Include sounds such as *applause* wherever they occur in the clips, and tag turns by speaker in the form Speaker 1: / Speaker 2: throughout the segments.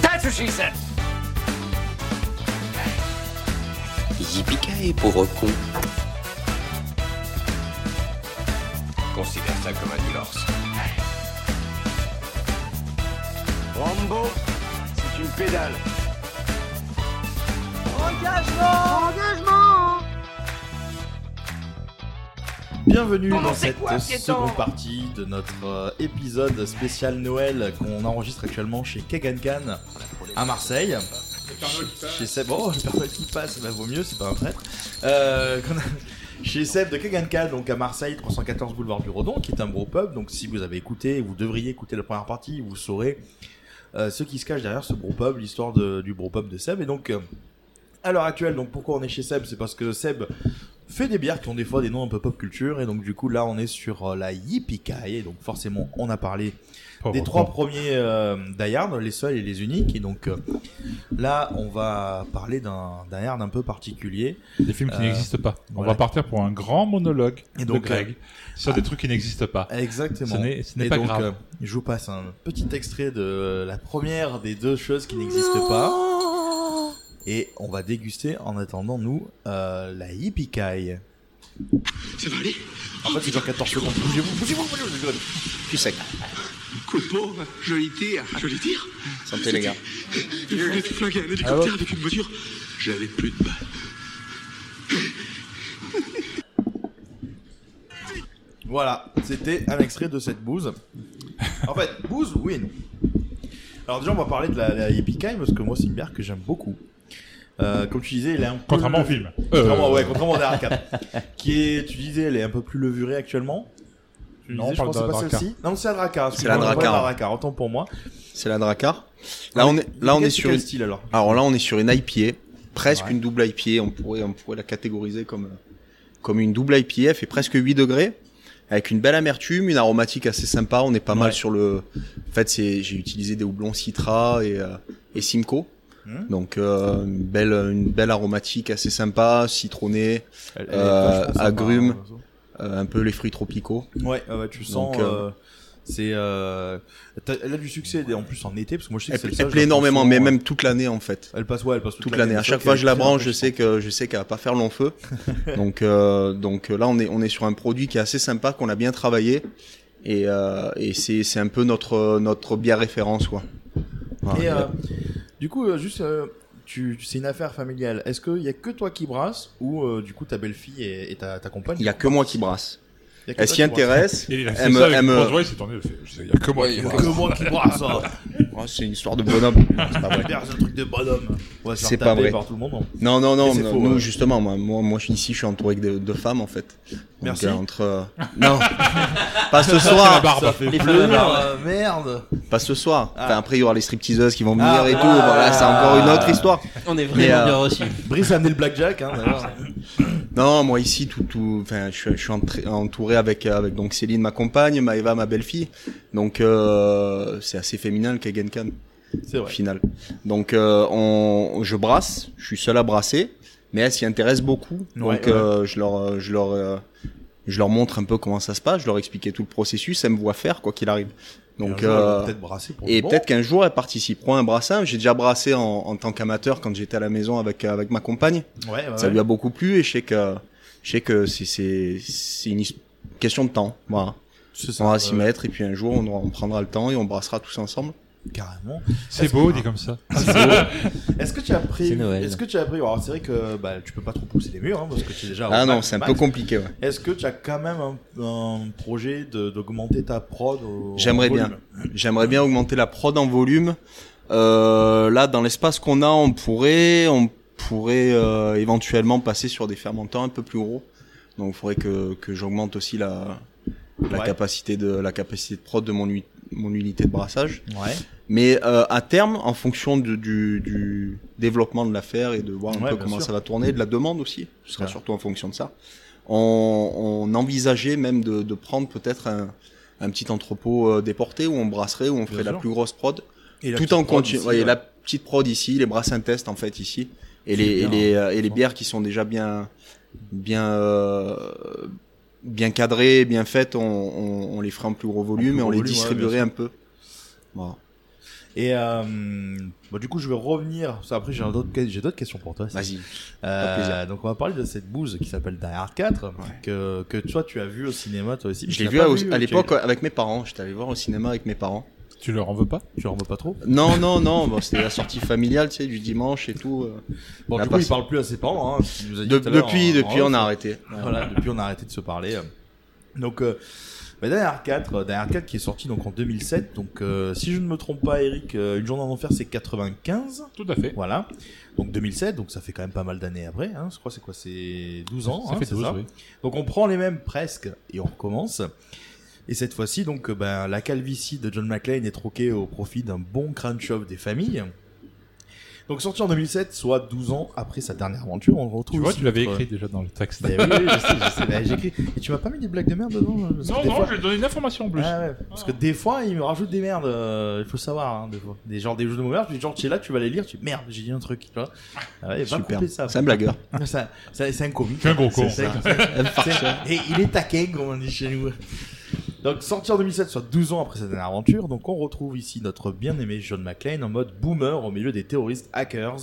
Speaker 1: That's what she said
Speaker 2: Yippee pauvre con.
Speaker 3: Considère ça comme un divorce.
Speaker 4: Rambo, c'est une pédale.
Speaker 5: Engagement Engagement
Speaker 6: Bienvenue Comment dans cette quoi, seconde partie de notre euh, épisode spécial Noël qu'on enregistre actuellement chez Kegankan à Marseille. Chez Seb, oh, le Père Noël qui passe, bah, vaut mieux, c'est pas un prêtre. Euh, qu'on a- *laughs* Chez Seb de Kaganka, donc à Marseille, 314 boulevard du Rodon, qui est un gros pub. Donc si vous avez écouté, vous devriez écouter la première partie, vous saurez euh, ce qui se cache derrière ce gros pub, l'histoire de- du gros pub de Seb. Et donc, euh, à l'heure actuelle, donc pourquoi on est chez Seb C'est parce que Seb fait des bières qui ont des fois des noms un peu pop culture. Et donc du coup, là, on est sur euh, la Yippie-Kaye. Et donc forcément, on a parlé
Speaker 7: Oh,
Speaker 6: des trois premiers euh, Die Hard, les seuls et les uniques. Et donc euh, là, on va parler d'un Die Hard un peu particulier.
Speaker 7: Des films qui n'existent pas. On
Speaker 6: Euh, voilà.
Speaker 7: va partir pour un grand monologue
Speaker 6: Et donc,
Speaker 7: de Greg
Speaker 6: euh,
Speaker 7: sur
Speaker 6: ah,
Speaker 7: des trucs qui n'existent pas.
Speaker 6: Exactement.
Speaker 7: Ce n'est, ce n'est
Speaker 6: Et
Speaker 7: pas
Speaker 6: donc,
Speaker 7: grave.
Speaker 6: euh, je vous passe un petit extrait de euh, la première des deux choses qui n'existent pas. Et on va déguster en attendant, nous, euh, la hippie caille.
Speaker 8: Ça va aller
Speaker 6: En fait, c'est genre 14 secondes. Bougez-vous, bougez-vous, bougez-vous.
Speaker 8: Je suis sec. Coup de pauvre, joli tir. Joli tir
Speaker 2: Santé, les gars.
Speaker 8: Il a été flingué un hélicoptère avec une voiture. J'avais plus de balles.
Speaker 6: Voilà, c'était un extrait de cette bouse. En fait, bouse, oui et non. Alors déjà, on va parler de la, la Yippie Kaye, parce que moi, c'est une bière que j'aime beaucoup. Euh, comme tu disais, elle est un peu...
Speaker 7: Contrairement au film.
Speaker 6: Contrairement,
Speaker 7: Euh.
Speaker 6: ouais, contrairement à Dark qui est, tu disais, elle est un peu plus levurée actuellement. Tu
Speaker 7: Non,
Speaker 6: disais,
Speaker 7: on parle
Speaker 6: je pense
Speaker 7: de
Speaker 6: que c'est
Speaker 7: la
Speaker 6: pas
Speaker 7: Drakkar.
Speaker 6: celle-ci. Non, c'est la Drakkar.
Speaker 7: C'est la
Speaker 6: excuse-moi,
Speaker 7: Drakkar.
Speaker 6: pas la Drakkar, autant pour moi.
Speaker 2: C'est la Drakkar.
Speaker 6: Ah,
Speaker 2: Là, on est, là, on
Speaker 6: Quel-
Speaker 2: est sur
Speaker 6: quel
Speaker 2: une...
Speaker 6: style, alors
Speaker 2: là, on est sur une IPA, presque
Speaker 6: Ouais.
Speaker 2: une double IPA. On pourrait, on pourrait la catégoriser comme, euh, comme une double IPA. Elle fait presque 8 degrés, avec une belle amertume, une aromatique assez sympa. On est pas mal sur le. En fait, c'est, j'ai utilisé des houblons Citra et, euh, et Simcoe.
Speaker 6: Hmm.
Speaker 2: Donc euh, une belle une belle aromatique assez sympa, citronnée,
Speaker 6: Elle- elle est
Speaker 2: euh,
Speaker 6: vachement sympa,
Speaker 2: agrumes,
Speaker 6: hein,
Speaker 2: euh, un peu les fruits tropicaux.
Speaker 6: Ouais, ah bah, tu sens...
Speaker 2: Donc, euh,
Speaker 6: euh, c'est... euh, t'as- elle a du succès, en plus, en été, parce que moi, je sais que
Speaker 2: Elle,
Speaker 6: c'est le
Speaker 2: elle
Speaker 6: seul,
Speaker 2: plaît
Speaker 6: j'ai l'impression,
Speaker 2: énormément,
Speaker 6: euh,
Speaker 2: mais même toute l'année en fait.
Speaker 6: Elle passe, ouais, elle passe
Speaker 2: toute l'année. À chaque fois que je la branche, je sais que je sais qu'elle va pas faire long feu. donc euh, donc euh, là on est on est sur un produit qui est assez sympa qu'on a bien travaillé et, euh, et c'est c'est un peu notre notre bière référence quoi. Voilà.
Speaker 6: Et euh, du coup, euh, juste, euh, tu, c'est une affaire familiale. Est-ce qu'il y a que toi qui brasses ou euh, du coup ta belle-fille et, et ta, ta compagne
Speaker 2: il y a que moi qui brasse.
Speaker 6: Il y a que
Speaker 2: Elle
Speaker 6: toi
Speaker 2: s'y
Speaker 6: qui brasse.
Speaker 2: intéresse.
Speaker 7: Et il a fait
Speaker 6: E,
Speaker 2: Elle
Speaker 7: ça
Speaker 2: me,
Speaker 7: avec
Speaker 2: elle
Speaker 7: une
Speaker 2: me-
Speaker 7: grosse voix, il s'est tourné, il a fait, il y a que moi
Speaker 2: Ouais,
Speaker 7: qui
Speaker 2: il y a
Speaker 7: brasse.
Speaker 6: Que moi qui brasse. hein.
Speaker 2: Oh, c'est une histoire de bonhomme. C'est pas vrai.
Speaker 6: Merde, *laughs* c'est un truc de bonhomme. On va se faire
Speaker 2: C'est pas
Speaker 6: taper
Speaker 2: vrai.
Speaker 6: par tout le monde. hein.
Speaker 2: Non, non,
Speaker 6: Et
Speaker 2: non,
Speaker 6: c'est
Speaker 2: non,
Speaker 6: faux, hein.
Speaker 2: nous,
Speaker 6: ouais.
Speaker 2: justement, moi, moi, moi, je suis ici, je suis entouré que de, de femmes, en fait. Donc,
Speaker 6: Merci.
Speaker 2: euh, entre,
Speaker 6: *laughs*
Speaker 2: euh, Non, pas ce soir.
Speaker 7: la barbe.
Speaker 6: ah, Ça fait
Speaker 2: Ah bah, Les
Speaker 6: peur,
Speaker 2: femmes à barbe.
Speaker 6: euh, merde.
Speaker 2: Pas ce soir.
Speaker 9: Ah.
Speaker 2: Enfin, après, il y aura les stripteaseuses qui vont venir
Speaker 6: Ah,
Speaker 2: et tout.
Speaker 6: ah,
Speaker 2: voilà, c'est encore une autre histoire.
Speaker 9: On est
Speaker 2: Mais,
Speaker 9: vraiment
Speaker 2: euh,
Speaker 9: bien reçus.
Speaker 6: Brice a amené le blackjack, hein,
Speaker 2: *laughs*
Speaker 6: d'ailleurs.
Speaker 2: Non, moi ici, tout, tout, enfin, je, suis- je suis entré- entouré avec, euh, avec donc Céline, ma compagne, Maëva, ma belle-fille. Donc, euh, c'est assez féminin le Kagenkan.
Speaker 6: C'est
Speaker 2: au
Speaker 6: vrai.
Speaker 2: final. Donc euh, on, je brasse, je suis seul à brasser, mais elles s'y intéressent beaucoup. Donc
Speaker 6: Ouais,
Speaker 2: euh, je leur, euh, je leur, euh, je leur montre un peu comment ça se passe, je leur expliquais tout le processus, elles me voient faire quoi qu'il arrive. Donc
Speaker 6: Et un jour, elle va
Speaker 2: euh,
Speaker 6: peut-être brasser pour
Speaker 2: et
Speaker 6: le bon.
Speaker 2: peut-être qu'un jour elles participeront à un brassin. J'ai déjà brassé en, en tant qu'amateur quand j'étais à la maison avec euh, avec ma compagne.
Speaker 6: Ouais, ouais,
Speaker 2: ça
Speaker 6: Ah ouais.
Speaker 2: lui a beaucoup plu et je sais que je sais que c'est c'est c'est une his- question de temps. Voilà.
Speaker 6: C'est ça, euh,
Speaker 2: On va
Speaker 6: ouais,
Speaker 2: s'y
Speaker 6: ouais.
Speaker 2: mettre et puis un jour on, aura- on prendra le temps et on brassera tous ensemble.
Speaker 6: Carrément.
Speaker 7: C'est
Speaker 6: Est-ce
Speaker 7: beau,
Speaker 6: que-
Speaker 7: dit comme ça.
Speaker 6: Est-ce que tu as pris
Speaker 9: C'est Noël.
Speaker 6: Est-ce que tu as pris Alors c'est vrai que bah, tu peux pas trop pousser les murs hein, parce que tu es déjà. au
Speaker 2: Ah non,
Speaker 6: max,
Speaker 2: c'est un
Speaker 6: max.
Speaker 2: peu compliqué. Ouais.
Speaker 6: Est-ce que tu as quand même un, un projet de- d'augmenter ta prod au-
Speaker 2: J'aimerais
Speaker 6: en
Speaker 2: bien.
Speaker 6: volume
Speaker 2: J'aimerais bien augmenter la prod en volume. Euh, là, dans l'espace qu'on a, on pourrait, on pourrait euh, éventuellement passer sur des fermentants un peu plus gros. Donc, il faudrait que, que j'augmente aussi la, la
Speaker 6: Ouais.
Speaker 2: capacité de la capacité de prod de mon u- mon unité de brassage.
Speaker 6: Ouais.
Speaker 2: Mais euh, à terme, en fonction du, du, du développement de l'affaire et de voir un
Speaker 6: Ouais,
Speaker 2: peu
Speaker 6: bien
Speaker 2: comment
Speaker 6: sûr.
Speaker 2: ça va tourner, de la demande aussi, ce sera
Speaker 6: Ouais.
Speaker 2: surtout en fonction de ça, on, on envisageait même de, de prendre peut-être un, un petit entrepôt euh, déporté où on brasserait, où on ferait la
Speaker 6: sûr.
Speaker 2: plus grosse prod,
Speaker 6: Et la
Speaker 2: tout
Speaker 6: petite
Speaker 2: en
Speaker 6: prod
Speaker 2: continuant.
Speaker 6: ici,
Speaker 2: voyez
Speaker 6: ouais.
Speaker 2: La petite prod ici, les brassins test en fait ici, et les, et
Speaker 6: bien, hein,
Speaker 2: les, euh, et les bières qui sont déjà bien, bien, euh, bien cadrées, bien faites, on, on, on les ferait en plus gros volume et on les
Speaker 6: volume, ouais,
Speaker 2: distribuerait
Speaker 6: bien
Speaker 2: un peu. Voilà.
Speaker 6: Et euh, bah, du coup, je vais revenir. parce que Après, j'ai un autre- j'ai d'autres questions pour toi.
Speaker 2: Vas-y.
Speaker 6: Euh,
Speaker 2: Avec plaisir.
Speaker 6: donc, on va parler de cette bouse qui s'appelle Die Hard 4, que, que toi, tu as vu au cinéma, toi aussi.
Speaker 2: Je
Speaker 6: Tu
Speaker 2: l'ai
Speaker 6: l'as
Speaker 2: vu
Speaker 6: pas
Speaker 2: à, à
Speaker 6: ok.
Speaker 2: l'époque avec mes parents. J'étais allé voir au cinéma avec mes parents.
Speaker 7: Tu leur en veux pas
Speaker 6: Tu leur en veux pas trop
Speaker 2: Non, non, non. Bon, c'était la sortie familiale, tu sais, du dimanche et tout. euh.
Speaker 6: Bon,
Speaker 2: La
Speaker 6: du coup,
Speaker 2: passe-
Speaker 6: il parle plus à ses parents. Hein, parce qu'il nous a dit
Speaker 2: De-
Speaker 6: tout à l'heure hein. Oh,
Speaker 2: depuis-
Speaker 6: en- en
Speaker 2: depuis,
Speaker 6: off.
Speaker 2: on a arrêté.
Speaker 6: Voilà, depuis, on a arrêté de se parler. Donc, euh, bah, Die Hard 4, euh, Die Hard 4 qui est sorti donc en 2007. Donc, euh, si je ne me trompe pas, Eric, euh, Une journée en enfer, c'est 95.
Speaker 7: Tout à fait.
Speaker 6: Voilà. Donc 2007, donc ça fait quand même pas mal d'années après. Hein. Je crois que c'est quoi C'est 12 ans.
Speaker 7: Ça
Speaker 6: hein,
Speaker 7: fait
Speaker 6: c'est
Speaker 7: 12,
Speaker 6: ça
Speaker 7: oui.
Speaker 6: Donc on prend les mêmes presque et on recommence. Et cette fois-ci, donc, euh, ben, la calvitie de John McClane est troquée au profit d'un bon crâne chauve des familles. Donc sorti en 2007, soit 12 ans après sa dernière aventure, on le retrouve.
Speaker 7: Tu vois,
Speaker 6: ici
Speaker 7: tu l'avais
Speaker 6: notre-
Speaker 7: écrit déjà dans le texte.
Speaker 6: Ben oui, oui, je sais, je sais. Ben, j'ai écrit. Et tu m'as pas mis des blagues de merde dedans parce que
Speaker 7: Non,
Speaker 6: des
Speaker 7: non,
Speaker 6: fois-
Speaker 7: je vais donner une information en plus.
Speaker 6: ah ouais, parce que des fois, ils me rajoutent des merdes, euh, il faut le savoir, hein, des fois. Des genres des jeux de mots merdes, je dis genre, tu es là, tu vas les lire, tu dis merde, j'ai dit un truc, tu vois. Ah ouais, va
Speaker 2: Super.
Speaker 6: couper ça.
Speaker 2: C'est un blagueur.
Speaker 6: Ça- ça- C'est un comique.
Speaker 7: C'est un gros con.
Speaker 6: c'est-
Speaker 2: Un farceur.
Speaker 6: c'est- Et il est taquin, comme on dit chez nous. Donc, sorti en 2007, soit 12 ans après sa dernière aventure, donc on retrouve ici notre bien-aimé John McClane en mode boomer au milieu des terroristes hackers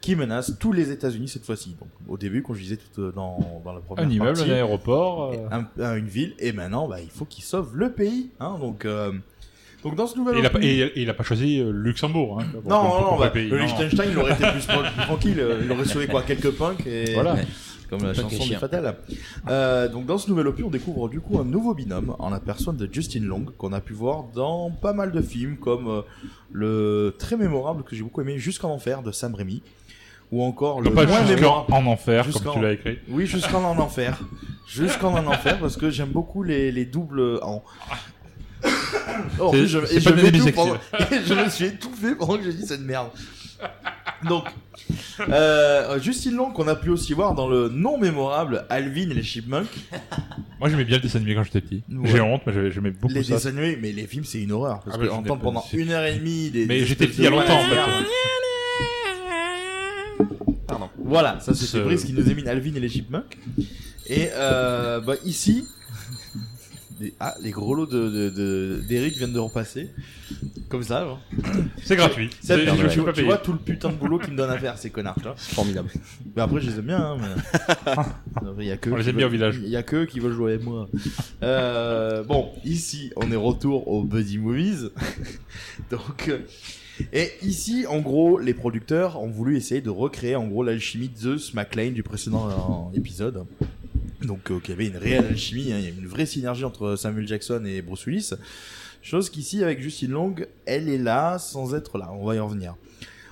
Speaker 6: qui menacent tous les États-Unis cette fois-ci. Donc, au début, comme je disais tout euh, dans, dans la première
Speaker 7: Un immeuble,
Speaker 6: partie,
Speaker 7: un aéroport. euh,
Speaker 6: un- un- une ville et maintenant bah, il faut qu'il sauve le pays hein, donc euh, donc dans ce nouvel
Speaker 7: Et il, a pas,
Speaker 6: opus-
Speaker 7: et, et il a pas choisi euh, Luxembourg. Hein, pour-
Speaker 6: non
Speaker 7: pour-
Speaker 6: non
Speaker 7: pour
Speaker 6: non
Speaker 7: le
Speaker 6: bah,
Speaker 7: pays,
Speaker 6: le
Speaker 7: non, non.
Speaker 6: Liechtenstein il aurait été plus, plus *laughs* tranquille euh, il aurait sauvé quoi quelques punks et
Speaker 7: Voilà.
Speaker 6: comme la
Speaker 10: Punk et
Speaker 6: chanson du
Speaker 10: chien.
Speaker 6: Fatal Euh, donc dans ce nouvel opus on découvre du coup un nouveau binôme en la personne de Justin Long qu'on a pu voir dans pas mal de films comme euh, le très mémorable que j'ai beaucoup aimé Jusqu'en Enfer de Sam Raimi ou encore le
Speaker 7: Non, pas
Speaker 6: moins
Speaker 7: jusqu'en
Speaker 6: mémorable-
Speaker 7: en enfer,
Speaker 6: Jusqu'en-
Speaker 7: comme tu l'as écrit.
Speaker 6: oui, jusqu'en en enfer. Jusqu'en en enfer, parce que j'aime beaucoup les, les doubles en. Oh, en
Speaker 7: C'est-
Speaker 6: plus, je,
Speaker 7: c'est
Speaker 6: et
Speaker 7: pas
Speaker 6: je
Speaker 7: de
Speaker 6: m'étouffe
Speaker 7: bisexuel.
Speaker 6: pendant- et *laughs* je me suis étouffé pendant que j'ai dit cette merde. Donc, euh, Justin Long, qu'on a pu aussi voir dans le non mémorable Alvin et les Chipmunks,
Speaker 7: Moi, j'aimais bien le dessin animé quand j'étais petit.
Speaker 6: Ouais.
Speaker 7: J'ai honte, mais j'avais- j'aimais beaucoup
Speaker 6: les
Speaker 7: ça.
Speaker 6: dessins animés, mais les films c'est une horreur. Parce
Speaker 7: Ah,
Speaker 6: que
Speaker 7: mais je n'ai
Speaker 6: entendre
Speaker 7: pas-
Speaker 6: pendant
Speaker 7: c'est-
Speaker 6: une heure et demie des.
Speaker 7: Mais
Speaker 6: des
Speaker 7: j'étais
Speaker 6: espèces
Speaker 7: petit il y a
Speaker 6: de-
Speaker 7: longtemps, en fait.
Speaker 6: Voilà, ça c'était
Speaker 7: Ce-
Speaker 6: Brice qui nous émine Alvin et les Chipmunks. Et euh, bah, ici, *laughs* les, ah, les gros lots d'Eric de, de, d'Eric viennent de repasser. Comme ça, hein.
Speaker 7: C'est gratuit.
Speaker 6: Ça,
Speaker 7: C'est-
Speaker 6: tu,
Speaker 7: Je
Speaker 6: tu-
Speaker 7: suis pas
Speaker 6: tu
Speaker 7: payé.
Speaker 6: vois tout le putain de boulot qu'ils me donnent à faire, ces connards. tu vois.
Speaker 2: Formidable.
Speaker 6: Mais après, je les aime bien. Hein, mais... Il y a que
Speaker 7: On les
Speaker 6: qui
Speaker 7: aime bien au
Speaker 6: veulent-
Speaker 7: village.
Speaker 6: Il y a que qui veulent jouer avec moi. Euh, bon, ici, on est retour aux Buddy Movies. *laughs* Donc, euh, et ici, en gros, les producteurs ont voulu essayer de recréer en gros l'alchimie de Zeus McLean du précédent euh, épisode. Donc, euh, qu'il y avait une réelle alchimie, hein, il y avait une vraie synergie entre Samuel Jackson et Bruce Willis. Chose qu'ici, avec Justine Long, elle est là sans être là. On va y revenir.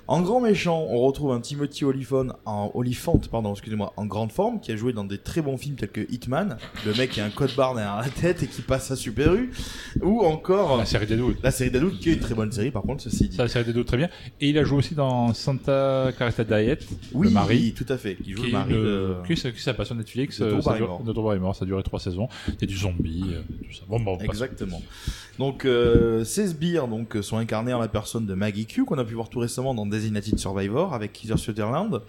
Speaker 6: En grand méchant, on retrouve un Timothy Olyphant, en Olyphant, pardon, excusez-moi, en grande forme, qui a joué dans des très bons films tels que Hitman, le mec qui a un code barre derrière la tête et qui passe à Super U, ou encore
Speaker 7: La série des doutes.
Speaker 6: la série d'Adout, qui est une très bonne série par contre, ceci dit.
Speaker 7: Ah, Ça, la série des doutes, très bien. Et il a joué aussi dans Santa Clarita Diet.
Speaker 6: oui,
Speaker 7: le mari.
Speaker 6: tout à fait, qui joue
Speaker 7: Qui
Speaker 6: le
Speaker 7: est
Speaker 6: mari
Speaker 7: une-
Speaker 6: de...
Speaker 7: qui est- qui est sa passion Netflix.
Speaker 6: de
Speaker 7: euh,
Speaker 6: Drew
Speaker 7: ça dure-
Speaker 6: Barrymore.
Speaker 7: de Drew Barrymore, ça a duré trois saisons. Il y a du zombie, euh, tout ça. Bon, bon, on passe.
Speaker 6: Exactement. Donc euh, ces sbires donc euh, sont incarnés en la personne de Maggie Q qu'on a pu voir tout récemment dans Designated Survivor avec Kaiser Sutherland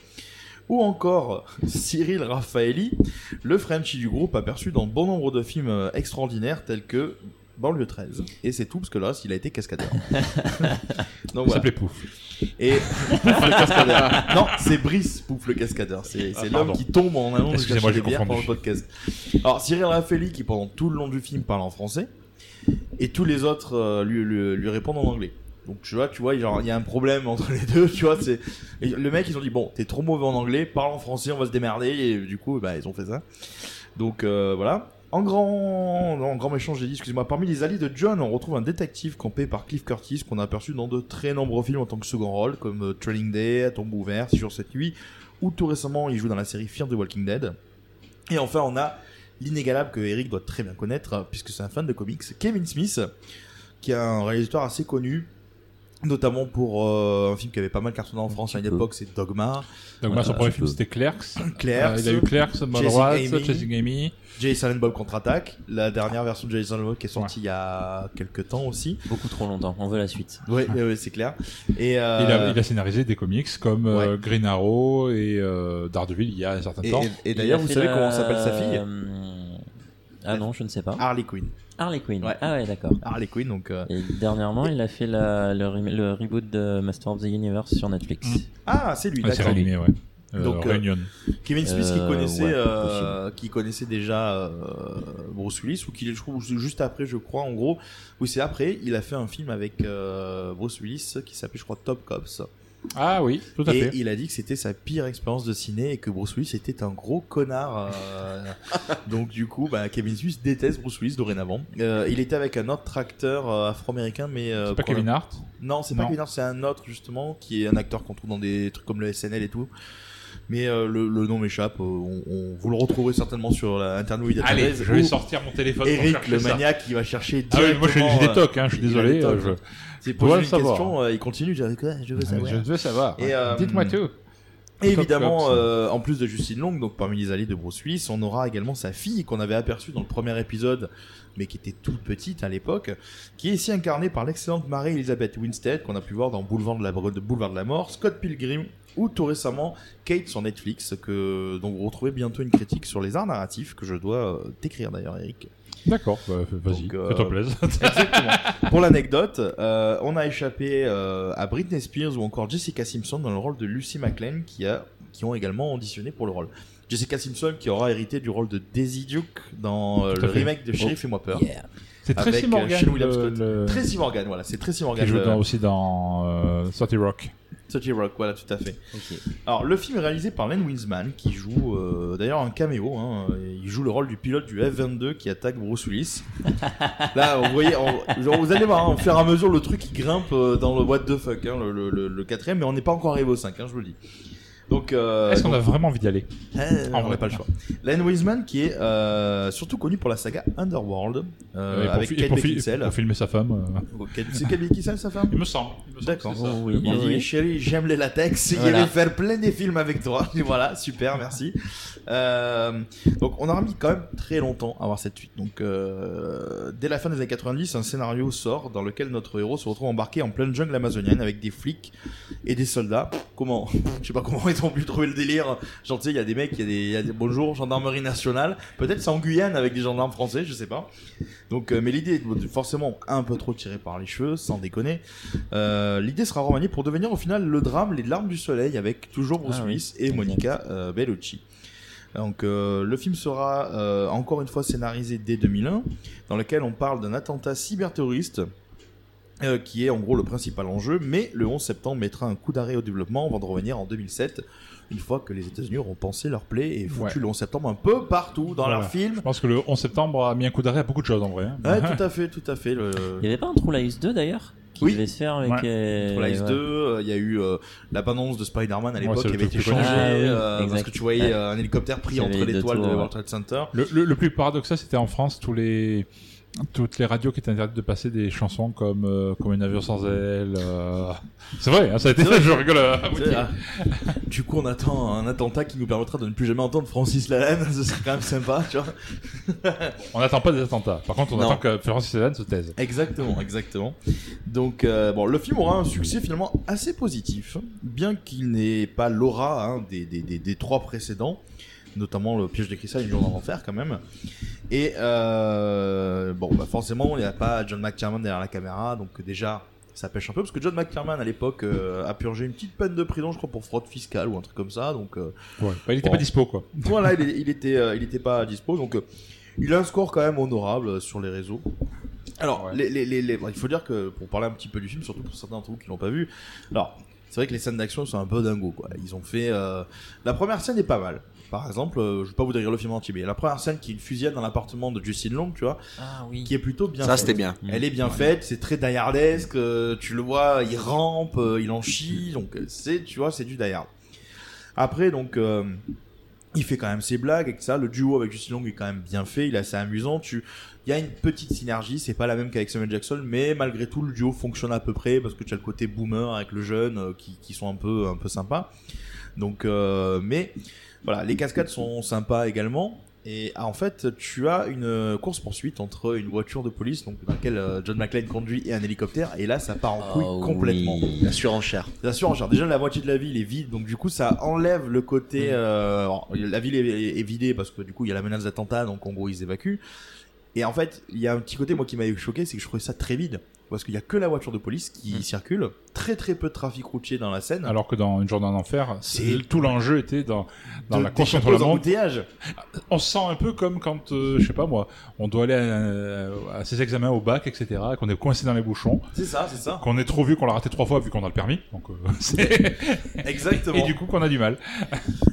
Speaker 6: ou encore euh, Cyril Raffaelli, le Frenchie du groupe aperçu dans bon nombre de films euh, extraordinaires tels que Banlieue 13 et c'est tout parce que là il a été
Speaker 7: *laughs*
Speaker 6: cascadeur. donc
Speaker 7: Il
Speaker 6: voilà.
Speaker 7: s'appelait Pouf.
Speaker 6: Et Pouf le *laughs* cascadeur. Non, c'est Brice Pouf le cascadeur. C'est
Speaker 7: Ah,
Speaker 6: c'est
Speaker 7: pardon.
Speaker 6: l'homme qui tombe en amont de chercher
Speaker 7: Excusez-moi, j'ai
Speaker 6: des bières pendant
Speaker 7: confondu.
Speaker 6: le podcast. Alors Cyril Raffaelli qui pendant tout le long du film parle en français et tous les autres euh, lui, lui, lui répondent en anglais. Donc tu vois, tu vois, genre, il y a un problème entre les deux, tu vois. C'est et le mec, ils ont dit bon, t'es trop mauvais en anglais, parle en français, on va se démerder. Et du coup, bah, ils ont fait ça. Donc euh, voilà. En grand, en grand méchant, j'ai dit, excusez-moi, parmi les alliés de John, on retrouve un détective campé par Cliff Curtis qu'on a aperçu dans de très nombreux films en tant que second rôle, comme euh, Training Day, Tombe ouvert, 6 jours 7 nuits, ou tout récemment, il joue dans la série Fear the Walking Dead. Et enfin, on a l'inégalable que Eric doit très bien connaître, euh, puisque c'est un fan de comics, Kevin Smith, qui est un réalisateur assez connu, notamment pour euh, un film qui avait pas mal cartonné en France à une époque, c'est Dogma.
Speaker 7: Dogma,
Speaker 6: Voilà,
Speaker 7: son premier
Speaker 6: tu
Speaker 7: film,
Speaker 6: peux.
Speaker 7: c'était Clerks.
Speaker 6: Clerks.
Speaker 7: Euh, il a eu Clerks, Mallrats, Chasing Amy.
Speaker 6: Jay et Silent Bob contre-attaque. La dernière version de Jay et Silent Bob qui est sortie il y a quelques temps aussi.
Speaker 3: Beaucoup trop longtemps, on veut la suite.
Speaker 6: Oui, c'est clair. Et, euh,
Speaker 7: Il, a, il a scénarisé des comics comme euh, Green Arrow et euh, Daredevil il y a un certain
Speaker 6: Et-
Speaker 7: temps.
Speaker 6: et- et d'ailleurs,
Speaker 3: Il a
Speaker 6: vous
Speaker 3: fait
Speaker 6: savez
Speaker 3: la-
Speaker 6: comment s'appelle sa fille
Speaker 3: euh, Ah non, je ne sais pas.
Speaker 6: Harley Quinn.
Speaker 3: Harley Quinn.
Speaker 6: Ouais.
Speaker 3: Ah ouais, d'accord.
Speaker 6: Harley Quinn, donc. euh,
Speaker 3: Et dernièrement, il a fait la- le, rem- le reboot de Master of the Universe sur Netflix.
Speaker 6: Ah, c'est lui,
Speaker 7: Ouais, c'est
Speaker 6: d'accord.
Speaker 7: réanimé, ouais. Euh,
Speaker 6: Donc, euh,
Speaker 7: Réunion.
Speaker 6: Kevin Smith qui
Speaker 3: Euh,
Speaker 6: connaissait,
Speaker 3: ouais,
Speaker 6: euh, qui connaissait déjà euh, Bruce Willis ou qui je trouve juste après, je crois, en gros, ou c'est après, il a fait un film avec euh, Bruce Willis qui s'appelait, je crois, Top Cops.
Speaker 7: Ah oui, tout à
Speaker 6: et
Speaker 7: fait.
Speaker 6: il a dit que c'était sa pire expérience de ciné et que Bruce Willis était un gros connard.
Speaker 3: *laughs*
Speaker 6: euh, donc du coup, bah, Kevin Smith déteste Bruce Willis dorénavant. Euh, il était avec un autre acteur euh, afro-américain, mais euh,
Speaker 7: C'est pas
Speaker 6: qu'on a-
Speaker 7: Kevin Hart
Speaker 6: Non, c'est pas
Speaker 7: Non.
Speaker 6: Kevin Hart, c'est un autre justement qui est un acteur qu'on trouve dans des trucs comme le SNL et tout. Mais euh, le, le nom m'échappe. euh, on, on- vous le retrouverez certainement sur la- Internet Movie
Speaker 7: Allez,
Speaker 6: Database,
Speaker 7: je vais
Speaker 6: ou
Speaker 7: sortir mon téléphone pour
Speaker 6: Eric,
Speaker 7: chercher
Speaker 6: le
Speaker 7: ça.
Speaker 6: maniaque, il va chercher.
Speaker 7: Ah oui, moi, j'ai- j'ai des
Speaker 6: directement, euh,
Speaker 7: tocs, hein, je suis
Speaker 6: il a
Speaker 7: désolé,
Speaker 6: des tocs.
Speaker 7: euh, je-
Speaker 6: C'est
Speaker 7: je
Speaker 6: pour
Speaker 7: dois
Speaker 6: une
Speaker 7: le savoir.
Speaker 6: question. euh, il continue. j'ai- Ah, Je veux
Speaker 7: Ah, mais
Speaker 6: savoir.
Speaker 7: je veux savoir.
Speaker 6: Et, euh,
Speaker 7: Dites-moi tout.
Speaker 6: et Évidemment,
Speaker 7: Top Cops.
Speaker 6: euh, en plus de Justine Long, donc parmi les alliés de Bruce Willis, on aura également sa fille qu'on avait aperçue dans le premier épisode, mais qui était toute petite à l'époque, qui est ici incarnée par l'excellente Mary Elizabeth Winstead qu'on a pu voir dans Boulevard de la, de Boulevard de la Mort, Scott Pilgrim ou tout récemment Kate sur Netflix, que donc vous retrouvez bientôt une critique sur les arts narratifs que je dois euh, t'écrire d'ailleurs, Eric.
Speaker 7: D'accord, bah, vas-y,
Speaker 6: Donc, euh,
Speaker 7: fais-toi plaisir.
Speaker 6: Exactement. Pour l'anecdote, euh, on a échappé euh, à Britney Spears ou encore Jessica Simpson dans le rôle de Lucy McLean qui, a, qui ont également auditionné pour le rôle. Jessica Simpson qui aura hérité du rôle de Daisy Duke dans euh,
Speaker 7: Tout à
Speaker 6: le
Speaker 7: fait.
Speaker 6: remake de Sheriff et moi peur.
Speaker 7: Yeah. C'est Tracy
Speaker 6: Avec, euh,
Speaker 7: Morgan,
Speaker 6: Shane William
Speaker 7: le-
Speaker 6: Scott.
Speaker 7: le-
Speaker 6: Tracy Morgan, voilà, c'est euh, Tracy Morgan.
Speaker 7: Qui joue
Speaker 6: le-
Speaker 7: dans- aussi dans euh, 30 Rock.
Speaker 6: 30 Rock, voilà, tout à fait. Alors, le film est réalisé par Len Winsman, qui joue euh, d'ailleurs un caméo. hein. il joue le rôle du pilote du F-22 qui attaque Bruce Willis. Là, vous voyez, on- genre, vous allez voir, hein, au fur et à mesure, le truc il grimpe euh, dans le what the fuck, hein, le, le, le- le quatrième, mais on n'est pas encore arrivé au 5, je vous le dis. Donc, euh,
Speaker 7: Est-ce qu'on Ah, a
Speaker 6: donc-
Speaker 7: vraiment envie d'y aller
Speaker 6: euh,
Speaker 7: En
Speaker 6: on
Speaker 7: vrai.
Speaker 6: n'a pas le choix. Len Wiseman qui est euh, surtout connu pour la saga Underworld euh,
Speaker 7: Et pour
Speaker 6: avec
Speaker 7: fi- et
Speaker 6: Kate
Speaker 7: pour fi-
Speaker 6: Beckinsale.
Speaker 7: pour filmer sa femme. euh.
Speaker 6: Kate- C'est Kate Beckinsale sa femme
Speaker 7: Il me semble.
Speaker 6: D'accord.
Speaker 7: c'est ça.
Speaker 6: Il
Speaker 7: Oui,
Speaker 6: dit
Speaker 7: oui.
Speaker 6: chérie j'aime les latex. Il
Speaker 7: Voilà.
Speaker 6: allait faire plein des films avec toi. *laughs* Et voilà super merci. Euh, donc on aura mis quand même très longtemps à voir cette suite. Donc euh, dès la fin des années 90 un scénario sort dans lequel notre héros se retrouve embarqué en pleine jungle amazonienne avec des flics et des soldats. Pff, Comment Je sais pas comment ils ont pu trouver le délire. Genre tu sais il y a des mecs il y a des- il y, a des bonjour gendarmerie nationale. Peut-être c'est en Guyane avec des gendarmes français je sais pas. Donc, euh, mais l'idée est forcément un peu trop tirée par les cheveux, sans déconner. Euh, l'idée sera remaniée pour devenir au final le drame Les Larmes du Soleil avec toujours Bruce
Speaker 3: Ah oui.
Speaker 6: Willis et Monica euh, Bellucci. Donc, euh, le film sera euh, encore une fois scénarisé dès 2001, dans lequel on parle d'un attentat cyberterroriste. euh, qui est en gros le principal enjeu, mais le 11 septembre mettra un coup d'arrêt au développement avant de revenir en 2007, une fois que les États-Unis auront pensé leur plaie et foutu
Speaker 7: Ouais.
Speaker 6: le 11 septembre un peu partout dans
Speaker 7: Voilà.
Speaker 6: leur film.
Speaker 7: Je *laughs* pense que le 11 septembre a mis un coup d'arrêt à beaucoup de choses en vrai. hein.
Speaker 6: Ouais, tout à fait, tout à fait. Le...
Speaker 3: Il y avait pas un True Lies 2 d'ailleurs qui
Speaker 6: Oui.
Speaker 3: devait se faire avec. euh,
Speaker 6: True Lies
Speaker 3: ouais.
Speaker 6: 2, euh, il y a eu euh, l'abondance de Spider-Man à
Speaker 7: Ouais,
Speaker 6: l'époque
Speaker 7: c'est
Speaker 6: qui
Speaker 7: le
Speaker 6: avait
Speaker 7: truc
Speaker 6: été
Speaker 7: plus
Speaker 6: changée
Speaker 7: connu.
Speaker 3: Ah oui,
Speaker 6: euh, parce
Speaker 3: exact.
Speaker 6: que tu voyais
Speaker 3: Ouais.
Speaker 6: euh, un hélicoptère pris
Speaker 3: Il y avait
Speaker 6: entre
Speaker 3: les
Speaker 6: les
Speaker 3: deux
Speaker 6: toiles de
Speaker 3: tours,
Speaker 6: World
Speaker 3: ouais.
Speaker 6: Trade Center.
Speaker 7: Le, le- le plus paradoxal, c'était en France, tous les, toutes les radios qui étaient interdites de passer des chansons comme, euh, comme Un avion sans aile. euh. C'est vrai, hein, ça a été
Speaker 6: C'est
Speaker 7: ça,
Speaker 6: vrai.
Speaker 7: je rigole. euh, à
Speaker 6: C'est
Speaker 7: moitié.
Speaker 6: vrai. ah, du coup, on attend un attentat qui nous permettra de ne plus jamais entendre Francis Lalanne. *laughs* Ce serait quand même sympa, tu vois.
Speaker 7: On n'attend pas des attentats. Par contre, on
Speaker 6: Non.
Speaker 7: attend que Florence Hélène se taise.
Speaker 6: Exactement, exactement. Donc, euh, bon, le film aura un succès finalement assez positif, bien qu'il n'ait pas l'aura hein, des, des, des, des trois précédents, notamment le piège de cristal et le jour dans l'enfer quand même. Et euh, bon, bah forcément, il n'y a pas John McTiernan derrière la caméra, donc déjà, ça pêche un peu, parce que John McTiernan à l'époque euh, a purgé une petite peine de prison, je crois, pour fraude fiscale ou un truc comme ça, donc. euh,
Speaker 7: Ouais. Bah, il était
Speaker 6: Bon.
Speaker 7: pas dispo, quoi.
Speaker 6: voilà, il, est- il était, euh, il était pas dispo, donc euh, il a un score quand même honorable euh, sur les réseaux. Alors, les- les- les- les- bon, il faut dire que pour parler un petit peu du film, surtout pour certains d'entre vous qui l'ont pas vu, alors c'est vrai que les scènes d'action sont un peu dingos. Quoi. Ils ont fait euh, la première scène est pas mal. Par exemple, euh, je vais pas vous décrire le film entier, mais la première scène qui est une fusillade dans l'appartement de Justine Long, tu vois,
Speaker 3: Ah oui.
Speaker 6: qui est plutôt bien.
Speaker 2: Ça,
Speaker 6: faite.
Speaker 2: c'était bien.
Speaker 6: Elle est bien faite, c'est très die Hardesque, euh, tu le vois, il rampe, euh, il en chie, donc euh, c'est, tu vois, c'est du die Hard. Après, donc, euh, il fait quand même ses blagues et que ça le duo avec Justin Long est quand même bien fait il est assez amusant tu il y a une petite synergie c'est pas la même qu'avec Samuel Jackson mais malgré tout le duo fonctionne à peu près parce que tu as le côté boomer avec le jeune euh, qui, qui sont un peu un peu sympas donc euh, mais voilà les cascades sont sympas également et ah, en fait tu as une course poursuite entre une voiture de police donc dans laquelle euh, John McClane conduit et un hélicoptère et là ça part en couille
Speaker 3: Ah
Speaker 2: Oh
Speaker 6: complètement
Speaker 2: oui. La surenchère
Speaker 6: la surenchère déjà la moitié de la ville est vide donc du coup ça enlève le côté
Speaker 7: Mm.
Speaker 6: euh, alors, la ville est, est vidée parce que du coup il y a la menace d'attentat donc en gros ils évacuent et en fait il y a un petit côté moi qui m'avait choqué c'est que je trouvais ça très vide parce qu'il y a que la voiture de police qui circule très très peu de trafic routier dans la scène
Speaker 7: Mm. Alors que dans Une journée en enfer, c'est
Speaker 6: C'est-
Speaker 7: tout l'enjeu était dans, dans
Speaker 6: De-
Speaker 7: la
Speaker 6: des
Speaker 7: course contre
Speaker 6: chapeaux
Speaker 7: la montre.
Speaker 6: embouteillages.
Speaker 7: On se sent un peu comme quand, euh, je sais pas moi, on doit aller à, à ses examens au bac, etc., et qu'on est coincé dans les bouchons.
Speaker 6: C'est ça, c'est
Speaker 7: *laughs*
Speaker 6: ça.
Speaker 7: Qu'on est trop vu, qu'on l'a raté trois fois vu qu'on a le permis. Donc, euh, *laughs* c'est-
Speaker 6: Exactement.
Speaker 7: Et du coup, qu'on a du mal.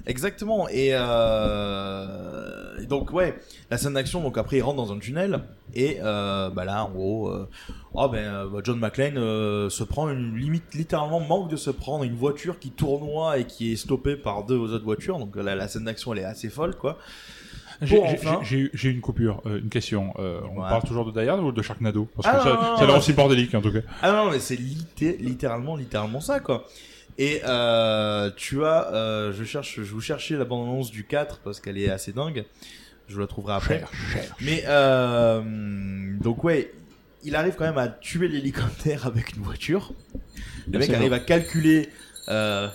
Speaker 6: Exactement. Et euh, et donc ouais, la scène d'action. Donc après, il rentre dans un tunnel et euh, bah là, en gros, euh, oh ben euh, bah, John McClane euh, se prend une limite littéralement manque de se prendre une voiture qui tournoie et qui est stoppée par deux autres voitures. Donc là, la scène d'action, elle est assez folle, quoi.
Speaker 7: J'ai
Speaker 6: Pour
Speaker 7: j'ai-
Speaker 6: enfin-
Speaker 7: j'ai eu- j'ai une coupure, euh, une question. Euh, on parle toujours de Die Hard ou de Sharknado Parce que
Speaker 6: Ah,
Speaker 7: ça,
Speaker 6: non, non,
Speaker 7: ça a l'air
Speaker 6: non.
Speaker 7: aussi bordélique en tout cas.
Speaker 6: Ah non, mais c'est litté- littéralement, littéralement ça, quoi. Et euh, tu as, euh, je cherche, je vous cherchais la bande-annonce du 4 parce qu'elle est assez dingue. Je la trouverai après. Mais euh, donc ouais, il arrive quand même à tuer l'hélicoptère avec une voiture. Le mec
Speaker 7: Absolument.
Speaker 6: arrive à calculer. Euh,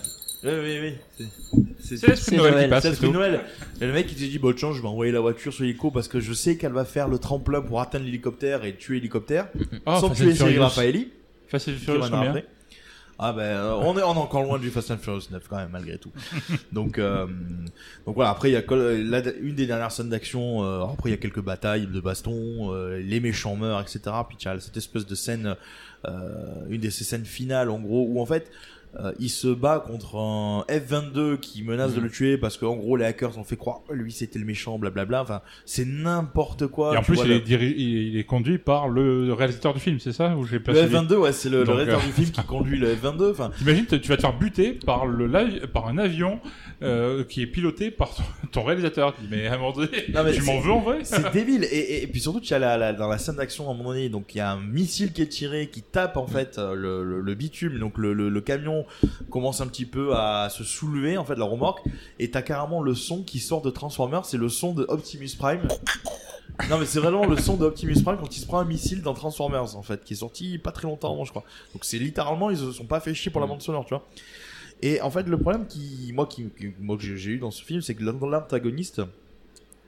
Speaker 6: oui, oui, oui. c'est-
Speaker 7: C'est l'esprit de Noël qui passe,
Speaker 6: C'est l'esprit de
Speaker 7: c'est tout.
Speaker 6: Noël. Et le mec il s'est dit, bon, tiens, je vais envoyer la voiture sur l'hélico parce que je sais qu'elle va faire le tremplin pour atteindre l'hélicoptère et tuer l'hélicoptère.
Speaker 7: Ah,
Speaker 6: sans
Speaker 7: Fast
Speaker 6: tuer
Speaker 7: and
Speaker 6: Cyril
Speaker 7: Furious.
Speaker 6: Raffaeli.
Speaker 7: Fast and
Speaker 6: qui
Speaker 7: Furious,
Speaker 6: reviendra
Speaker 7: combien
Speaker 6: après. Ah ben, euh, on, est, on est encore loin du Fast and Furious 9 quand même, malgré
Speaker 7: *laughs*
Speaker 6: tout. donc, euh, donc voilà, après, il y a que- la- une des dernières scènes d'action, euh, après il y a quelques batailles de baston, euh, les méchants meurent, etc. Puis tu as cette espèce de scène, euh, une de ces scènes finales en gros, où en fait... euh, il se bat contre un F-22 qui menace
Speaker 7: Mhm.
Speaker 6: de le tuer parce qu'en gros les hackers ont fait croire oh, lui c'était le méchant blablabla enfin c'est n'importe quoi
Speaker 7: Et en
Speaker 6: Oh, Tu
Speaker 7: plus,
Speaker 6: vois,
Speaker 7: il,
Speaker 6: le-
Speaker 7: est diri- il- il est conduit par le réalisateur du film, c'est ça ou j'ai pas
Speaker 6: le
Speaker 7: suivi
Speaker 6: F-22 ouais c'est le, le
Speaker 7: Donc,
Speaker 6: réalisateur
Speaker 7: euh,
Speaker 6: du film qui conduit le F-22 enfin
Speaker 7: T'imagines, t- tu vas te faire buter par, le lavi- par un avion euh, qui est piloté par ton, ton réalisateur. Tu dis, mais à un moment donné,
Speaker 6: Non, mais
Speaker 7: tu
Speaker 6: c'est-
Speaker 7: m'en veux en vrai
Speaker 6: C'est débile. Et, et, et puis surtout, tu as la, la- dans la scène d'action à un moment donné, donc il y a un missile qui est tiré, qui tape en fait euh, le, le, le bitume. Donc le, le, le camion commence un petit peu à se soulever en fait la remorque. Et t'as carrément le son qui sort de Transformers, c'est le son de Optimus Prime. Non mais c'est vraiment le son de Optimus Prime quand il se prend un missile dans Transformers en fait, qui est sorti pas très longtemps avant je crois. Donc c'est littéralement ils se sont pas fait chier pour la bande sonore, tu vois. Et en fait le problème qui moi qui, qui- moi que j'ai j'ai eu dans ce film, c'est que l'an- l'antagoniste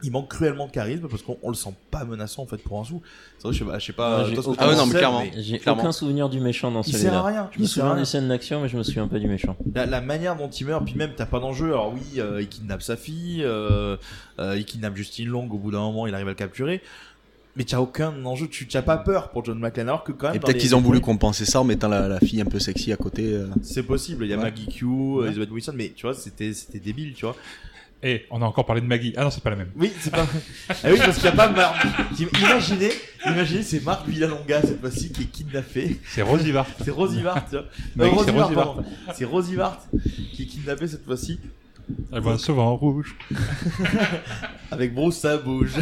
Speaker 6: il manque cruellement de charisme parce qu'on on le sent pas menaçant en fait pour un sou. C'est vrai, je sais pas, je sais pas, euh,
Speaker 3: Moi, j'ai
Speaker 6: toi, ce que
Speaker 3: aucun-
Speaker 6: tu en sais,
Speaker 3: J'ai aucun souvenir du méchant dans
Speaker 6: Il
Speaker 3: celui-là.
Speaker 6: sert à rien,
Speaker 3: Je me
Speaker 6: il sert à
Speaker 3: souviens
Speaker 6: rien.
Speaker 3: des scènes d'action, mais je me souviens pas du méchant.
Speaker 6: La, la manière dont il meurt, puis même t'as pas d'enjeu. Alors oui, euh, il kidnappe sa fille, euh, euh, il kidnappe Justine Long. Au bout d'un moment, il arrive à le capturer. Mais t'as aucun enjeu. Tu t'as pas peur pour John McClane. Alors que quand même.
Speaker 2: Et
Speaker 6: dans
Speaker 2: peut-être
Speaker 6: Ah, les-
Speaker 2: qu'ils ont voulu compenser ça en mettant la, la fille un peu sexy à côté. euh.
Speaker 6: C'est possible. Il y a
Speaker 2: Ouais.
Speaker 6: Maggie Q, euh, Elizabeth Wilson, mais tu vois, c'était c'était débile, tu vois.
Speaker 7: Et on a encore parlé de Maggie. Ah non, c'est pas la même.
Speaker 6: Oui, c'est pas. Ah oui, parce qu'il y a pas *laughs* Mar... Imaginez, imaginez, c'est Marc Villalonga cette fois-ci qui est kidnappé.
Speaker 7: C'est Rosie Vart.
Speaker 6: C'est Rosie Vart, tu vois.
Speaker 7: Mais
Speaker 6: Euh,
Speaker 7: oui,
Speaker 6: Rosie
Speaker 7: c'est
Speaker 6: Vart,
Speaker 7: Rosie Vart.
Speaker 6: pardon. C'est Rosie Vart qui est kidnappée cette fois-ci.
Speaker 7: Elle voit un sauvant en rouge.
Speaker 6: Avec Bruce, ça *laughs* bouge.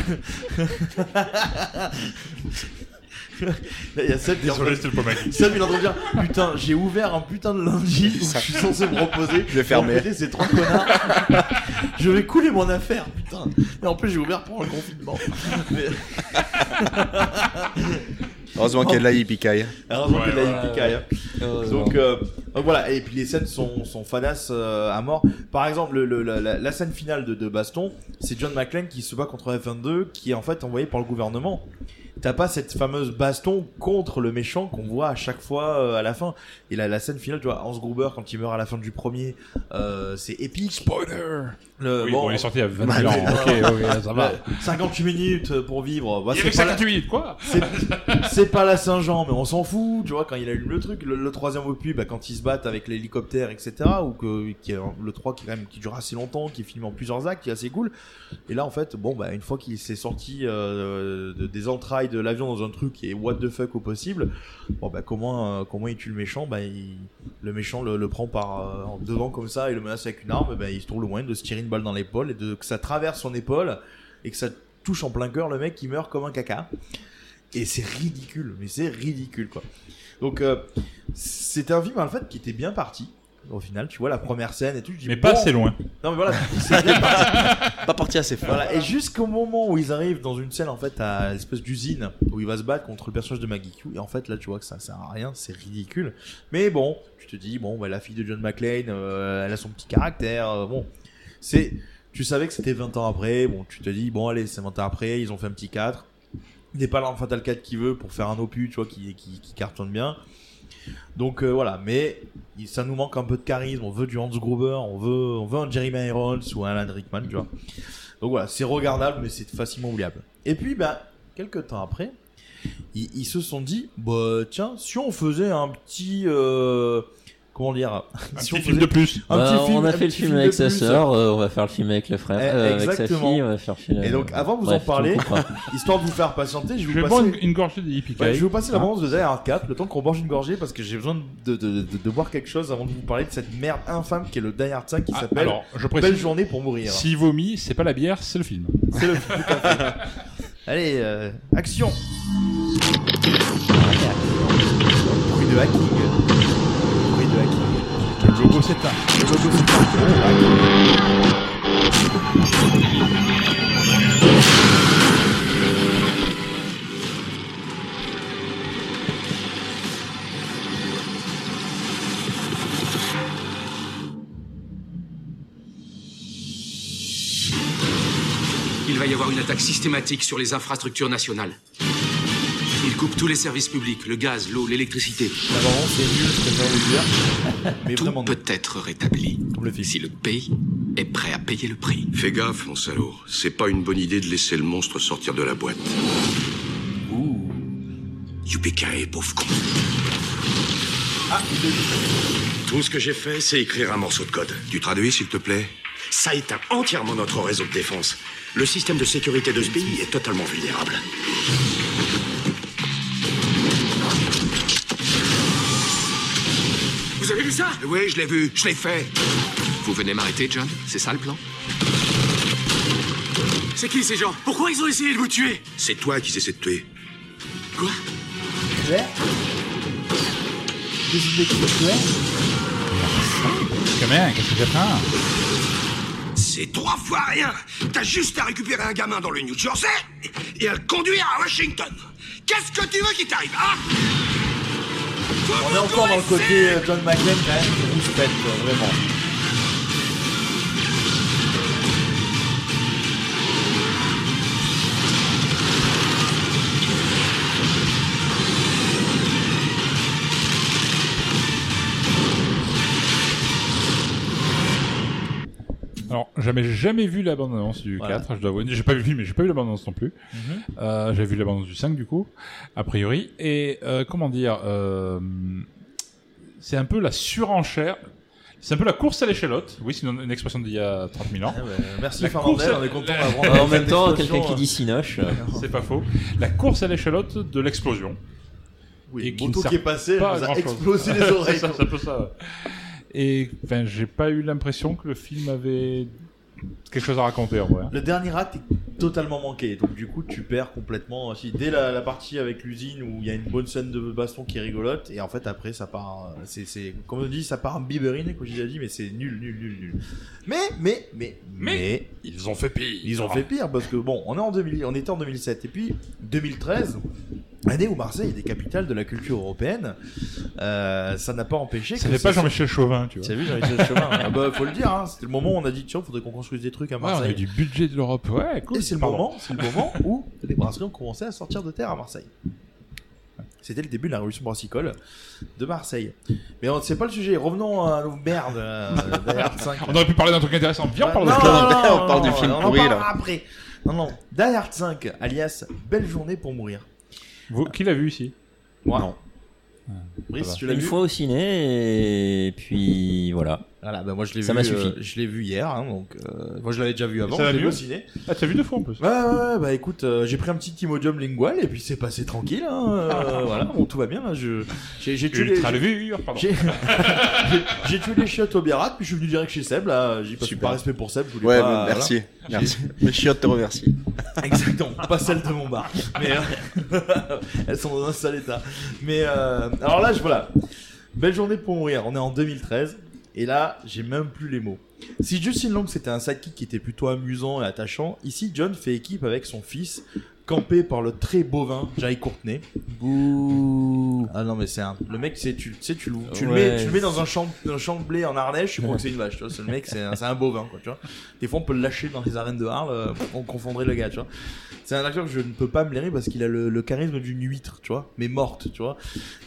Speaker 6: Là, il y a Seb qui est en train-
Speaker 7: Désolé, c'était pas Maggie.
Speaker 6: Seb, il est en train de dire Putain, j'ai ouvert un putain de lundi où je suis censé me reposer.
Speaker 2: Je l'ai fermé.
Speaker 6: Et en fait, C'est trois connards. *laughs* je vais couler mon affaire, putain. Et en plus, j'ai ouvert pour le confinement. Mais-
Speaker 2: Heureusement qu'il y a de la yipikai.
Speaker 6: Heureusement qu'il y a de la
Speaker 2: Ouais,
Speaker 6: Yippie-Kaye,
Speaker 2: ouais.
Speaker 6: hein. Donc, euh, donc voilà, et puis les scènes sont, sont fadas euh, à mort. Par exemple, le- le- la, la- la scène finale de, de Baston, c'est John McClane qui se bat contre F22, qui est en fait envoyé par le gouvernement. T'as pas cette fameuse baston contre le méchant qu'on voit à chaque fois euh, à la fin. Et la, la scène finale, tu vois, Hans Gruber quand il meurt à la fin du premier, euh, c'est épique. Spoiler le,
Speaker 7: Oui, bon, il est sorti il y a 20
Speaker 6: Bah,
Speaker 7: ans.
Speaker 6: oui, voilà.
Speaker 7: Ok, ok, ça
Speaker 6: Bah,
Speaker 7: va.
Speaker 6: 58 minutes pour vivre. Bah,
Speaker 7: Il y
Speaker 6: c'est
Speaker 7: avait
Speaker 6: pas la-
Speaker 7: 58 minutes, quoi
Speaker 6: c'est- C'est pas la Saint-Jean, mais on s'en fout, tu vois, quand il allume le truc. Le, le troisième opus, bah, quand ils se battent avec l'hélicoptère, etc., ou que qui est- le 3 qui, est quand même, qui dure assez longtemps, qui est filmé en plusieurs actes, qui est assez cool. Et là, en fait, bon, bah, une fois qu'il s'est sorti euh, de- des entrailles de l'avion dans un truc qui est what the fuck au possible, bon, bah, comment, euh, comment il tue le méchant Bah, il- le méchant le, le prend par euh, en devant comme ça et le menace avec une arme, et ben, il se trouve le moyen de se tirer une balle dans l'épaule et de que ça traverse son épaule et que ça touche en plein cœur le mec qui meurt comme un caca. Et c'est ridicule, mais c'est ridicule quoi. Donc euh, c'était un film en fait qui était bien parti. Au final, tu vois la première scène et tout. je dis,
Speaker 7: Mais pas
Speaker 6: bon.
Speaker 7: assez loin.
Speaker 6: Non
Speaker 7: *laughs*
Speaker 6: mais voilà, c'est bien parti.
Speaker 2: Pas parti assez fort.
Speaker 6: Voilà, et jusqu'au moment où ils arrivent dans une scène en fait à l'espèce d'usine où il va se battre contre le personnage de Maggie Q et en fait là tu vois que ça sert à rien, c'est ridicule. Mais bon, tu te dis bon bah la fille de John McClane, euh, elle a son petit caractère, euh, bon. C'est tu savais que c'était 20 ans après, bon tu te dis bon allez, c'est 20 ans après, ils ont fait un petit 4. Il n'est pas là en Fatal 4 qui veut pour faire un opus, tu vois, qui, qui, qui cartonne bien. Donc euh, voilà, mais il- ça nous manque un peu de charisme. On veut du Hans Gruber, on veut, on veut un Jeremy Irons ou un Alan Rickman, tu vois. Donc voilà, c'est regardable, mais c'est facilement oubliable. Et puis, bah, quelques temps après, ils, ils se sont dit, bah tiens, si on faisait un petit, euh, comment dire, *laughs* si on
Speaker 7: petit film
Speaker 6: faisait
Speaker 7: de plus.
Speaker 6: un
Speaker 3: Bah,
Speaker 6: petit film-
Speaker 3: on a
Speaker 6: un
Speaker 3: fait le
Speaker 6: petit
Speaker 3: film avec
Speaker 6: de
Speaker 3: sa
Speaker 6: plus.
Speaker 3: sœur, euh, on va faire le film avec le frère,
Speaker 6: Eh,
Speaker 3: euh, avec sa
Speaker 6: exactement.
Speaker 3: fille, on va faire le film.
Speaker 6: Et donc, avant de vous
Speaker 3: euh, Bref,
Speaker 6: en
Speaker 3: tout
Speaker 6: parler,
Speaker 3: le comprend.
Speaker 6: *laughs* histoire de vous faire patienter, je vais
Speaker 7: Je vais
Speaker 6: vous
Speaker 7: boire
Speaker 6: passer
Speaker 7: une, une gorgée de hippie
Speaker 6: Ouais, je vais vous
Speaker 3: Hein
Speaker 6: passer la bande de Die Hard 4, le temps qu'on mange une gorgée, parce que j'ai besoin de, de, de- de boire quelque chose avant de vous parler de cette merde infâme qui est le Die Hard 5 qui
Speaker 7: Ah,
Speaker 6: s'appelle
Speaker 7: alors, je précise-
Speaker 6: Belle journée pour mourir.
Speaker 7: S'il vomit, c'est pas la bière, c'est le film.
Speaker 6: C'est le tout à fait. Allez, euh, action Bruit de hacking. Bruit de hacking.
Speaker 7: Le logo s'éteint.
Speaker 6: Le logo s'éteint.
Speaker 9: Il va y avoir une attaque systématique sur les infrastructures nationales. Il coupe tous les services publics, le gaz, l'eau, l'électricité.
Speaker 6: Bah, c'est nul, je préfère
Speaker 7: *laughs*
Speaker 6: le dire. Mais
Speaker 9: Tout peut être rétabli si le pays est prêt à payer le prix.
Speaker 11: Fais gaffe, mon salaud. C'est pas une bonne idée de laisser le monstre sortir de la boîte.
Speaker 9: Yupikae, pauvre con.
Speaker 11: Tout ce que j'ai fait, c'est écrire un morceau de code. Tu traduis, s'il te plaît
Speaker 12: Ça éteint entièrement notre réseau de défense. Le système de sécurité de ce pays est totalement vulnérable.
Speaker 9: Vous avez vu ça Oui, je l'ai vu, je l'ai fait. Vous venez m'arrêter, John C'est ça le plan
Speaker 12: C'est qui ces gens Pourquoi ils ont essayé de vous tuer
Speaker 11: C'est toi qui essaies de tuer.
Speaker 12: Quoi
Speaker 7: Quand même, qu'est-ce que j'ai fait hein
Speaker 12: C'est trois fois rien T'as juste à récupérer un gamin dans le New Jersey et à le conduire à Washington Qu'est-ce que tu veux qu'il t'arrive, hein
Speaker 6: On est encore dans le côté euh, John McClane, quand même, qui nous pète, quoi, vraiment.
Speaker 7: Alors, jamais, jamais vu la bande-annonce du 4, je dois avouer. J'ai pas vu, mais j'ai pas vu la bande-annonce non plus.
Speaker 6: Mhm.
Speaker 7: Euh, j'ai vu la bande-annonce du 5, du coup, a priori. Et, euh, comment dire, euh, c'est un peu la surenchère. C'est un peu la course à l'échalote. Oui, c'est une, une expression d'il y a 30 000 ans.
Speaker 6: Ah, merci
Speaker 7: la
Speaker 6: Fernandel,
Speaker 7: course hein. à-
Speaker 6: on est content
Speaker 7: la-
Speaker 6: d'apprendre
Speaker 3: Euh, En même temps, quelqu'un
Speaker 6: hein.
Speaker 3: qui dit Sinoche. euh,
Speaker 7: C'est pas faux. La course à l'échalote de l'explosion.
Speaker 6: Oui,
Speaker 7: Et qui
Speaker 6: moto
Speaker 7: ne sert
Speaker 6: qui est passée,
Speaker 7: pas à
Speaker 6: elle nous a
Speaker 7: grand-chose. *laughs*
Speaker 6: explosé les oreilles.
Speaker 7: C'est ça, c'est un peu ça, ouais. Et enfin, j'ai pas eu l'impression que le film avait quelque chose à raconter en vrai. hein.
Speaker 6: Le dernier rat est totalement manqué, donc du coup tu perds complètement. Si dès la, la partie avec l'usine où il y a une bonne scène de baston qui est rigolote, et en fait après ça part, euh, c'est, c'est comme on dit, ça part en biberine, comme j'ai déjà dit, mais c'est nul, nul, nul, nul. Mais, mais, mais, mais,
Speaker 7: ils ont fait pire.
Speaker 6: Ils ont fait pire parce que bon, on est en 2000, on était en 2007 et puis 2013, année où Marseille est des capitales de la culture européenne, euh, ça n'a pas empêché.
Speaker 7: Ça
Speaker 6: que
Speaker 7: fait pas
Speaker 6: ce-
Speaker 7: Jean-Michel Chauvin, tu vois.
Speaker 6: T'as vu Jean-Michel Chauvin hein. Ah bah, faut le dire, hein, c'était le moment où on a dit tiens, faudrait qu'on construise des trucs à
Speaker 7: Ouais, Ah, on
Speaker 6: Marseille.
Speaker 7: a eu du budget de l'Europe. Ouais, cool.
Speaker 6: Et c'est le
Speaker 7: Pardon.
Speaker 6: moment, c'est le
Speaker 7: *laughs*
Speaker 6: moment où les brasseries ont commencé à sortir de terre à Marseille. C'était le début de la révolution brassicole de Marseille. Mais on- c'est pas le sujet. Revenons à nos merdes.
Speaker 7: *laughs*
Speaker 6: euh, Die Hard 5.
Speaker 7: On aurait pu parler d'un truc intéressant. Viens, on parle
Speaker 6: non,
Speaker 7: de
Speaker 6: non, non, non,
Speaker 2: on parle du film
Speaker 6: on en
Speaker 2: pourri,
Speaker 6: parlera
Speaker 2: là.
Speaker 6: après. Non, non. Die Hard 5, alias Belle journée pour mourir.
Speaker 7: Vous, qui l'a vu ici
Speaker 6: Moi. Non. Brice,
Speaker 3: voilà.
Speaker 6: tu l'as
Speaker 3: euh, Une
Speaker 6: vu
Speaker 3: fois au ciné, et puis voilà.
Speaker 6: Voilà, bah moi je l'ai vu.
Speaker 3: Ça m'a suffi.
Speaker 6: euh, je l'ai vu hier, hein, donc euh, moi je l'avais déjà vu avant.
Speaker 7: Ça va
Speaker 6: je l'ai vu
Speaker 7: mieux
Speaker 6: au ciné.
Speaker 7: Ah, tu l'as vu deux fois en plus.
Speaker 6: Ouais, ouais, ouais, bah écoute, euh, j'ai pris un petit Timodium lingual et puis c'est passé tranquille. Hein, euh, voilà, bon, tout va bien. hein, je j'ai j'ai tué les
Speaker 7: Ultra
Speaker 6: j'ai-
Speaker 7: levure, pardon.
Speaker 6: j'ai- *laughs* j'ai tué les chiottes au biarrat, puis je suis venu direct chez Seb là. J'ai pas par respect pour Seb, je voulais
Speaker 2: Ouais,
Speaker 6: pas.
Speaker 2: mais merci.
Speaker 6: voilà.
Speaker 2: Merci. Les chiottes te remercient.
Speaker 6: Exactement, pas celle de mon bar. Mais euh, *laughs* elles sont dans un sale état. Mais euh, alors là, je voilà. Belle journée pour mourir. On est en 2013 et là, j'ai même plus les mots. Si Justin Long c'était un sidekick qui était plutôt amusant et attachant, ici John fait équipe avec son fils, campé par le très bovin Jai Courtenay. Bouh. Ah non mais c'est un le mec c'est tu tu sais tu, le- tu le mets
Speaker 3: Ouais.
Speaker 6: tu le mets dans un champ un champ de blé en Ardèche, je crois que c'est une vache, tu vois, c'est le mec c'est un, c'est un bovin quoi, tu vois. Des fois on peut le lâcher dans les arènes de Arles, euh, on confondrait le gars, tu vois. C'est un acteur que je ne peux pas me lérer parce qu'il a le, le charisme d'une huître, tu vois, mais morte, tu vois.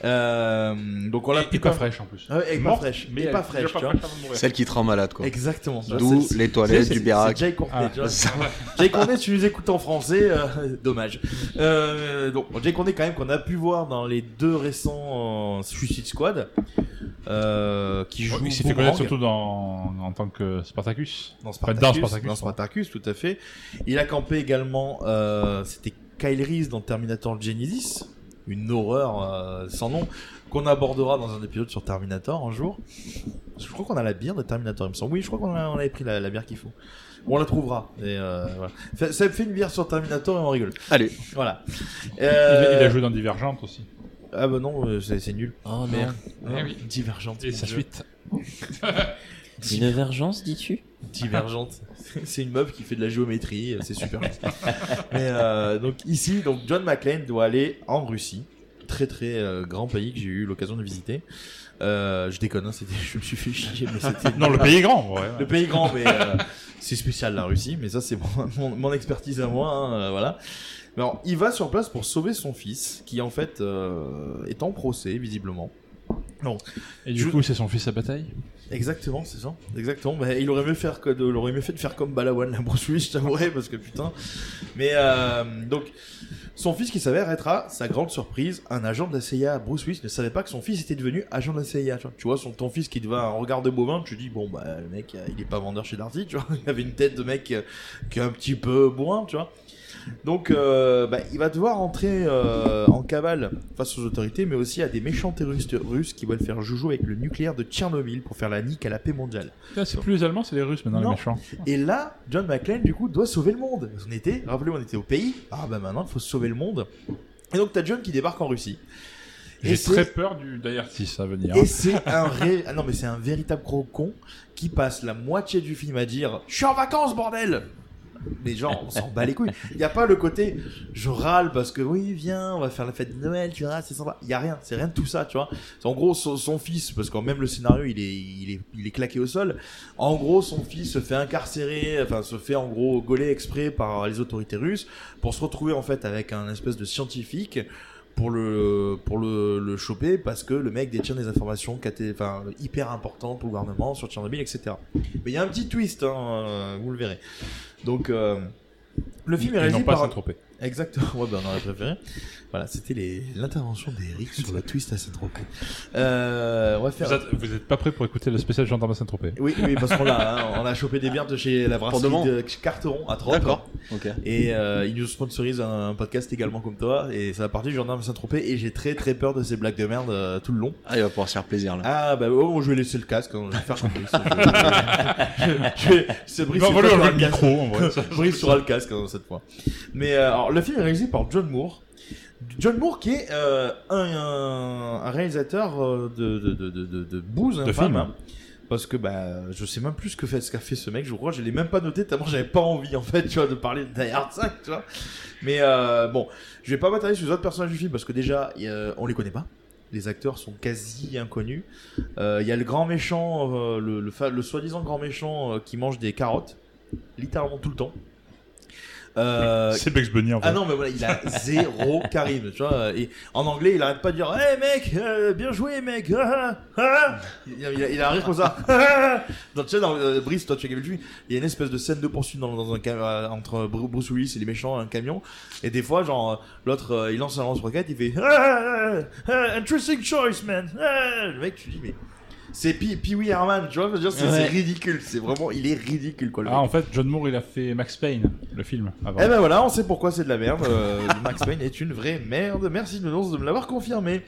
Speaker 6: Euh, donc on l'a
Speaker 7: Et pas fraîche en plus.
Speaker 6: Ouais, et pas
Speaker 7: Morte,
Speaker 6: fraîche,
Speaker 7: mais
Speaker 6: mais
Speaker 7: elle
Speaker 6: pas
Speaker 7: est
Speaker 6: fraîche,
Speaker 7: déjà
Speaker 6: tu vois.
Speaker 7: pas fraîche avant de mourir.
Speaker 2: Celle qui te rend malade, quoi.
Speaker 6: Exactement.
Speaker 2: D'où
Speaker 6: C'est-
Speaker 2: les
Speaker 6: c'est-
Speaker 2: toilettes
Speaker 6: c'est-
Speaker 2: du Bérac.
Speaker 6: C'est Jay Courtney,
Speaker 2: Ah.
Speaker 6: tu vois.
Speaker 2: Ça va.
Speaker 6: Jay Courtney, si tu nous écoutes en français, euh, *laughs* dommage. Euh, donc, bon, Jay Courtney, quand même, qu'on a pu voir dans les deux récents euh, Suicide Squad, euh, qui joue.
Speaker 7: Ouais, Il s'est fait
Speaker 6: Boomerang.
Speaker 7: connaître surtout dans, en tant que Spartacus.
Speaker 6: Dans
Speaker 7: Enfin,
Speaker 6: Spartacus,
Speaker 7: dans Spartacus.
Speaker 6: dans Spartacus, tout à fait. Il a campé également, euh, c'était Kyle Reese dans Terminator Genesis, une horreur euh, sans nom, qu'on abordera dans un épisode sur Terminator un jour. Parce que je crois qu'on a la bière de Terminator, il me semble. Oui, je crois qu'on a- on avait pris la, la bière qu'il faut. On la trouvera. Et euh, voilà. Fait- Ça me fait une bière sur Terminator et on rigole.
Speaker 2: Allez.
Speaker 6: Voilà.
Speaker 7: Il,
Speaker 6: Euh,
Speaker 7: il a joué dans Divergente aussi.
Speaker 6: Ah bah non, euh, c'est c'est nul.
Speaker 3: Oh, non.
Speaker 6: Merde.
Speaker 7: Eh oui.
Speaker 6: Divergente.
Speaker 7: Et
Speaker 6: mon
Speaker 7: sa
Speaker 6: Dieu.
Speaker 7: suite.
Speaker 3: Divergence, dis-tu
Speaker 6: Divergente. *laughs* c'est une meuf qui fait de la géométrie, euh, c'est super. *laughs* Mais euh, donc ici, donc John McClane doit aller en Russie, très très euh, grand pays que j'ai eu l'occasion de visiter. Euh, je déconne, hein, c'était- *laughs* je me suis fait chier. Mais c'était-
Speaker 7: Non, Ah, le pays est grand, ouais.
Speaker 6: Le pays est grand, mais euh, c'est spécial la Russie. Mais ça, c'est mon, mon- mon expertise à moi, hein, euh, voilà. Mais alors, il va sur place pour sauver son fils, qui en fait euh, est en procès visiblement. Non.
Speaker 7: Et du
Speaker 6: Je-
Speaker 7: coup, c'est son fils à bataille
Speaker 6: Exactement, c'est ça. Exactement. Mais il aurait mieux faire que de, il aurait mieux fait de faire comme Balawan la Bruce je t'avouerai, parce que putain. Mais euh, donc, son fils qui s'avère être à sa grande surprise un agent de la CIA. Bruce Willis ne savait pas que son fils était devenu agent de la CIA. Tu vois, Tu vois, son ton fils qui te va un regard de bovin, tu dis bon bah le mec, euh, il est pas vendeur chez Darty, tu vois. *laughs* Il avait une tête de mec euh, qui est un petit peu bourrin, tu vois. Donc, euh, bah, il va devoir entrer euh, en cavale face aux autorités, mais aussi à des méchants terroristes russes qui veulent faire joujou avec le nucléaire de Tchernobyl pour faire la nique à la paix mondiale.
Speaker 7: Là, c'est plus les Allemands, c'est les Russes maintenant,
Speaker 6: Non.
Speaker 7: les méchants.
Speaker 6: Et là, John McClane, du coup, doit sauver le monde. On était, rappelez-vous, on était au pays. Ah bah maintenant, il faut sauver le monde. Et donc, t'as John qui débarque en Russie. Et
Speaker 7: J'ai
Speaker 6: c'est-
Speaker 7: très peur du Die Hard 6 à venir.
Speaker 6: et c'est un ré- ah non mais c'est un véritable gros con qui passe la moitié du film à dire je suis en vacances bordel. Mais genre on s'en bat les couilles. Il y a pas le côté je râle parce que oui viens on va faire la fête de Noël tu verras c'est sympa. Il y a rien c'est rien de tout ça tu vois. C'est En gros son, son fils parce que même le scénario il est il est il est claqué au sol. En gros son fils se fait incarcérer enfin se fait en gros gauler exprès par les autorités russes pour se retrouver en fait avec un espèce de scientifique pour le pour le, le choper parce que le mec détient des informations caté- enfin, hyper importantes pour le gouvernement sur Tchernobyl etc. Mais il y a un petit twist, hein, euh, vous le verrez. Donc euh, le film est
Speaker 7: Ils
Speaker 6: réalisé
Speaker 7: n'ont pas
Speaker 6: par
Speaker 7: Saint-Tropez.
Speaker 6: Exactement. Ouais, ben on aurait préféré. Voilà, c'était les- l'intervention d'Eric sur le twist à Saint-Tropez. Euh, on va faire.
Speaker 7: Vous êtes, vous êtes pas prêts pour écouter le spécial gendarme à Saint-Tropez
Speaker 6: Oui, oui, parce qu'on l'a, hein, on a chopé des bières de chez la
Speaker 2: Pour
Speaker 6: brasserie
Speaker 2: demain.
Speaker 6: de Carteron à Troyes.
Speaker 2: D'accord. Ok.
Speaker 6: Et euh, ils nous sponsorisent un, un podcast également comme toi, et ça va partir du gendarme Saint-Tropez, et j'ai très très peur de ces blagues de merde euh, tout le long.
Speaker 2: Ah, il va pouvoir se faire plaisir, là.
Speaker 6: Ah bah oh, je vais laisser le casque, hein, je vais faire comme Brice. Je- je vais- c'est Brice,
Speaker 7: Bah,
Speaker 6: c'est
Speaker 7: voilà,
Speaker 6: toi qui
Speaker 7: on
Speaker 6: auras
Speaker 7: a le
Speaker 6: casque.
Speaker 7: micro, en vrai, ça-
Speaker 6: *laughs* Brice aura le casque hein, cette fois. Mais euh, alors, le film est réalisé par John Moore. John Moore qui est euh, un, un- un réalisateur euh, de, de, de, de, de, de bouse
Speaker 7: De
Speaker 6: infâme,
Speaker 7: film.
Speaker 6: hein. Parce que bah je sais même plus ce que fait ce qu'a fait ce mec, je crois, je l'ai même pas noté tellement j'avais pas envie en fait, tu vois, de parler de Die Hard 5, tu vois. Mais euh, bon, je vais pas m'attarder sur les autres personnages du film parce que déjà il y a- on les connaît pas. Les acteurs sont quasi inconnus. Euh, Il y a le grand méchant, euh, le, le, fa- le soi-disant grand méchant euh, qui mange des carottes, littéralement tout le temps. Euh,
Speaker 7: C'est Bugs Bunny en fait.
Speaker 6: ah non, mais voilà, il a *laughs* zéro charisme, tu vois. Et en anglais, il arrête pas de dire Hey mec, euh, bien joué mec *laughs* ah, ah. il, a, il a- il a un rire comme ça. *laughs* Ah. Dans- tu sais, dans euh, Brice, toi, tu as vu le film, il y a une espèce de scène de poursuite dans, dans un cam- euh, entre Bru- Bruce Willis et les méchants, un camion. Et des fois, genre, euh, l'autre, euh, il lance *laughs* un lance-roquette, il fait Ah, ah, ah, Interesting choice, man Ah. Le mec, tu dis, mais. C'est Pee Pee Wee Herman, tu vois, je veux dire, c'est
Speaker 7: Ouais.
Speaker 6: c'est ridicule, c'est vraiment, il est ridicule quoi. le
Speaker 7: Ah,
Speaker 6: mec.
Speaker 7: en fait, John Moore, il a fait Max Payne, le film. Avant.
Speaker 6: Eh ben voilà, on sait pourquoi c'est de la merde. euh, *laughs* Max Payne est une vraie merde. Merci de me de me l'avoir confirmé.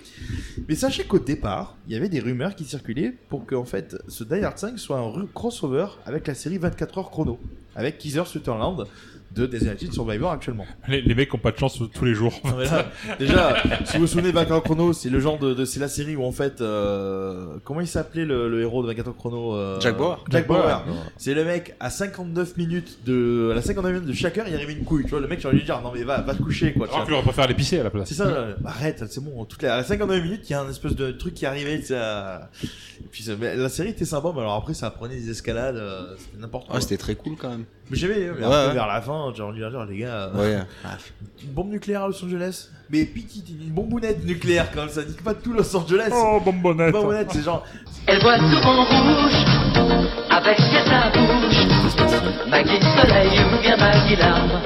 Speaker 6: Mais sachez qu'au départ, il y avait des rumeurs qui circulaient pour que en fait, ce Die Hard 5 soit un ru- crossover avec la série 24 heures chrono, avec Kaiser Sutherland de Designated Survivor actuellement.
Speaker 7: Les, les mecs ont pas de chance tous les jours.
Speaker 6: Non,
Speaker 2: *laughs*
Speaker 6: mais là, déjà, si vous vous souvenez, 24 heures chrono, c'est le genre de, de- c'est la série où en fait, euh, comment il s'appelait le, le héros de 24 heures chrono euh,
Speaker 2: Jack Bauer.
Speaker 6: Jack
Speaker 2: Jack Bauer.
Speaker 6: Bauer. C'est le mec à 59 minutes de, à la 59 minutes de chaque heure, il arrivait une couille. Tu vois, le mec, j'ai envie de lui dire, non mais va, va te coucher quoi. tu
Speaker 7: *laughs* Alors
Speaker 6: vois.
Speaker 7: qu'il aurait préféré l'épicer à la place.
Speaker 6: C'est ça, euh, arrête, c'est bon. Toutes les... À la 59 minutes, il y a un espèce de truc qui arrivait. tu sais, à- Et puis, ça- mais la série était sympa, mais alors après, ça prenait des escalades, euh, c'était n'importe quoi.
Speaker 2: Ah, c'était très cool quand même.
Speaker 6: Mais j'avais, euh,
Speaker 2: Ouais,
Speaker 6: mais après,
Speaker 2: ouais.
Speaker 6: vers la fin, j'ai envie de dire, les gars. euh,
Speaker 2: Ouais.
Speaker 6: Une bombe nucléaire à Los Angeles Mais petite, une bombounette nucléaire quand même, ça nique pas tout Los Angeles Oh,
Speaker 7: bombounette
Speaker 6: Bombounette, c'est genre.
Speaker 5: Elle voit tout en rouge, avec sa bouche. Maggie soleil ou bien Maggie larme.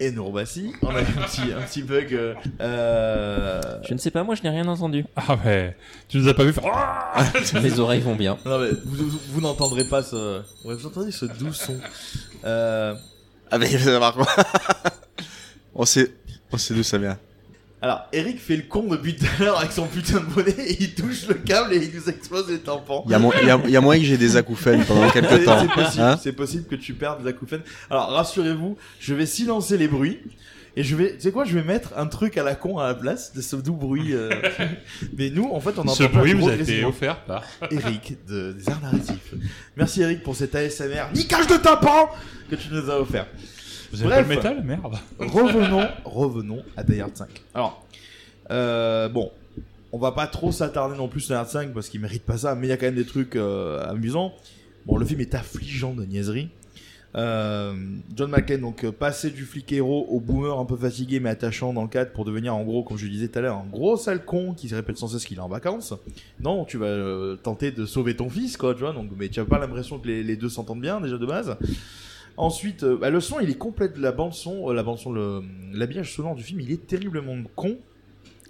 Speaker 6: Et Nourbassi, on a eu un petit, un petit bug. euh, euh,
Speaker 3: Je ne sais pas, moi je n'ai rien
Speaker 6: *laughs*
Speaker 3: entendu.
Speaker 7: Ah, mais tu nous as pas vu faire. Ah
Speaker 3: Mes oreilles vont bien.
Speaker 6: Non, mais vous, vous- vous n'entendrez pas ce. Ouais, vous entendez ce doux son. Euh,
Speaker 2: *laughs* Ah, mais ça va, quoi. on sait, on sait d'où ça vient.
Speaker 6: Alors, Eric fait le con depuis tout à l'heure avec son putain de bonnet *laughs* et il touche le câble et il nous explose les tampons.
Speaker 2: Il y a, mo- il y a- il y a moyen que j'ai des acouphènes pendant *laughs*
Speaker 6: C'est-
Speaker 2: quelques temps.
Speaker 6: C'est possible,
Speaker 2: Hein
Speaker 6: c'est possible que tu perdes la acouphènes. Alors rassurez-vous, je vais silencer les bruits et je vais, tu sais quoi, je vais mettre un truc à la con à la place de ce doux bruit.
Speaker 7: *laughs*
Speaker 6: euh. Mais nous, en fait, on entend
Speaker 7: Ce
Speaker 6: pas
Speaker 7: bruit
Speaker 6: trop
Speaker 7: vous a été
Speaker 6: progressivement.
Speaker 7: offert par
Speaker 6: Eric de, des arts narratifs. Merci Eric pour cet ASMR niquage de tampon que tu nous as offert.
Speaker 7: Vous avez pas le métal, merde.
Speaker 6: revenons, revenons à Die Hard 5. Alors, euh, bon, on va pas trop s'attarder non plus sur Die Hard 5 parce qu'il mérite pas ça, mais il y a quand même des trucs euh, amusants. Bon, le film est affligeant de niaiserie. Euh, John McClane, donc euh, passé du flic héros au boomer un peu fatigué mais attachant dans le cadre pour devenir en gros, comme je le disais tout à l'heure, un gros sale con qui se répète sans cesse qu'il est en vacances. Non, tu vas euh, tenter de sauver ton fils, quoi, tu vois. Donc, mais tu as pas l'impression que les, les deux s'entendent bien déjà de base. Ensuite, euh, bah, le son, il est complet de la bande son, euh, la bande son, le- l'habillage sonore du film, il est terriblement con.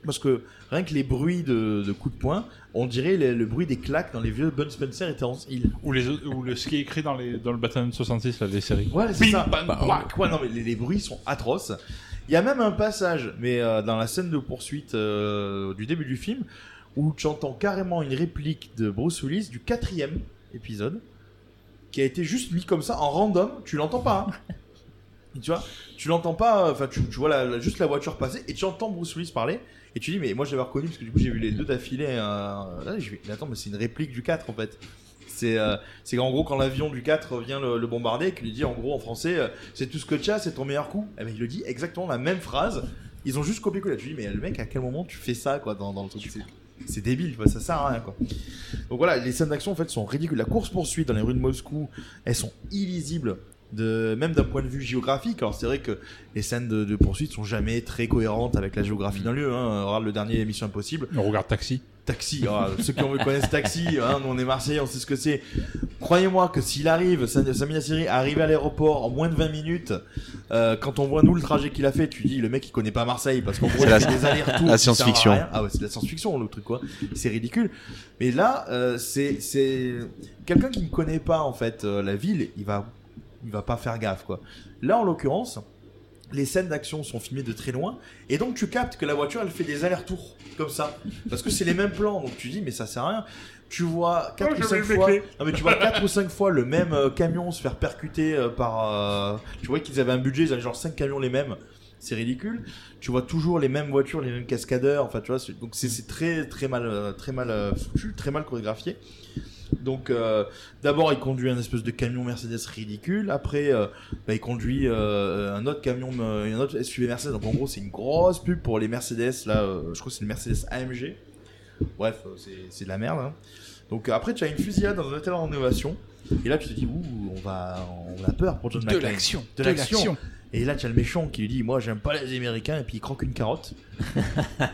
Speaker 6: Parce que rien que les bruits de, de coups de poing, on dirait les- le bruit des claques dans les vieux Bun Spencer était en île.
Speaker 7: Ou, les, autres- ou le, ce qui est écrit dans, les, dans le Batman 66, là, des séries.
Speaker 6: Ouais, c'est
Speaker 7: Bim,
Speaker 6: ça.
Speaker 7: bam,
Speaker 6: Bah,
Speaker 7: pouac.
Speaker 6: ouais, non, mais les, les bruits sont atroces. Il y a même un passage, mais euh, dans la scène de poursuite euh, du début du film, où tu entends carrément une réplique de Bruce Willis du quatrième épisode, qui a été juste mis comme ça en random. Tu l'entends pas. hein. Et tu vois, tu l'entends pas. euh, Enfin, tu, tu vois la- la- juste la voiture passer et tu entends Bruce Willis parler. Et tu dis, mais moi j'avais reconnu parce que du coup j'ai vu les deux d'affilée. euh, là, j'ai fait, mais attends, mais c'est une réplique du 4 en fait. C'est euh, c'est en gros quand l'avion du 4 vient le, le bombarder, qu'il lui dit en gros en français, euh, c'est tout ce que tu as, c'est ton meilleur coup. Et ben, il le dit exactement la même phrase. Ils ont juste copié-collé. Tu dis, mais le mec, à quel moment tu fais ça quoi dans, dans le truc C'est- C'est débile, quoi, ça sert à rien quoi. Donc voilà, les scènes d'action en fait sont ridicules. La course poursuite dans les rues de Moscou, elles sont illisibles. De, même d'un point de vue géographique, alors c'est vrai que les scènes de, de poursuite sont jamais très cohérentes avec la géographie d'un lieu. Hein. Regarde le dernier Mission Impossible.
Speaker 7: On regarde Taxi.
Speaker 6: Taxi, ah, ceux qui ont- connaissent Taxi, hein, nous on est Marseillais, on sait ce que c'est. Croyez-moi que s'il arrive, Sam- Sami Nassiri arrive à l'aéroport en moins de 20 minutes, euh, quand on voit nous le trajet qu'il a fait, tu dis le mec il connaît pas Marseille parce qu'en gros
Speaker 2: C'est *laughs*
Speaker 6: il
Speaker 2: la-
Speaker 6: fait des allers-retours.
Speaker 2: la
Speaker 6: qui sert à
Speaker 2: science-fiction.
Speaker 6: rien. Ah ouais, c'est de la science-fiction le truc quoi. C'est ridicule. Mais là, euh, c'est c'est quelqu'un qui ne connaît pas en fait euh, la ville, il va il va pas faire gaffe quoi. Là en l'occurrence, les scènes d'action sont filmées de très loin et donc tu captes que la voiture elle fait des allers-retours comme ça parce que c'est les mêmes plans donc tu dis mais ça sert à rien. Tu vois quatre
Speaker 7: Oh,
Speaker 6: ou
Speaker 7: j'avais
Speaker 6: cinq
Speaker 7: mes
Speaker 6: fois
Speaker 7: clés.
Speaker 6: non, mais tu vois quatre ou cinq fois le même euh, camion se faire percuter euh, par euh, tu vois qu'ils avaient un budget, ils avaient genre cinq camions les mêmes. C'est ridicule. Tu vois toujours les mêmes voitures, les mêmes cascadeurs. Enfin, tu vois, c'est- donc c'est c'est très très mal euh, très mal euh, foutu, très mal chorégraphié. Donc, euh, d'abord, il conduit un espèce de camion Mercedes ridicule. Après, euh, bah, il conduit euh, un autre camion, euh, un autre SUV Mercedes. Donc, en gros, c'est une grosse pub pour les Mercedes. Là, euh, je crois que c'est une Mercedes AMG. Bref, euh, c'est- c'est de la merde. hein. Donc, euh, après, tu as une fusillade dans un hôtel en rénovation. Et là, tu te dis, ouh, on, va, on a peur pour John
Speaker 7: De
Speaker 6: McClane.
Speaker 7: l'action,
Speaker 6: De
Speaker 7: de
Speaker 6: l'action.
Speaker 7: l'action.
Speaker 6: Et là, tu as le méchant qui lui dit, moi, j'aime pas les Américains. Et puis, il croque une carotte.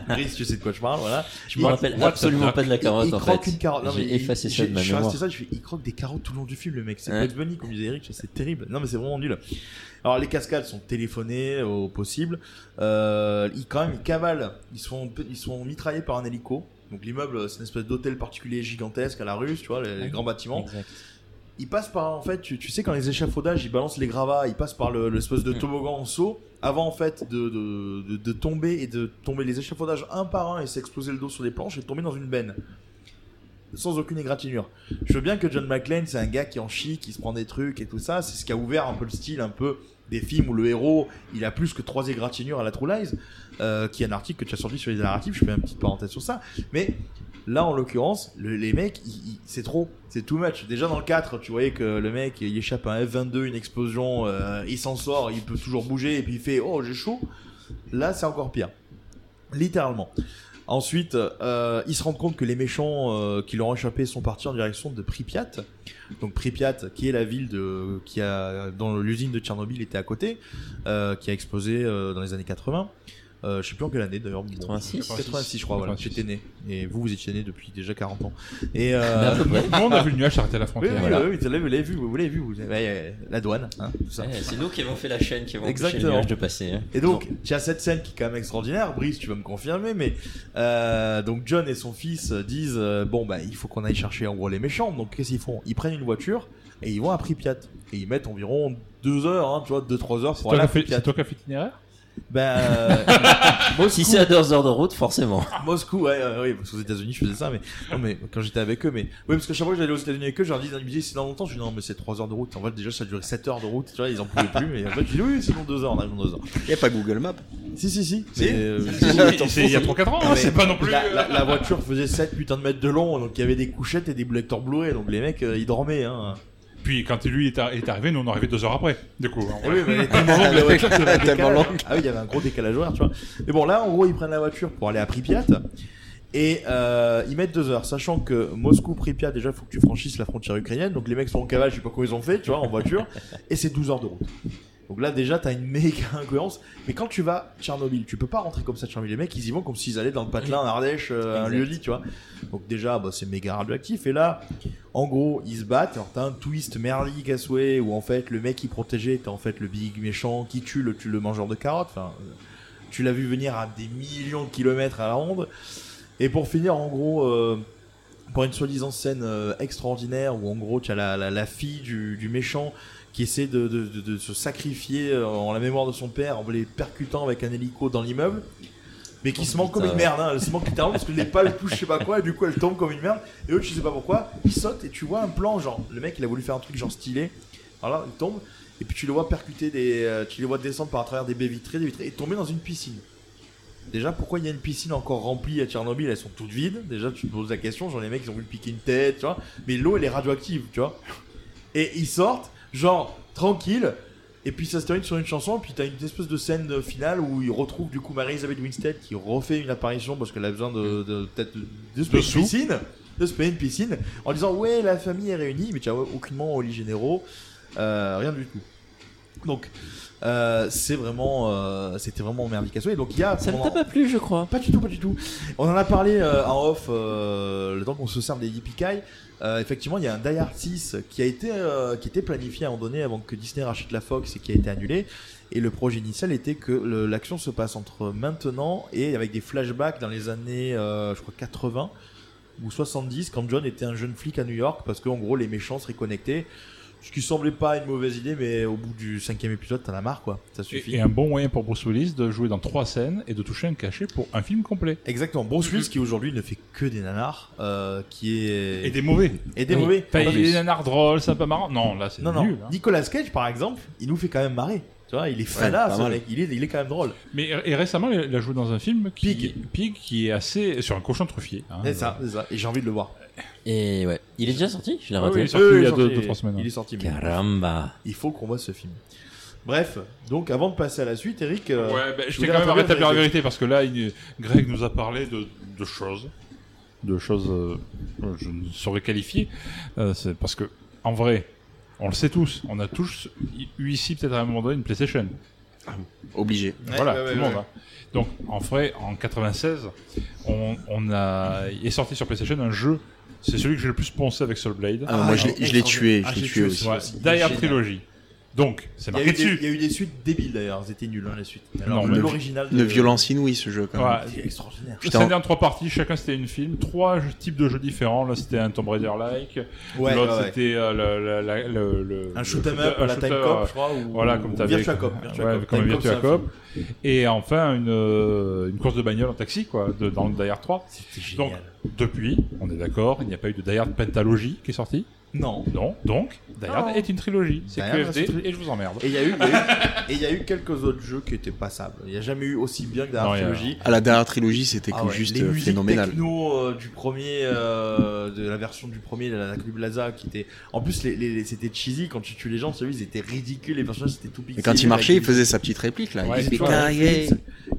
Speaker 6: Brice, tu sais de quoi je parle, voilà.
Speaker 3: Je me
Speaker 6: Il-
Speaker 3: rappelle
Speaker 6: What
Speaker 3: absolument
Speaker 6: the
Speaker 3: pas de la
Speaker 6: fuck.
Speaker 3: carotte,
Speaker 6: Il
Speaker 3: en
Speaker 6: croque
Speaker 3: fait.
Speaker 6: une carotte. Non,
Speaker 3: J'ai
Speaker 6: mais
Speaker 3: effacé
Speaker 6: il-
Speaker 3: ça de
Speaker 6: je-
Speaker 3: ma
Speaker 6: je suis resté
Speaker 3: mémoire.
Speaker 6: ça, je fais, il croque des carottes tout le long du film, le mec. C'est
Speaker 3: Ouais.
Speaker 6: Bugs Bunny, comme disait Eric, c'est terrible. Non, mais c'est vraiment nul. Alors, les cascades sont téléphonées au possible. Euh, ils, quand même, ils cavalent. Ils sont, ils sont mitraillés par un hélico. Donc l'immeuble, c'est une espèce d'hôtel particulier gigantesque à la russe, tu vois, les, les grands bâtiments.
Speaker 3: Exact.
Speaker 6: Ils passent par, en fait, tu, tu sais, quand les échafaudages, ils balancent les gravats, ils passent par le- l'espèce de toboggan en saut, avant, en fait, de, de, de- de tomber et de tomber les échafaudages un par un et s'exploser le dos sur des planches et de tomber dans une benne. Sans aucune égratignure. Je veux bien que John McClane, c'est un gars qui en chie, qui se prend des trucs et tout ça. C'est ce qui a ouvert un peu le style, un peu des films où le héros, il a plus que trois égratignures à la True Lies, euh, qui est un article que tu as sorti sur les narratifs. Je fais une petite parenthèse sur ça. Mais Là, en l'occurrence, le- les mecs, ils- ils- c'est trop, c'est too much. Déjà dans le 4, tu voyais que le mec, il échappe à un F-22, une explosion, euh, il s'en sort, il peut toujours bouger, et puis il fait « Oh, j'ai chaud !» Là, c'est encore pire. Littéralement. Ensuite, euh, ils se rendent compte que les méchants euh, qui leur ont échappé sont partis en direction de Pripyat. Donc Pripyat, qui est la ville de, qui a, dont l'usine de Tchernobyl était à côté, euh, qui a explosé euh, dans les années 80. Euh, je sais plus en quelle année d'ailleurs. Bon,
Speaker 3: 86.
Speaker 6: 86, je crois. Voilà.
Speaker 3: 86.
Speaker 6: J'étais né. Et vous, vous étiez né depuis déjà 40 ans. Et euh,
Speaker 3: Ah,
Speaker 7: À peu près. Nous, *laughs* on a vu le nuage s'arrêter à la frontière.
Speaker 6: Oui, oui,
Speaker 7: Voilà.
Speaker 6: oui, vous l'avez vous l'avez vu, vous l'avez vu. vous l'avez- La douane, hein, tout ça.
Speaker 3: Ouais, Eh, c'est nous qui avons fait la chaîne, qui avons empêché
Speaker 6: Exactement.
Speaker 3: le nuage de passer. hein.
Speaker 6: Et donc, tu as cette scène qui est quand même extraordinaire. Brice, tu vas me confirmer, mais euh, donc John et son fils disent euh, bon bah il faut qu'on aille chercher en gros les méchants. Donc qu'est-ce qu'ils font Ils prennent une voiture et ils vont à Pripyat et ils mettent environ deux heures, hein, tu vois, deux trois heures
Speaker 7: C'est
Speaker 6: pour
Speaker 7: toi
Speaker 6: aller
Speaker 7: qui
Speaker 6: à
Speaker 7: as fait-
Speaker 6: Pripyat.
Speaker 7: c'est toi qui as fait l'itinéraire
Speaker 6: Ben, euh, *laughs* Moscou. Ah,
Speaker 3: Si c'est à deux heures de route, forcément.
Speaker 6: Moscou, ouais, ouais, ouais, parce qu'aux États-Unis, je faisais ça, mais non, mais quand j'étais avec eux, mais oui, parce que chaque fois que j'allais aux États-Unis avec eux, je leur disais, ils me disaient, c'est dans longtemps, je dis non, mais c'est 3 heures de route. En fait, déjà, ça durait 7 heures de route, tu vois, ils en pouvaient plus, mais en fait, je dis oui, oui, c'est dans 2 heures, on arrive dans 2 heures.
Speaker 2: Il a pas Google Maps
Speaker 6: Si, si, si.
Speaker 2: Si.
Speaker 6: Mais, euh,
Speaker 2: Si,
Speaker 6: si,
Speaker 7: *laughs*
Speaker 2: si,
Speaker 6: si,
Speaker 2: mais
Speaker 6: attends,
Speaker 2: c'est il y a
Speaker 6: si.
Speaker 2: trois, quatre ans,
Speaker 6: Ah,
Speaker 2: hein,
Speaker 6: mais
Speaker 2: c'est pas non plus-
Speaker 6: La, la- la voiture faisait 7 putains de mètres de long, donc il y avait des couchettes et des lecteurs Blu-ray, donc les mecs, euh, ils dormaient, hein.
Speaker 7: Puis quand lui est, arri- est arrivé, nous on est arrivé deux heures après. Du coup, hein.
Speaker 6: Ah oui, mais
Speaker 7: *laughs*
Speaker 6: elle est tellement longue, la voiture, que le décalage- Ah oui, il y avait un gros décalage horaire, tu vois. Mais bon, là, en gros, ils prennent la voiture pour aller à Pripyat. Et euh, ils mettent deux heures, sachant que Moscou-Pripyat, déjà, faut que tu franchisses la frontière ukrainienne. Donc les mecs sont en cavale, je sais pas comment ils ont fait, tu vois, en voiture. et c'est 12 heures de route. Donc là, déjà, t'as une méga *laughs* incohérence. Mais quand tu vas à Tchernobyl, tu peux pas rentrer comme ça à Tchernobyl. Les mecs, ils y vont comme s'ils allaient dans le patelin, en Ardèche, euh, un
Speaker 3: Exact.
Speaker 6: lieu-dit, tu vois. Donc déjà, bah, c'est méga radioactif. Et là, en gros, ils se battent. Alors t'as un twist merdique à souhait où en fait, le mec qui protégeait était en fait le big méchant qui tue le, tue le mangeur de carottes. Enfin, euh, tu l'as vu venir à des millions de kilomètres à la ronde. Et pour finir, en gros... euh, pour une soi-disant scène euh, extraordinaire où en gros tu as la, la, la fille du, du méchant qui essaie de, de- de- de se sacrifier euh, en la mémoire de son père en les percutant avec un hélico dans l'immeuble mais qui se manque comme une
Speaker 3: putain.
Speaker 6: merde hein. elle se manque littéralement parce que les pales touchent je sais pas quoi et du coup elle tombe comme une merde et eux tu sais pas pourquoi ils sautent et tu vois un plan genre le mec il a voulu faire un truc genre stylé alors là il tombe et puis tu le vois percuter des euh, tu les vois descendre par à travers des baies vitrées des vitrées et tomber dans une piscine Déjà, pourquoi il y a une piscine encore remplie à Tchernobyl Elles sont toutes vides. Déjà, tu te poses la question. Genre, les mecs, ils ont voulu piquer une tête, tu vois. Mais l'eau, elle est radioactive, tu vois. Et ils sortent, genre, tranquille. Et puis ça se termine sur une chanson. Puis t'as une espèce de scène euh, finale où ils retrouvent du coup Marie-Elisabeth Winstead qui refait une apparition parce qu'elle a besoin de, de- peut-être de, de se payer une
Speaker 7: sous.
Speaker 6: piscine. De se payer une piscine. En disant, ouais, la famille est réunie, mais tu vois, aucunement aux lits généraux. euh, rien du tout. Donc. euh, c'est vraiment euh, c'était vraiment merdique à souhait. donc il y a
Speaker 3: Ça ne
Speaker 6: on
Speaker 3: t'a
Speaker 6: en-
Speaker 3: pas plu, je crois.
Speaker 6: Pas du tout, pas du tout. on en a parlé euh, en off euh, le temps qu'on se serve des Yipikai. Euh, effectivement, il y a un Die Hard 6 qui a été euh, qui était planifié à un moment donné avant que Disney rachète la Fox et qui a été annulé. Et le projet initial était que le- l'action se passe entre maintenant et avec des flashbacks dans les années, euh, je crois, 80 ou 70 quand John était un jeune flic à New York parce qu'en gros les méchants se reconnectaient. Ce qui semblait pas une mauvaise idée, mais au bout du cinquième épisode, t'en as marre quoi. Ça suffit.
Speaker 7: Et un bon moyen pour Bruce Willis de jouer dans trois scènes et de toucher un cachet pour un film complet.
Speaker 6: Exactement. Bruce Willis qui aujourd'hui ne fait que des nanars, euh, qui est
Speaker 7: Et des mauvais.
Speaker 6: et des
Speaker 7: Oui.
Speaker 6: mauvais.
Speaker 7: Enfin,
Speaker 6: Pas
Speaker 7: il y a
Speaker 6: plus.
Speaker 7: des nanars drôles, sympa marrant. Non, là c'est
Speaker 6: Non non.
Speaker 7: nul. hein.
Speaker 6: Nicolas Cage par exemple, il nous fait quand même marrer. Tu vois, il est
Speaker 7: pas
Speaker 6: fada, ce
Speaker 7: mal.
Speaker 6: mec. Il est, il est quand même drôle.
Speaker 7: Mais et récemment, il a joué dans un film qui Pig, qui est assez sur un cochon truffier. hein.
Speaker 6: C'est ça, c'est ça. Et j'ai envie de le voir.
Speaker 3: Et ouais. Il est déjà sorti Je l'ai
Speaker 7: Ah Oui,
Speaker 6: Ah
Speaker 3: raté.
Speaker 7: il est sorti Oui, il il y est a deux- sorti. deux, trois semaines. hein.
Speaker 6: Il est sorti. mais-
Speaker 3: Caramba.
Speaker 6: Il faut qu'on voit ce film. Bref, donc avant de passer à la suite, Eric. euh,
Speaker 7: Ouais, ben,
Speaker 6: tu
Speaker 7: je vais
Speaker 6: voulais
Speaker 7: quand
Speaker 6: rétablir
Speaker 7: même rétablir la vérité parce que là, il- Greg nous a parlé de, de choses, de choses euh, que je ne saurais qualifier. Euh, c'est parce que, en vrai, on le sait tous, on a tous eu ici peut-être à un moment donné une PlayStation.
Speaker 2: Obligé.
Speaker 7: voilà,
Speaker 2: Ouais, ouais,
Speaker 7: tout
Speaker 2: ouais,
Speaker 7: le monde.
Speaker 2: ouais.
Speaker 7: hein. Donc, en vrai, en 96, on, on a est sorti sur PlayStation un jeu.
Speaker 6: Ah,
Speaker 7: C'est celui que j'ai le plus poncé avec Soulblade.
Speaker 2: Ah, moi, je l'ai- je l'ai tué, je l'ai tué aussi.
Speaker 7: Ouais, Die Hard Trilogy. Donc, c'est
Speaker 6: Il y, a
Speaker 7: marqué
Speaker 6: eu des,
Speaker 7: dessus.
Speaker 6: il y a eu des suites débiles d'ailleurs, c'était nul hein, les suites. Alors
Speaker 7: Non,
Speaker 6: le-
Speaker 7: mais-
Speaker 6: l'original.
Speaker 2: De
Speaker 6: de-
Speaker 2: violence inouïe ce jeu quand même.
Speaker 7: Ouais.
Speaker 6: C'est extraordinaire.
Speaker 2: Putain.
Speaker 7: Putain. C'était en trois parties, chacun c'était une film, trois jeux- types de jeux différents. Là c'était un Tomb Raider-like,
Speaker 6: Ouais, ouais,
Speaker 7: l'autre
Speaker 6: ouais.
Speaker 7: c'était euh, le- la- la- le- le-
Speaker 6: Un
Speaker 7: le-
Speaker 6: shoot 'em up
Speaker 7: un
Speaker 6: à la
Speaker 7: shoot
Speaker 6: Time
Speaker 7: up,
Speaker 6: Cop,
Speaker 7: euh,
Speaker 6: je crois, ou-
Speaker 7: voilà, comme
Speaker 6: ou
Speaker 7: t'avais-
Speaker 6: Virtua Cop,
Speaker 7: Ouais,
Speaker 6: Virtua Cop. Time
Speaker 7: comme
Speaker 6: Cop,
Speaker 7: Virtua
Speaker 6: c'est un
Speaker 7: Cop. Et enfin une, euh, une course de bagnole en taxi quoi, de- dans le Die Hard 3. Donc depuis, on est d'accord, il n'y a pas eu de Die Hard Pentalogie qui est sorti.
Speaker 6: Non.
Speaker 7: Non. Donc Die Hard
Speaker 6: Non.
Speaker 7: est une trilogie. C'est
Speaker 6: D'ailleurs,
Speaker 7: QFD
Speaker 6: c'est-
Speaker 7: et je vous emmerde.
Speaker 6: Et il y a eu, il y a eu- et il y a eu quelques autres jeux qui étaient passables. Il n'y a jamais eu aussi bien que dans
Speaker 2: Non,
Speaker 6: la
Speaker 2: il y a-
Speaker 6: trilogie.
Speaker 2: Ah, la dernière trilogie, c'était
Speaker 6: Ah ouais,
Speaker 2: juste,
Speaker 6: les
Speaker 2: euh,
Speaker 6: musiques
Speaker 2: phénoménal.
Speaker 6: techno euh, du premier, euh, de la version du premier de la Club Plaza, qui était. En plus, les, les- les- c'était cheesy quand tu tues les gens. Celui, ils étaient ridicules. Les personnages, c'était tout pixelé.
Speaker 2: Et quand il marchait, il faisait sa petite réplique là.
Speaker 6: Ouais,
Speaker 2: Il
Speaker 6: tu
Speaker 2: était
Speaker 6: vois,
Speaker 2: carré.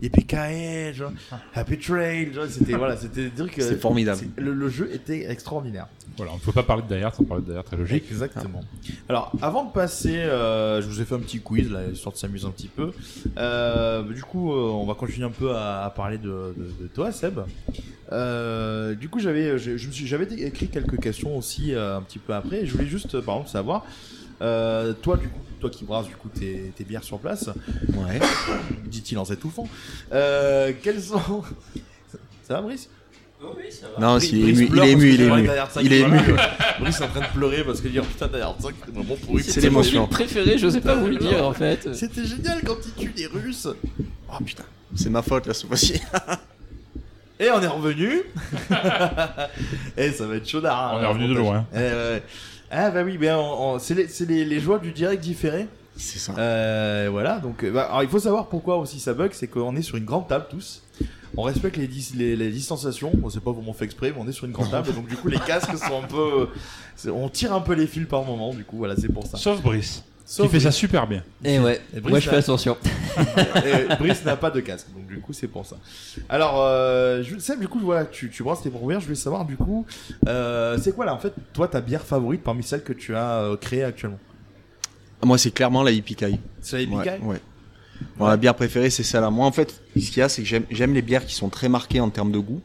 Speaker 6: Yippee-ki-yay, genre, Happy Trail, genre, c'était voilà, c'était dire que
Speaker 2: C'est formidable.
Speaker 6: c'est- Le, le jeu était extraordinaire.
Speaker 7: Voilà, on ne peut pas parler de Die Hard sans parler de Die Hard Trilogie.
Speaker 6: Exactement. Hein. Alors, avant de passer, euh, je vous ai fait un petit quiz, là, histoire de s'amuser un petit peu. Euh, du coup, euh, on va continuer un peu à, à parler de, de- de toi, Seb. Euh, du coup, j'avais, je, je me suis, j'avais écrit quelques questions aussi euh, un petit peu après. Et je voulais juste, euh, par exemple, savoir, euh, toi, du coup, toi qui brasses du coup tes, tes bières sur place,
Speaker 2: ouais.
Speaker 6: *coughs* dit-il en s'étouffant, euh, quels sont *laughs* ça va, Brice
Speaker 3: Oui, ça
Speaker 2: va. Non,
Speaker 6: Bri-
Speaker 2: si, il Hein, est
Speaker 6: Brice
Speaker 2: ému-
Speaker 6: pleure
Speaker 2: il est
Speaker 6: parce
Speaker 2: ému,
Speaker 6: que
Speaker 2: il est
Speaker 6: j'ai parlé
Speaker 2: ému.
Speaker 6: de Die Hard 5,
Speaker 2: Il est
Speaker 6: voilà.
Speaker 2: ému.
Speaker 6: *laughs* Brice est en train de pleurer parce qu'il dit oh, putain, Die Hard 5, c'est vraiment pourri.
Speaker 2: C'est l'émotion.
Speaker 6: mon film
Speaker 13: préféré, je sais pas vous le dire, en fait.
Speaker 6: C'était génial quand il tue les Russes. Oh putain.
Speaker 2: C'est ma faute là ce fois-ci.
Speaker 6: Et on
Speaker 2: *laughs*
Speaker 6: est revenu. Et ça va être chaudard. hein,
Speaker 7: On est revenu de
Speaker 6: montage.
Speaker 7: loin.
Speaker 6: Eh, ouais. Ah bah oui, ben on- on- c'est les, c'est les- les joies du direct différé.
Speaker 2: C'est ça.
Speaker 6: voilà, donc euh, bah, alors, il faut savoir pourquoi aussi ça bug, c'est qu'on est sur une grande table tous. On respecte les, dis- les, les distanciations, on sait pas comment on fait exprès, mais on est sur une grande table, et donc du coup les casques sont un peu... euh, c'est- on tire un peu les fils par moment, du coup, voilà, c'est pour ça.
Speaker 7: Sauf Brice,
Speaker 6: Sauf
Speaker 7: qui fait ça
Speaker 6: Brice.
Speaker 7: super bien.
Speaker 6: Et
Speaker 13: ouais, moi, je
Speaker 6: n'a-
Speaker 13: fais attention.
Speaker 6: Et Brice n'a pas de casque, donc du coup c'est pour ça. Alors, euh, je- Seb, du coup, voilà, tu, tu brasses tes premières, je voulais savoir du coup, euh, c'est quoi là en fait, toi ta bière favorite parmi celles que tu as euh, créées actuellement
Speaker 2: Ah, Moi, c'est clairement la Yippie-Ki.
Speaker 6: C'est la Yippie-Ki
Speaker 2: Ouais. ouais. Bon, la bière préférée, c'est celle-là. Moi, en fait, ce qu'il y a, c'est que j'aime- j'aime les bières qui sont très marquées en termes de goût.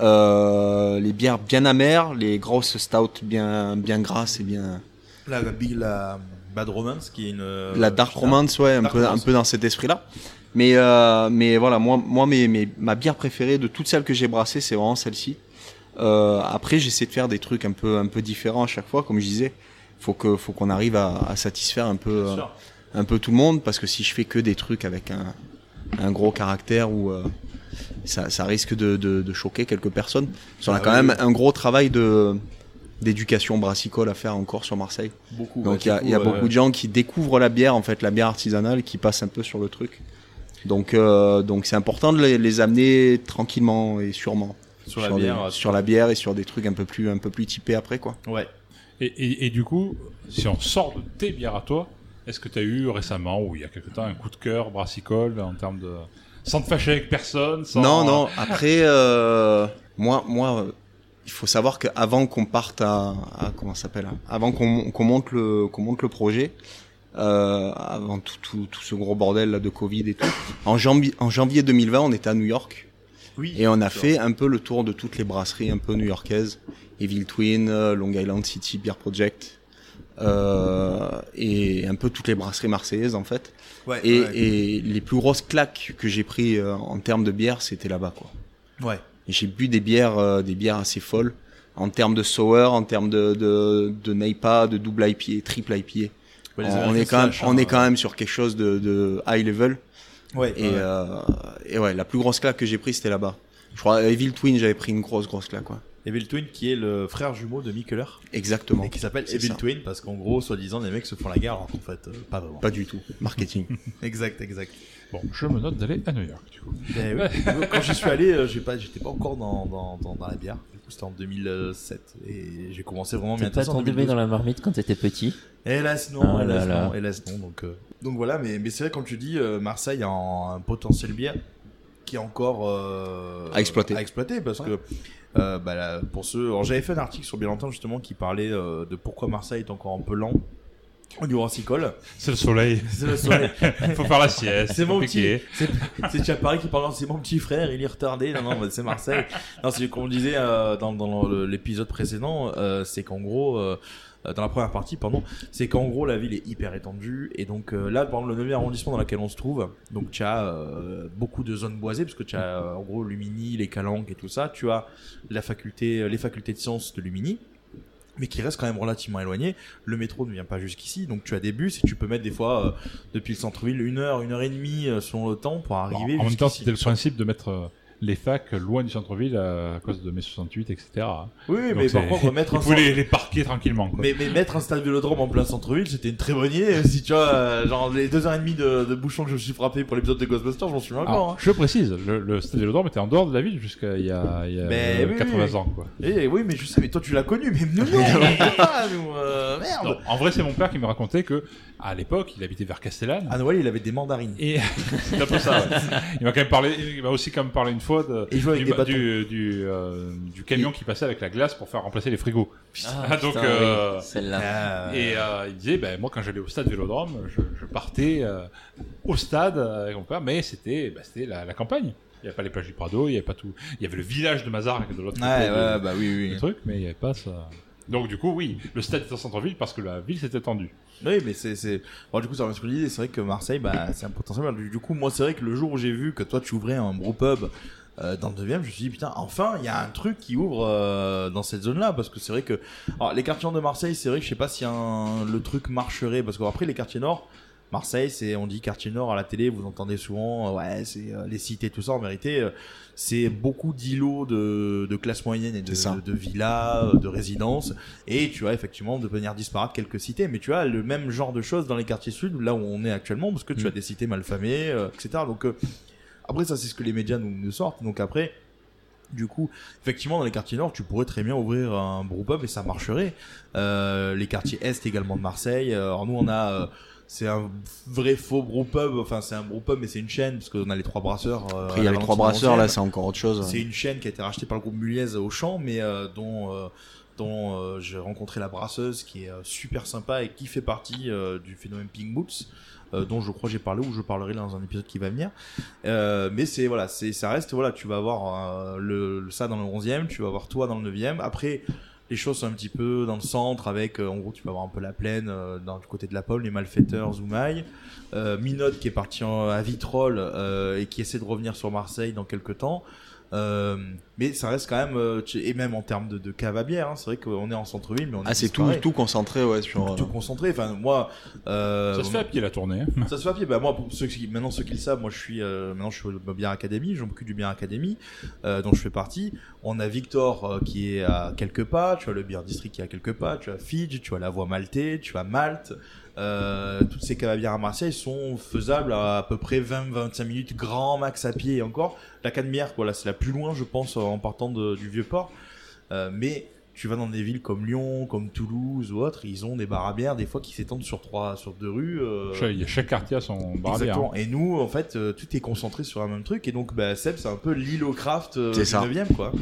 Speaker 2: Euh, les bières bien amères, les grosses stouts bien, bien grasses et bien.
Speaker 6: la, la, la Bad Romance qui est une.
Speaker 2: la dark romance, ouais, un,
Speaker 6: Dark
Speaker 2: peu, un
Speaker 6: Romance.
Speaker 2: peu dans cet esprit-là. Mais, euh, mais voilà, moi, moi mes, mes- ma bière préférée de toutes celles que j'ai brassées, c'est vraiment celle-ci. Euh, après, j'essaie de faire des trucs un peu, un peu différents à chaque fois, comme je disais. Faut que, faut qu'on arrive à, à satisfaire un peu, euh,
Speaker 6: sûr.
Speaker 2: un peu tout le monde, parce que si je fais que des trucs avec un, un gros caractère ou euh, ça, ça risque de, de, de choquer quelques personnes. Parce qu'on
Speaker 6: Ah
Speaker 2: a quand
Speaker 6: oui.
Speaker 2: même un gros travail de d'éducation brassicole à faire encore sur Marseille.
Speaker 6: Beaucoup, ouais,
Speaker 2: Donc il y a,
Speaker 6: surtout,
Speaker 2: il y a
Speaker 6: euh,
Speaker 2: beaucoup de gens qui découvrent la bière, en fait, la bière artisanale, qui passent un peu sur le truc. Donc euh, donc c'est important de les, les amener tranquillement et sûrement
Speaker 6: Sur la
Speaker 2: des-
Speaker 6: bière,
Speaker 2: sur la bière et sur des trucs un peu plus un peu plus typés après quoi.
Speaker 6: Ouais.
Speaker 7: Et, et- et du coup, si on sort de tes bières à toi, est-ce que tu as eu récemment ou il y a quelque temps un coup de cœur brassicole en termes de. Sans te fâcher avec personne sans...
Speaker 2: Non, non. Après, euh, moi, moi, euh, il faut savoir qu'avant qu'on parte à, à- comment ça s'appelle, hein, avant qu'on qu'on monte le qu'on monte le projet, euh, avant tout, tout, tout ce gros bordel là de Covid et tout, en janvier en janvier 2020, on était à New York.
Speaker 6: Oui,
Speaker 2: et on a fait un peu le tour de toutes les brasseries un peu new-yorkaises, Evil Twin, euh, Long Island City Beer Project. euh, et un peu toutes les brasseries marseillaises en fait
Speaker 6: Ouais,
Speaker 2: et,
Speaker 6: ouais.
Speaker 2: et les plus grosses claques que j'ai pris euh, en termes de bière c'était là-bas quoi
Speaker 6: Ouais.
Speaker 2: et J'ai bu des bières, euh, des bières assez folles en termes de sour, en termes de de, de NEIPA, de double IPA, triple IPA.
Speaker 6: Ouais, les
Speaker 2: on,
Speaker 6: Américains
Speaker 2: on est quand même,
Speaker 6: se lâchent,
Speaker 2: on
Speaker 6: hein.
Speaker 2: est quand même sur quelque chose de, de high level.
Speaker 6: Ouais,
Speaker 2: et,
Speaker 6: ouais.
Speaker 2: Euh, et ouais, la plus grosse claque que j'ai prise c'était là-bas. Je crois euh, Evil Twin, j'avais pris une grosse grosse claque. Ouais.
Speaker 6: Evil Twin qui est le frère jumeau de Mikeler.
Speaker 2: Exactement.
Speaker 6: Et qui s'appelle
Speaker 2: C'est
Speaker 6: Evil
Speaker 2: ça.
Speaker 6: Twin parce qu'en gros, soi-disant, les mecs se font la guerre alors qu'en fait, euh, pas vraiment.
Speaker 2: Pas du tout. Marketing. *laughs*
Speaker 6: exact, exact.
Speaker 7: Bon, je me note d'aller à New York du coup.
Speaker 6: Ben oui. Quand j'y suis allé, euh, j'ai pas, j'étais pas encore dans, dans, dans, dans la bière. Du coup, c'était en 2007 et j'ai commencé vraiment bien
Speaker 3: T'as pas ton bébé dans la marmite quand t'étais petit
Speaker 6: Hélas non,
Speaker 3: Ah
Speaker 6: hélas,
Speaker 3: là là.
Speaker 6: non hélas non. Donc, euh, donc voilà, mais, mais c'est vrai comme tu dis, euh, Marseille a un, un potentiel bière qui est encore euh,
Speaker 2: À exploiter.
Speaker 6: À exploiter parce que euh, bah, là, pour ceux, alors, j'avais fait un article sur Bien Longtemps justement qui parlait euh, de pourquoi Marseille est encore un peu lent Du brassicole.
Speaker 7: C'est le soleil.
Speaker 6: C'est le soleil.
Speaker 7: Faut faire la sieste.
Speaker 6: C'est mon
Speaker 7: compliqué.
Speaker 6: petit. C'est c'est déjà Paris qui parle. C'est mon petit frère. Il est retardé. Non, non, mais c'est Marseille. Non, c'est comme on disait euh, dans, dans le- l'épisode précédent. euh, c'est qu'en gros. euh, euh, dans la première partie, pardon, c'est qu'en gros la ville est hyper étendue et donc euh, là, par exemple, le 9e arrondissement dans lequel on se trouve, donc tu as euh, beaucoup de zones boisées parce que tu as euh, en gros Lumini, les Calanques et tout ça, tu as la faculté, euh, les facultés de sciences de Lumini, mais qui reste quand même relativement éloigné. Le métro ne vient pas jusqu'ici, donc tu as des bus et tu peux mettre des fois euh, depuis le centre-ville une heure, une heure et demie euh, selon le temps pour
Speaker 7: Bon,
Speaker 6: arriver.
Speaker 7: en même
Speaker 6: jusqu'ici.
Speaker 7: temps, c'était le principe de mettre euh, les facs loin du centre-ville à, à cause de mai 68, etc.
Speaker 6: Oui, oui, mais par
Speaker 7: c'est-
Speaker 6: contre,
Speaker 7: *laughs*
Speaker 6: mettre un
Speaker 7: il faut les,
Speaker 6: centre-
Speaker 7: les parquer tranquillement. Quoi.
Speaker 6: mais, mais mettre un stade vélodrome en plein centre-ville, c'était une très bonne idée. Si tu vois, euh, genre les deux heures et demie de, de bouchons que je me suis frappé pour l'épisode de Ghostbusters, j'en suis
Speaker 7: Alors,
Speaker 6: encore. hein.
Speaker 7: Je précise, le, le stade Vélodrome était en dehors de la ville jusqu'à il y a, il y a,
Speaker 6: Mais
Speaker 7: euh,
Speaker 6: oui,
Speaker 7: 80
Speaker 6: oui.
Speaker 7: ans. Quoi.
Speaker 6: Eh oui, mais je sais, mais toi tu l'as connu, mais
Speaker 7: *laughs*
Speaker 6: nous, non, on l'a pas, nous, euh, merde.
Speaker 7: Non, en vrai, c'est mon père qui me racontait que à l'époque, il habitait vers Castellane.
Speaker 6: À Noël, il avait des mandarines.
Speaker 7: Et *laughs* c'est un peu ça. ouais. Il m'a quand même parlé. Il m'a aussi quand même parlé une fois de,
Speaker 6: Il jouait avec
Speaker 7: du,
Speaker 6: des bâtons.
Speaker 7: du, du, euh, du camion qui passait avec la glace pour faire remplacer les frigos.
Speaker 3: Ah,
Speaker 7: donc
Speaker 3: putain,
Speaker 7: euh,
Speaker 3: oui, celle-là.
Speaker 7: Et euh, il disait, ben moi quand j'allais au stade Vélodrome, je, je partais euh, au stade avec mon père, mais c'était bah, c'était la, la campagne. Il n'y avait pas les plages du Prado, il n'y avait pas tout. Il y avait le village de Mazar de l'autre
Speaker 6: Ouais,
Speaker 7: côté.
Speaker 6: ouais,
Speaker 7: de-
Speaker 6: bah oui, oui.
Speaker 7: du truc, mais il n'y avait pas ça. Donc du coup, oui, le stade était en centre-ville parce que la ville s'était tendue.
Speaker 6: Oui, mais c'est, c'est... Bon, du coup, ça revient à ce que je disais, c'est vrai que Marseille, bah, c'est un potentiel. Du, du coup, moi, c'est vrai que le jour où j'ai vu que toi, tu ouvrais un gros pub euh, dans le 9 je me suis dit, putain, enfin, il y a un truc qui ouvre euh, dans cette zone-là, parce que c'est vrai que... Alors, les quartiers nord de Marseille, c'est vrai que je sais pas si un... le truc marcherait, parce qu'après, les quartiers nord... Marseille, c'est on dit quartier nord à la télé, vous entendez souvent, euh, ouais, c'est euh, les cités, tout ça. En vérité, euh, c'est beaucoup d'îlots de, de classe moyenne et de, de- de villas, euh, de résidences. Et tu as effectivement de venir disparaître quelques cités, mais tu as le même genre de choses dans les quartiers sud, là où on est actuellement, parce que tu as des cités malfamées, euh, etc. Donc euh, après, ça, c'est ce que les médias nous, nous sortent. Donc après. Du coup, effectivement, dans les quartiers nord, tu pourrais très bien ouvrir un brewpub et ça marcherait. Euh, les quartiers est également de Marseille. Euh, Alors nous, on a, euh, c'est un vrai faux brewpub. Enfin, c'est un brewpub, mais c'est une chaîne parce qu'on a les trois brasseurs. euh,
Speaker 2: Après, il y a les
Speaker 6: à
Speaker 2: trois
Speaker 6: Valentine
Speaker 2: brasseurs, là,
Speaker 6: Ancienne.
Speaker 2: c'est encore autre chose.
Speaker 6: C'est une chaîne qui a été rachetée par le groupe Muliez au champ, mais euh, dont euh, dont euh, j'ai rencontré la brasseuse qui est euh, super sympa et qui fait partie euh, du phénomène Pink Boots. euh, dont je crois que j'ai parlé ou je parlerai dans un épisode qui va venir Euh, mais c'est voilà c'est ça reste voilà tu vas avoir euh, le, le- ça dans le 11e tu vas avoir toi dans le 9e après les choses sont un petit peu dans le centre avec euh, en gros tu vas avoir un peu la plaine euh, dans du côté de la Paule les malfaiteurs Zoumaï euh, Minote qui est parti en- à Vitrolles euh, et qui essaie de revenir sur Marseille dans quelques temps Euh, mais ça reste quand même euh, tu- et même en termes de, de cave à bière hein, c'est vrai qu'on est en centre-ville mais on
Speaker 2: Ah,
Speaker 6: est
Speaker 2: c'est tout,
Speaker 6: disparé.
Speaker 2: tout concentré, ouais, sur. euh,
Speaker 6: tout concentré enfin moi euh,
Speaker 7: Ça se fait à pied la tournée. hein.
Speaker 6: ça se fait à pied. Bah moi, pour ceux qui, maintenant ceux qui le savent, moi je suis euh, maintenant je suis au Bière Academy, je m'occupe du Bière Academy, euh, dont je fais partie. On a Victor euh, qui est à quelques pas, tu as le Bière District qui est à quelques pas, tu as Fidj, tu as la Voix Maltais, tu as Malte. Euh, toutes ces caves à bière à Marseille sont faisables à, à peu près 20-25 minutes grand max à pied et encore. La Canebière, voilà, c'est la plus loin je pense en partant de- du vieux port. Euh, mais tu vas dans des villes comme Lyon, comme Toulouse ou autres, ils ont des bars à bière des fois qui s'étendent sur trois, sur deux rues. euh,
Speaker 7: Chaque- il y a- chaque quartier a son bar à bière.
Speaker 6: Exactement. Et nous, en fait, euh, tout est concentré sur un même truc. Et donc, bah, Seb, c'est un peu l'île au craft euh,
Speaker 2: C'est
Speaker 6: du
Speaker 2: ça.
Speaker 6: 9e, quoi.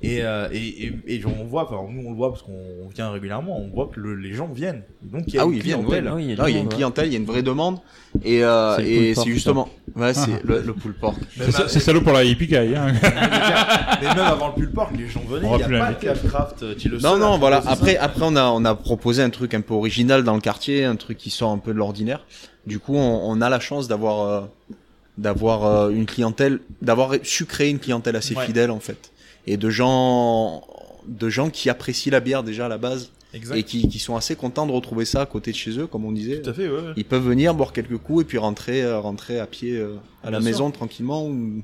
Speaker 6: Et, euh, et, et, et on voit, enfin, nous, on le voit parce qu'on vient régulièrement, on voit que le- les gens viennent. Et donc, il y a
Speaker 2: ah
Speaker 6: une
Speaker 2: oui, ils viennent, ouais.
Speaker 6: clientèle.
Speaker 2: Non, il y a,
Speaker 3: hein.
Speaker 2: une clientèle, il y a une vraie demande. Et, euh,
Speaker 6: C'est le
Speaker 2: et
Speaker 6: pull pork,
Speaker 2: c'est justement.
Speaker 6: ça.
Speaker 2: Ouais,
Speaker 6: Ah.
Speaker 2: c'est le, le pull pork.
Speaker 7: hein.
Speaker 6: Même C'est- à- c'est
Speaker 7: salaud pour la hippie guy, hein.
Speaker 6: *laughs* Mais même avant le pull pork, les gens venaient.
Speaker 2: On va
Speaker 6: Il n'y
Speaker 2: plus
Speaker 6: a pas de
Speaker 2: l'inviter.
Speaker 6: cave craft. euh, tu es le
Speaker 2: Non,
Speaker 6: seul à
Speaker 2: non,
Speaker 6: faire
Speaker 2: voilà.
Speaker 6: ça.
Speaker 2: Après, après, on a, on a proposé un truc un peu original dans le quartier, un truc qui sort un peu de l'ordinaire. Du coup, on, on a la chance d'avoir, euh, d'avoir euh, une clientèle, d'avoir su créer une clientèle assez
Speaker 6: Ouais.
Speaker 2: fidèle, en fait. Et de gens, de gens qui apprécient la bière déjà à la base.
Speaker 6: Exact.
Speaker 2: Et qui, qui sont assez contents de retrouver ça à côté de chez eux, comme on disait.
Speaker 6: Tout à fait, ouais, ouais.
Speaker 2: Ils peuvent venir boire quelques coups et puis rentrer, euh, rentrer à pied euh, à la
Speaker 6: Bien sûr.
Speaker 2: maison tranquillement où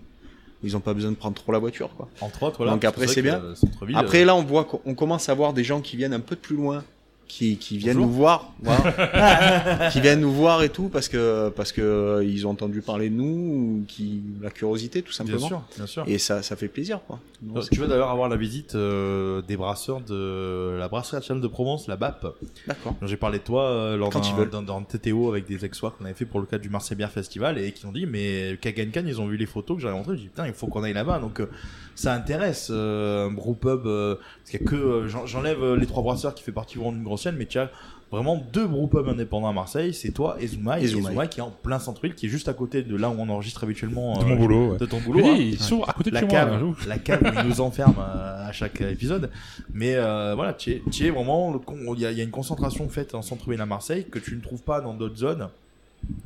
Speaker 2: ils ont pas besoin de prendre trop la voiture, quoi.
Speaker 6: Entre autres, voilà.
Speaker 2: Donc
Speaker 6: parce
Speaker 2: après,
Speaker 6: que
Speaker 2: c'est
Speaker 6: vrai
Speaker 2: bien.
Speaker 6: que, euh, centre-ville,
Speaker 2: Après,
Speaker 6: euh,
Speaker 2: là, on voit qu'on commence à voir des gens qui viennent un peu de plus loin, qui, qui viennent
Speaker 6: Bonjour.
Speaker 2: nous voir, voilà. *laughs* qui viennent nous voir et tout parce que parce que euh, ils ont entendu parler de nous, ou qui la curiosité tout simplement.
Speaker 6: sûr, bien sûr.
Speaker 2: Et ça, ça fait plaisir, quoi. Donc,
Speaker 6: Euh,
Speaker 2: c'est
Speaker 6: tu vas
Speaker 2: cool.
Speaker 6: d'ailleurs avoir la visite euh, des brasseurs de la brasserie Artisanale de Provence, la BAP.
Speaker 2: D'accord.
Speaker 6: J'ai parlé de toi euh, lors
Speaker 2: Quand ils
Speaker 6: d'un-
Speaker 2: veulent.
Speaker 6: d'un d'un TTO avec des ex qu'on avait fait pour le cadre du Marseille Bière Festival et qui ont dit mais Kagankan ils ont vu les photos que j'avais montrées, j'ai dit putain il faut qu'on aille là-bas donc euh, ça intéresse euh, un brew pub euh, parce qu'il y a que euh, j'en- j'enlève euh, les trois brasseurs qui fait partie vraiment d'une grosse ancienne, mais tu as vraiment deux groupes indépendants à Marseille. C'est toi et Zuma. Et
Speaker 2: Zuma.
Speaker 6: Zuma qui est en plein centre-ville, qui est juste à côté de là où on enregistre habituellement. euh,
Speaker 7: De mon boulot, ouais.
Speaker 6: De ton boulot.
Speaker 7: Mais
Speaker 6: hein.
Speaker 7: dis, ils sont à côté de
Speaker 6: la
Speaker 7: chez moi,
Speaker 6: cave,
Speaker 7: là, j'avoue.
Speaker 6: La cave où ils nous enferment euh, à chaque épisode. Mais euh, voilà, tu es, tu es vraiment. le con- Il y, a- il y a une concentration faite en centre-ville à Marseille que tu ne trouves pas dans d'autres zones.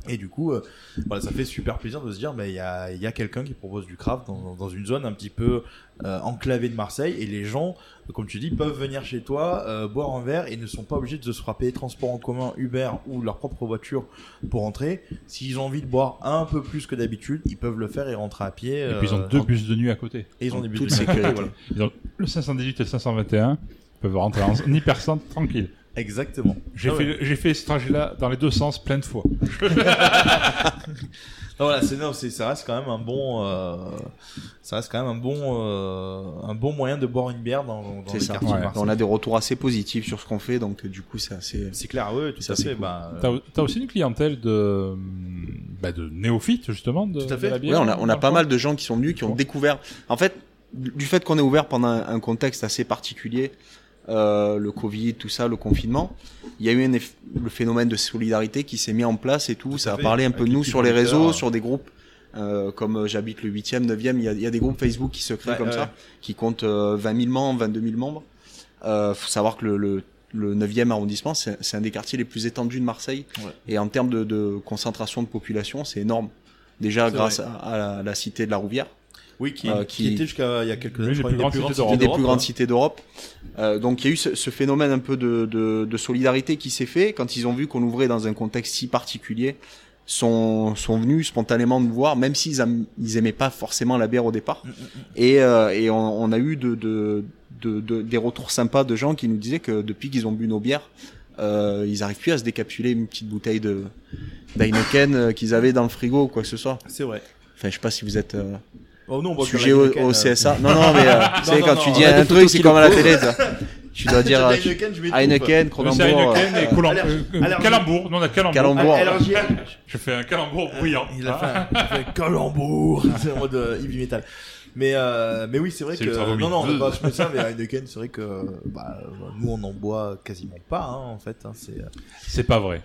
Speaker 6: Et du coup, euh, voilà, ça fait super plaisir de se dire, mais il y a, il y a quelqu'un qui propose du craft dans, dans une zone un petit peu euh, enclavée de Marseille, et les gens, comme tu dis, peuvent venir chez toi, euh, boire un verre, et ne sont pas obligés de se frapper transport en commun, Uber ou leur propre voiture pour rentrer. S'ils ont envie de boire un peu plus que d'habitude, ils peuvent le faire et rentrer à pied.
Speaker 7: Et puis ils ont
Speaker 6: euh,
Speaker 7: deux
Speaker 6: en-
Speaker 7: bus de nuit à côté.
Speaker 6: Et ils ont des bus
Speaker 7: Toute
Speaker 6: de nuit à côté,
Speaker 7: sécurité.
Speaker 6: *laughs* voilà.
Speaker 7: Ils ont le 518 et le 521. Ils peuvent rentrer en hypercentre tranquille.
Speaker 6: Exactement.
Speaker 7: J'ai
Speaker 6: Ah
Speaker 7: fait,
Speaker 6: ouais.
Speaker 7: le- j'ai fait ce trajet-là dans les deux sens plein de fois.
Speaker 6: Non, voilà, c'est non, c'est ça reste quand même un bon, euh, ça reste quand même un bon, euh, un bon moyen de boire une bière dans, dans
Speaker 2: C'est
Speaker 6: les
Speaker 2: ça.
Speaker 6: quartiers
Speaker 2: Ouais.
Speaker 6: marseillais.
Speaker 2: On a des retours assez positifs sur ce qu'on fait, donc euh, du coup, c'est assez.
Speaker 6: C'est clair, ouais, tout
Speaker 2: c'est
Speaker 6: à
Speaker 2: assez
Speaker 6: fait.
Speaker 2: cool.
Speaker 6: Bah, euh,
Speaker 7: T'as t'as aussi une clientèle de, bah, de néophytes, justement, de,
Speaker 2: Tout à
Speaker 7: de
Speaker 2: fait.
Speaker 7: la bière.
Speaker 2: Ouais,
Speaker 6: hein,
Speaker 2: on a, on a pas mal de gens qui sont venus, qui ont découvert. En fait, du fait qu'on est ouvert pendant un, un contexte assez particulier, euh, le Covid, tout ça, le confinement, il y a eu un eff- le phénomène de solidarité qui s'est mis en place et tout. ça a
Speaker 6: fait.
Speaker 2: parlé un peu de
Speaker 6: Avec
Speaker 2: nous
Speaker 6: les
Speaker 2: sur les réseaux,
Speaker 6: Twitter.
Speaker 2: sur des groupes. euh, comme euh, j'habite le 8e, 9e, il y a, il y a des groupes Facebook qui se créent
Speaker 6: Ouais,
Speaker 2: comme
Speaker 6: ouais.
Speaker 2: ça, qui comptent euh, 20 000 membres, 22 000 membres. Euh, faut savoir que le, le, le 9e arrondissement, c'est c'est un des quartiers les plus étendus de Marseille.
Speaker 6: Ouais.
Speaker 2: Et en termes de, de concentration de population, c'est énorme. Déjà
Speaker 6: C'est
Speaker 2: grâce
Speaker 6: vrai.
Speaker 2: à, à la, la cité de la Rouvière.
Speaker 6: Oui, qui,
Speaker 2: euh,
Speaker 6: qui était jusqu'à il y a quelques années, je crois, une des plus grandes
Speaker 2: une
Speaker 6: cités
Speaker 2: des plus
Speaker 6: d'Europe, hein.
Speaker 2: grandes cités d'Europe. Euh, donc il y a eu ce, ce phénomène un peu de, de, de solidarité qui s'est fait quand ils ont vu qu'on ouvrait dans un contexte si particulier. Sont, sont venus spontanément me voir, même s'ils aim- ils aimaient pas forcément la bière au départ. Et, euh, et on, on a eu de, de, de, de- des retours sympas de gens qui nous disaient que depuis qu'ils ont bu nos bières, euh, ils arrivent plus à se décapsuler une petite bouteille de d'Heineken euh, qu'ils avaient dans le frigo ou quoi que ce soit.
Speaker 6: hein. C'est vrai.
Speaker 2: Enfin, je sais pas si vous êtes. euh,
Speaker 6: Oh non, on boit que
Speaker 2: sujet
Speaker 6: la
Speaker 2: au,
Speaker 6: Heineken,
Speaker 2: au
Speaker 6: euh.
Speaker 2: CSA. Non, non, mais euh, tu
Speaker 6: Non,
Speaker 2: sais,
Speaker 6: non,
Speaker 2: quand
Speaker 6: non,
Speaker 2: tu
Speaker 6: on
Speaker 2: dis
Speaker 6: a des
Speaker 2: un
Speaker 6: photos
Speaker 2: truc,
Speaker 6: qui
Speaker 2: c'est comme à
Speaker 6: le
Speaker 2: la
Speaker 6: prouvent.
Speaker 2: télé. ça. Tu dois dire euh, tu-
Speaker 6: Heineken, *laughs* je m'étouffe.
Speaker 2: Heineken,
Speaker 7: Euh, c'est
Speaker 2: Cronenbourg.
Speaker 7: Heineken et
Speaker 2: euh,
Speaker 7: Colom-
Speaker 2: allergique.
Speaker 7: euh, Calembour. Non, on a Calembour.
Speaker 6: Ah,
Speaker 2: Calembour. Allergique.
Speaker 7: Je fais un Calembour bruyant.
Speaker 6: Il a fait un, il a fait un
Speaker 7: *laughs*
Speaker 6: calembour, c'est en mode euh, heavy metal. Mais euh, mais oui, c'est vrai
Speaker 7: C'est
Speaker 6: que
Speaker 7: ultra vomi.
Speaker 6: non non,
Speaker 7: *laughs*
Speaker 6: on va pas se ça mais Heineken, c'est vrai que bah, nous on en boit quasiment pas hein, en fait, hein, c'est euh,
Speaker 7: C'est pas vrai.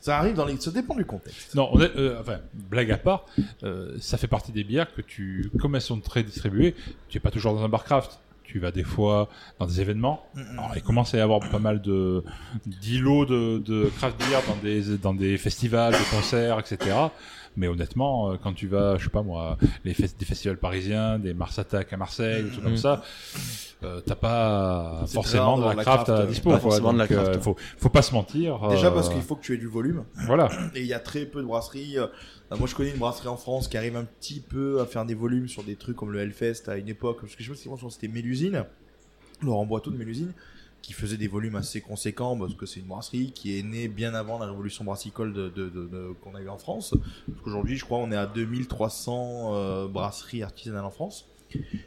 Speaker 6: ça arrive dans les ça dépend du contexte.
Speaker 7: Non, on est- euh, enfin, blague à part, euh, ça fait partie des bières que tu, comme elles sont très distribuées, tu es pas toujours dans un bar craft. Tu vas des fois dans des événements.
Speaker 6: Mm,
Speaker 7: Alors, il commence à y avoir pas mal de d'îlots de, de craft beer dans des dans des festivals, des concerts, etc. Mais honnêtement, euh, quand tu vas, je sais pas moi, les fes- des festivals parisiens, des Mars Attack à Marseille, ou tout comme
Speaker 6: Mhm.
Speaker 7: ça, euh, t'as pas
Speaker 6: C'est rare
Speaker 7: forcément de
Speaker 6: d'avoir
Speaker 7: la,
Speaker 6: la
Speaker 7: craft,
Speaker 6: craft,
Speaker 7: à
Speaker 6: euh,
Speaker 7: dispo.
Speaker 6: pas
Speaker 7: quoi.
Speaker 6: forcément de la
Speaker 7: Donc, euh,
Speaker 6: craft, ouais.
Speaker 7: faut, faut pas se mentir.
Speaker 6: Déjà
Speaker 7: euh,
Speaker 6: parce qu'il faut que tu aies du volume.
Speaker 7: Voilà.
Speaker 6: Et il y a très peu de brasseries. euh, moi, je connais une brasserie en France qui arrive un petit peu à faire des volumes sur des trucs comme le Hellfest à une époque. Parce que je me souviens, je pense que c'était Mélusine, Laurent Boiteau de Mélusine, qui faisait des volumes assez conséquents parce que c'est une brasserie qui est née bien avant la révolution brassicole de, de- de- de- qu'on a eu en France. Parce qu'aujourd'hui, je crois, on est à 2300 euh, brasseries artisanales en France.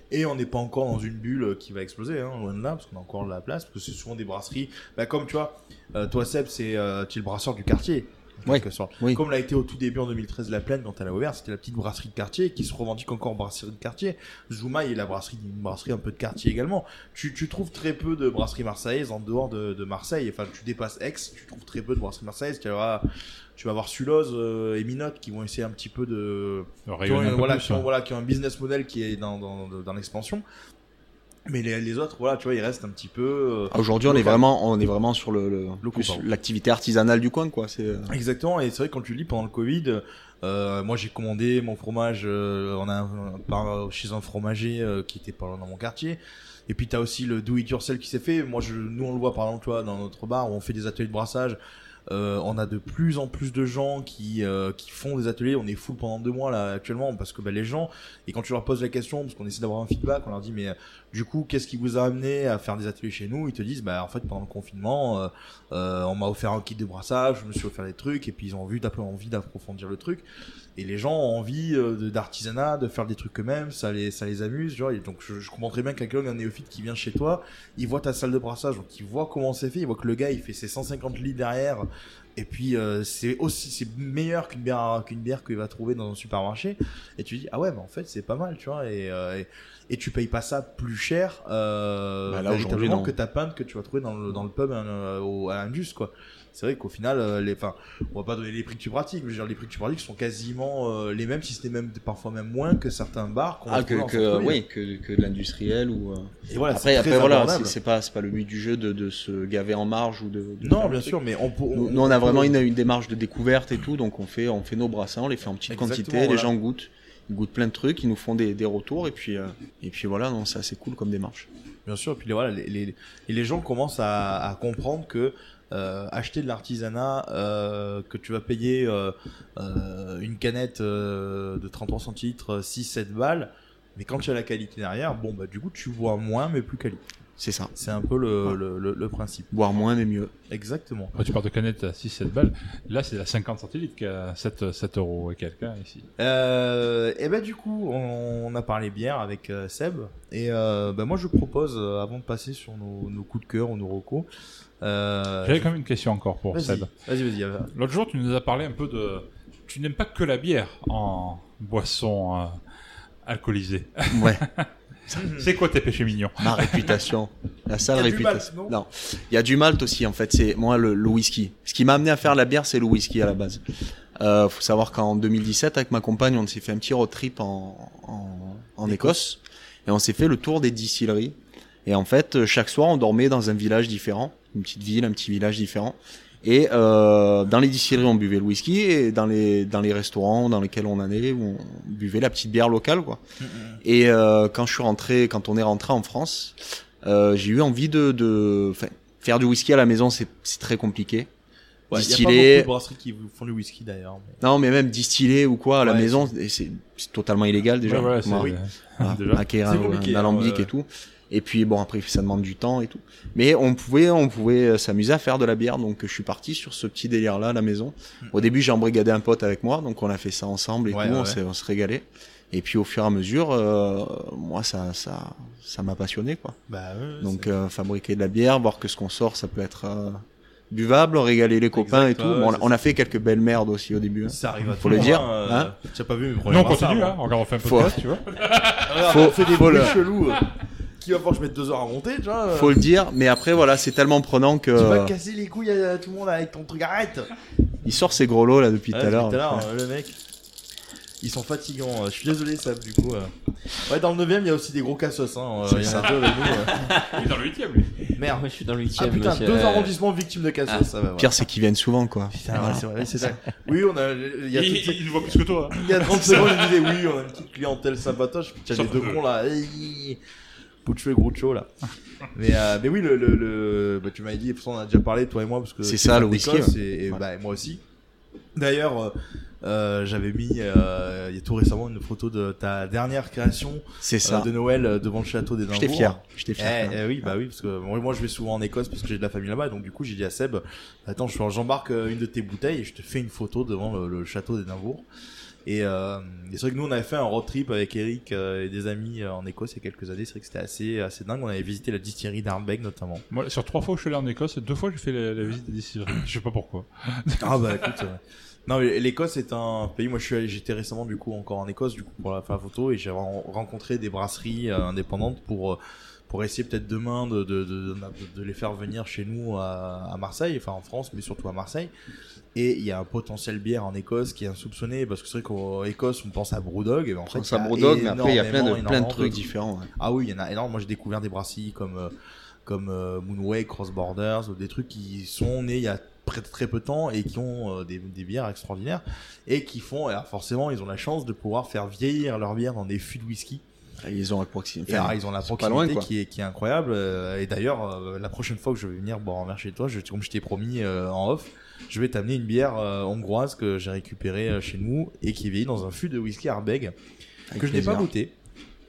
Speaker 6: Et on n'est pas encore dans une bulle qui va exploser, hein, loin de là, parce qu'on a encore de la place, parce que c'est souvent des brasseries. Bah, comme tu vois, euh, toi Seb, c'est euh, tu es le brasseur du quartier. en quelque sorte. Comme l'a été au tout début en 2013 la plaine quand elle a ouvert, c'était la petite brasserie de quartier qui se revendique encore brasserie de quartier. Zuma est la brasserie d'une brasserie un peu de quartier également. Tu, tu trouves très peu de brasseries marseillaises en dehors de, de Marseille. Enfin, tu dépasses Aix, tu trouves très peu de brasseries marseillaises. Tu vas, tu vas voir Suloz euh, et Minotte qui vont essayer un petit peu de
Speaker 7: De
Speaker 6: qui ont,
Speaker 7: rayonner un peu
Speaker 6: voilà,
Speaker 7: plus, hein.
Speaker 6: qui ont-
Speaker 7: ouais.
Speaker 6: voilà, qui ont un business model qui est dans, dans, dans l'expansion. Mais les, les autres, voilà, tu vois, ils restent un petit peu. euh,
Speaker 2: Aujourd'hui, on est
Speaker 6: local.
Speaker 2: vraiment, on est vraiment sur le, le-
Speaker 6: Local.
Speaker 2: sur l'activité artisanale du coin, quoi. C'est euh,
Speaker 6: Exactement, et c'est vrai que quand tu le lis pendant le Covid, euh, moi j'ai commandé mon fromage euh, on a un- par- chez un fromager euh, qui était pas loin dans mon quartier. Et puis t'as aussi le do it yourself qui s'est fait. Moi, je, nous on le voit par exemple, toi, dans notre bar, où on fait des ateliers de brassage. Euh, on a de plus en plus de gens qui euh, qui font des ateliers. On est full pendant deux mois là actuellement parce que bah, les gens et quand tu leur poses la question parce qu'on essaie d'avoir un feedback, on leur dit mais euh, du coup qu'est-ce qui vous a amené à faire des ateliers chez nous Ils te disent bah en fait pendant le confinement euh, euh, on m'a offert un kit de brassage, je me suis offert des trucs et puis ils ont vu d'après envie d'approfondir le truc et les gens ont envie euh, de- d'artisanat, de faire des trucs eux-mêmes, ça les ça les amuse genre et donc je, je comprends très bien quelqu'un un néophyte qui vient chez toi, il voit ta salle de brassage donc il voit comment c'est fait, il voit que le gars il fait ses 150 lits derrière Et puis euh, c'est aussi c'est meilleur qu'une bière qu'une bière qu'il va trouver dans un supermarché. Et tu dis ah ouais, mais en fait c'est pas mal, tu vois. Et, euh, et, et tu payes pas ça plus cher euh,
Speaker 2: Bah, là, aujourd'hui,
Speaker 6: véritablement
Speaker 2: non.
Speaker 6: que ta pinte que tu vas trouver dans le, dans le pub hein, au- à l'Indus quoi. C'est vrai qu'au final, euh, les, enfin, on va pas donner les prix que tu pratiques, mais je veux dire, les prix que tu pratiques sont quasiment euh, les mêmes, si ce n'est même parfois même moins que certains bars. qu'on va
Speaker 2: Ah, que,
Speaker 6: trouver en
Speaker 2: que,
Speaker 6: centre-ville.
Speaker 2: oui, que, que de l'industriel ou. euh,
Speaker 6: Et voilà,
Speaker 2: après,
Speaker 6: Ah, c'est
Speaker 2: après
Speaker 6: très
Speaker 2: voilà,
Speaker 6: abordable.
Speaker 2: c'est- c'est pas, c'est pas le but du jeu de, de se gaver en marge ou de. de
Speaker 6: Non,
Speaker 2: faire
Speaker 6: bien
Speaker 2: le truc.
Speaker 6: sûr, mais on peut- on-
Speaker 2: Nous, nous, on a
Speaker 6: on peut-
Speaker 2: vraiment une, une démarche de découverte et tout, donc on fait, on fait nos brassins, on les fait en petite
Speaker 6: Exactement,
Speaker 2: quantité, les
Speaker 6: voilà.
Speaker 2: gens goûtent, ils goûtent plein de trucs, ils nous font des, des retours et puis euh, et puis voilà, non, c'est assez cool comme démarche.
Speaker 6: Bien sûr, et puis les- voilà, les, les, et les gens commencent à, à comprendre que euh, acheter de l'artisanat, euh, que tu vas payer euh, euh, une canette euh, de 33 centilitres, 6-7 balles, mais quand tu as la qualité derrière, bon, bah du coup, tu vois moins, mais plus quali.
Speaker 2: C'est ça.
Speaker 6: C'est un peu le, le, le- le principe.
Speaker 2: Boire moins, mais mieux.
Speaker 6: Exactement.
Speaker 7: Quand tu pars de canette à 6-7 balles, là c'est à 50 centilitres qui a 7, 7 euros et quelques hein, ici.
Speaker 6: Euh, et ben du coup, on, on a parlé bière avec euh, Seb. Et euh, ben, moi, je propose, euh, avant de passer sur nos, nos coups de cœur ou nos recos, euh,
Speaker 7: J'avais quand même une question encore pour
Speaker 6: Vas-y,
Speaker 7: Seb.
Speaker 6: Vas-y, vas-y. euh,
Speaker 7: L'autre jour, tu nous as parlé un peu de. Tu n'aimes pas que la bière en boisson euh, alcoolisée.
Speaker 6: Hmm.
Speaker 2: Ouais.
Speaker 7: C'est quoi tes péchés mignons
Speaker 2: Ma
Speaker 7: *laughs*
Speaker 2: réputation. *laughs* La sale
Speaker 7: Il y a du
Speaker 2: réputation.
Speaker 7: malt,
Speaker 2: non, il y a du malt aussi en fait. C'est moi le, le whisky. Ce qui m'a amené à faire la bière, c'est le whisky à la base. Euh, faut savoir qu'en 2017, avec ma compagne, on s'est fait un petit road trip en, en, en Écosse et on s'est fait le tour des distilleries. Et en fait, euh, chaque soir, on dormait dans un village différent, une petite ville, un petit village différent. Et euh, dans les distilleries, on buvait le whisky et dans les dans les restaurants dans lesquels on allait, on buvait la petite bière locale, quoi.
Speaker 6: Mm,
Speaker 2: Et euh, quand je suis rentré, quand on est rentré en France, euh, j'ai eu envie de, de enfin, faire du whisky à la maison, c'est c'est très compliqué.
Speaker 6: Ouais, y a pas beaucoup
Speaker 2: distiller,
Speaker 6: de brasseries qui vous font du whisky d'ailleurs. mais-
Speaker 2: non, mais même distiller ou quoi à la
Speaker 6: Ouais.
Speaker 2: maison, c'est- c'est c'est totalement illégal déjà.
Speaker 6: Ouais, voilà, c'est-
Speaker 2: Moi,
Speaker 6: oui.
Speaker 2: voilà,
Speaker 6: Déjà.
Speaker 2: acquérir
Speaker 6: C'est
Speaker 2: un,
Speaker 6: compliqué,
Speaker 2: un Ah, alambic
Speaker 6: hein, ouais.
Speaker 2: et tout. Et puis bon, après ça demande du temps et tout. Mais on pouvait, on pouvait euh, s'amuser à faire de la bière, donc je suis parti sur ce petit délire là à la maison. Au début, j'ai embrigadé un pote avec moi, donc on a fait ça ensemble et
Speaker 6: Mm-hmm. Ouais,
Speaker 2: tout,
Speaker 6: ouais,
Speaker 2: on
Speaker 6: ouais.
Speaker 2: s'est- on se régalait. Et puis au fur et à mesure, euh, moi ça, ça, ça m'a passionné quoi.
Speaker 6: Bah, ouais,
Speaker 2: donc euh, fabriquer de la bière, voir que ce qu'on sort, ça peut être euh, buvable, régaler les copains et tout.
Speaker 6: ouais,
Speaker 2: Bon, on
Speaker 6: c'est
Speaker 2: a- on a fait quelques belles merdes aussi au début. hein.
Speaker 6: Ça arrive à
Speaker 2: Faut
Speaker 6: tout
Speaker 2: le
Speaker 6: le monde,
Speaker 2: dire.
Speaker 6: hein,
Speaker 2: hein.
Speaker 6: euh, tu as pas vu mes
Speaker 7: Non,
Speaker 6: problèmes
Speaker 7: on continue,
Speaker 6: ça,
Speaker 7: hein.
Speaker 6: moi.
Speaker 7: Regarde, on fait un
Speaker 2: Faut-
Speaker 7: podcast,
Speaker 6: *laughs*
Speaker 7: tu vois.
Speaker 6: Alors,
Speaker 2: Faut-
Speaker 6: Ah, on fait des
Speaker 2: faut
Speaker 6: bruits
Speaker 2: le-
Speaker 6: chelous euh, qui va falloir que je mette deux heures à monter, tu vois. euh.
Speaker 2: Faut le dire, mais après voilà, c'est tellement prenant que
Speaker 6: Tu vas
Speaker 2: euh,
Speaker 6: casser les couilles à, à tout le monde avec ton truc, arrête
Speaker 2: il sort ses gros lots là depuis tout
Speaker 6: Ouais,
Speaker 2: à l'heure.
Speaker 6: euh, le mec. Ils sont fatigants, euh, je suis désolé, Sab, du coup. euh. Ouais, dans le 9ème, il y a aussi des gros cassos, hein. euh,
Speaker 2: C'est
Speaker 6: Il y en
Speaker 2: ça.
Speaker 6: a deux avec nous. euh.
Speaker 7: Il est dans le 8ème, lui.
Speaker 6: Merde.
Speaker 3: Moi, je suis dans le
Speaker 6: Ah
Speaker 3: huitième,
Speaker 6: putain,
Speaker 3: monsieur.
Speaker 6: deux
Speaker 3: Euh,
Speaker 6: arrondissements victimes de cassos, ça va. ouais.
Speaker 2: Pire, c'est qu'ils viennent souvent quoi.
Speaker 6: Putain, ouais, c'est vrai, c'est ça. Oui, on a. Il,
Speaker 7: *laughs*
Speaker 6: y a
Speaker 7: Il-
Speaker 6: tout-
Speaker 7: il nous voit plus que toi, hein.
Speaker 6: Il y a 30 secondes, il disait oui, on a une petite clientèle sympatoche. Puis t'as les
Speaker 7: Sauf
Speaker 6: deux
Speaker 7: eux.
Speaker 6: cons là. Hey, Pucho et Groucho là. Mais, euh, mais oui, le, le, le- bah, tu m'avais dit, de toute façon, on a déjà parlé, toi et moi, parce que
Speaker 2: C'est
Speaker 6: t'es
Speaker 2: ça, le
Speaker 6: fan
Speaker 2: whisky,
Speaker 6: d'Écosse
Speaker 2: ouais.
Speaker 6: Et, et,
Speaker 2: Ouais.
Speaker 6: bah, et moi aussi. D'ailleurs, euh, euh, j'avais mis euh, il y a tout récemment une photo de ta dernière création
Speaker 2: C'est ça.
Speaker 6: euh, de Noël euh, devant le château des
Speaker 2: J'étais fier, j'étais fier.
Speaker 6: Eh, eh oui, bah oui, parce que moi, moi, je vais souvent en Écosse parce que j'ai de la famille là-bas, donc du coup j'ai dit à Seb, attends, je- j'embarque euh, une de tes bouteilles et je te fais une photo devant le, le château d'Édimbourg. Et, euh, et c'est vrai que nous on avait fait un road trip avec Eric euh, et des amis euh, en Écosse il y a quelques années, c'est vrai que c'était assez, assez dingue, on avait visité la distillerie d'Arnbeck notamment.
Speaker 7: Moi, sur trois fois où je suis allé en Écosse, deux fois j'ai fait la, la visite des distilleries. Je sais pas pourquoi.
Speaker 6: Ah bah écoute. euh, *laughs* Non, mais l'Écosse est un pays. Moi, je suis allé- j'étais récemment du coup encore en Écosse du coup pour la faire la photo et j'ai ren- rencontré des brasseries euh, indépendantes pour euh, pour essayer peut-être demain de de, de de- de les faire venir chez nous à, à Marseille, enfin en France, mais surtout à Marseille. Et il y a un potentiel bière en Écosse qui est insoupçonné parce que c'est vrai qu'en Écosse on pense à Brewdog. Et ben, en fait,
Speaker 2: pense à
Speaker 6: il y a
Speaker 2: Brewdog, mais après, il y a plein de-
Speaker 6: énormément,
Speaker 2: plein de
Speaker 6: énormément
Speaker 2: trucs différents, ouais.
Speaker 6: Ah oui, il y en a énormément. Moi j'ai découvert des brasseries comme euh, comme euh, Moonway, Cross Borders, ou des trucs qui sont nés il y a très, très peu de temps et qui ont euh, des, des bières extraordinaires et qui font, alors forcément, ils ont la chance de pouvoir faire vieillir leur bière dans des fûts de whisky.
Speaker 2: Ah, Ils ont la proximité.
Speaker 6: Et alors, ils ont la
Speaker 2: ils sont
Speaker 6: proximité
Speaker 2: pas loin, quoi.
Speaker 6: qui, est, qui est incroyable. euh, Et d'ailleurs, euh, la prochaine fois que je vais venir boire en verre chez toi, je, comme je t'ai promis euh, en off, je vais t'amener une bière euh, hongroise que j'ai récupérée euh, chez nous et qui est vieillie dans un fût de whisky Arbeg
Speaker 2: Avec
Speaker 6: que je n'ai
Speaker 2: plaisir.
Speaker 6: pas goûté.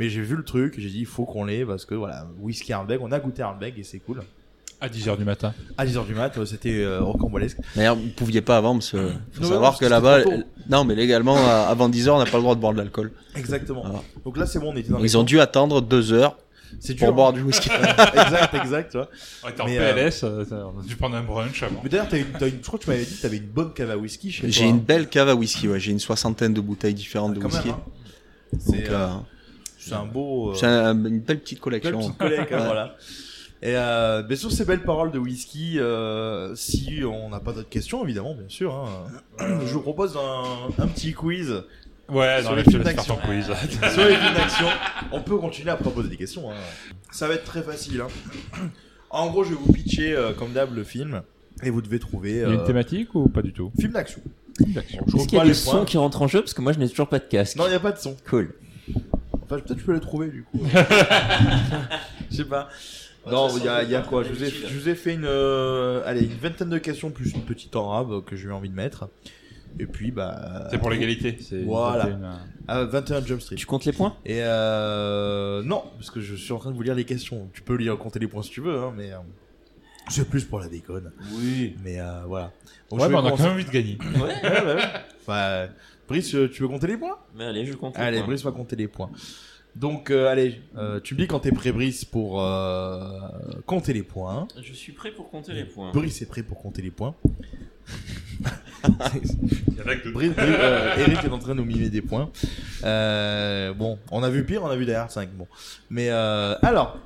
Speaker 6: Mais j'ai vu le truc, j'ai dit il faut qu'on l'ait parce que voilà, whisky Arbeg, on a goûté Arbeg et c'est cool.
Speaker 7: À 10h du matin.
Speaker 6: À 10h du mat, euh, c'était euh, rocambolesque.
Speaker 2: D'ailleurs, vous pouviez pas avant parce que faut
Speaker 6: Non,
Speaker 2: savoir
Speaker 6: parce
Speaker 2: que
Speaker 6: que
Speaker 2: là-bas,
Speaker 6: c'était trop tôt.
Speaker 2: non, mais légalement, à- avant 10 heures, on n'a pas le droit de boire de l'alcool.
Speaker 6: Exactement. Donc là, c'est bon, on était dans
Speaker 2: Donc,
Speaker 6: les
Speaker 2: ils ont
Speaker 6: temps.
Speaker 2: dû attendre deux heures
Speaker 6: C'est
Speaker 2: pour
Speaker 6: dur,
Speaker 2: boire
Speaker 6: hein.
Speaker 2: du
Speaker 6: *laughs*
Speaker 2: whisky.
Speaker 6: exact, exact. Tu vois.
Speaker 7: Ouais, t'es en
Speaker 6: Mais, euh,
Speaker 7: PLS, euh, t'as- on a dû prendre un brunch avant.
Speaker 6: Mais d'ailleurs, t'as une, t'as une, je crois que tu m'avais dit que t'avais une bonne cave à whisky chez toi. hein.
Speaker 2: J'ai une belle cave à whisky, ouais. J'ai une soixantaine de bouteilles différentes de
Speaker 6: quand
Speaker 2: whisky.
Speaker 6: même, hein.
Speaker 2: Donc,
Speaker 6: C'est,
Speaker 2: euh,
Speaker 6: euh, c'est un beau. euh,
Speaker 2: c'est un- une belle petite collection.
Speaker 6: Belle petite collègue, hein,
Speaker 2: Ouais.
Speaker 6: voilà. Et euh, mais sur ces belles paroles de whisky, euh, si on n'a pas d'autres questions, évidemment, bien sûr, hein, *clears throat* je vous propose un, un petit quiz.
Speaker 7: Ouais,
Speaker 6: sur
Speaker 7: non,
Speaker 6: les
Speaker 7: mais
Speaker 6: films
Speaker 7: je te laisse
Speaker 6: d'action. *laughs*
Speaker 7: faire ton quiz.
Speaker 6: sur les films d'action, on peut continuer à proposer des questions. hein. Ça va être très facile. hein. En gros, je vais vous pitcher euh, comme d'hab le film et vous devez trouver.
Speaker 7: Il y a une
Speaker 6: euh,
Speaker 7: thématique ou pas du tout
Speaker 6: Film d'action.
Speaker 7: d'action.
Speaker 6: Je
Speaker 3: Est-ce qu'il y
Speaker 6: reprends
Speaker 3: a des
Speaker 6: les points.
Speaker 3: sons qui rentrent en jeu Parce que moi, je n'ai toujours pas de casque.
Speaker 6: Non, il n'y a pas de son.
Speaker 3: Cool.
Speaker 6: Enfin, peut-être je peux le trouver du coup. Je sais pas. Non, il y a, il y a quoi je vous, ai, je vous ai fait une, euh, allez, une vingtaine de questions plus une petite enrabe que j'ai eu envie de mettre. Et puis, bah.
Speaker 7: C'est pour l'égalité, c'est euh,
Speaker 6: Voilà.
Speaker 7: 21.
Speaker 6: Ah, 21 Jump Street. Tu
Speaker 3: comptes les points
Speaker 6: Et euh, Non, parce que je suis en train de vous lire les questions. Tu peux lire, compter les points si tu veux, hein, mais. euh, C'est plus pour la déconne. Oui. Mais euh, voilà.
Speaker 7: Ouais, bah,
Speaker 6: je vais
Speaker 7: mais on a quand
Speaker 6: commencer-
Speaker 7: même envie de gagner.
Speaker 6: ouais, ouais, ouais. Bah, Brice, euh, tu veux compter les points
Speaker 3: Mais allez, je compte les
Speaker 6: Allez,
Speaker 3: points.
Speaker 6: Brice va compter les points. Donc, euh, allez, euh, tu me dis quand t'es prêt, Brice, pour euh, compter les points. hein.
Speaker 3: Je suis prêt pour compter les points.
Speaker 6: Brice est prêt pour compter les
Speaker 7: *laughs*
Speaker 6: points.
Speaker 7: y en a que deux.
Speaker 6: Brice, Brice, euh, Eric est en train de nous mimer des points. Euh, bon, on a vu pire, on a vu derrière 5. Bon. Mais euh, alors.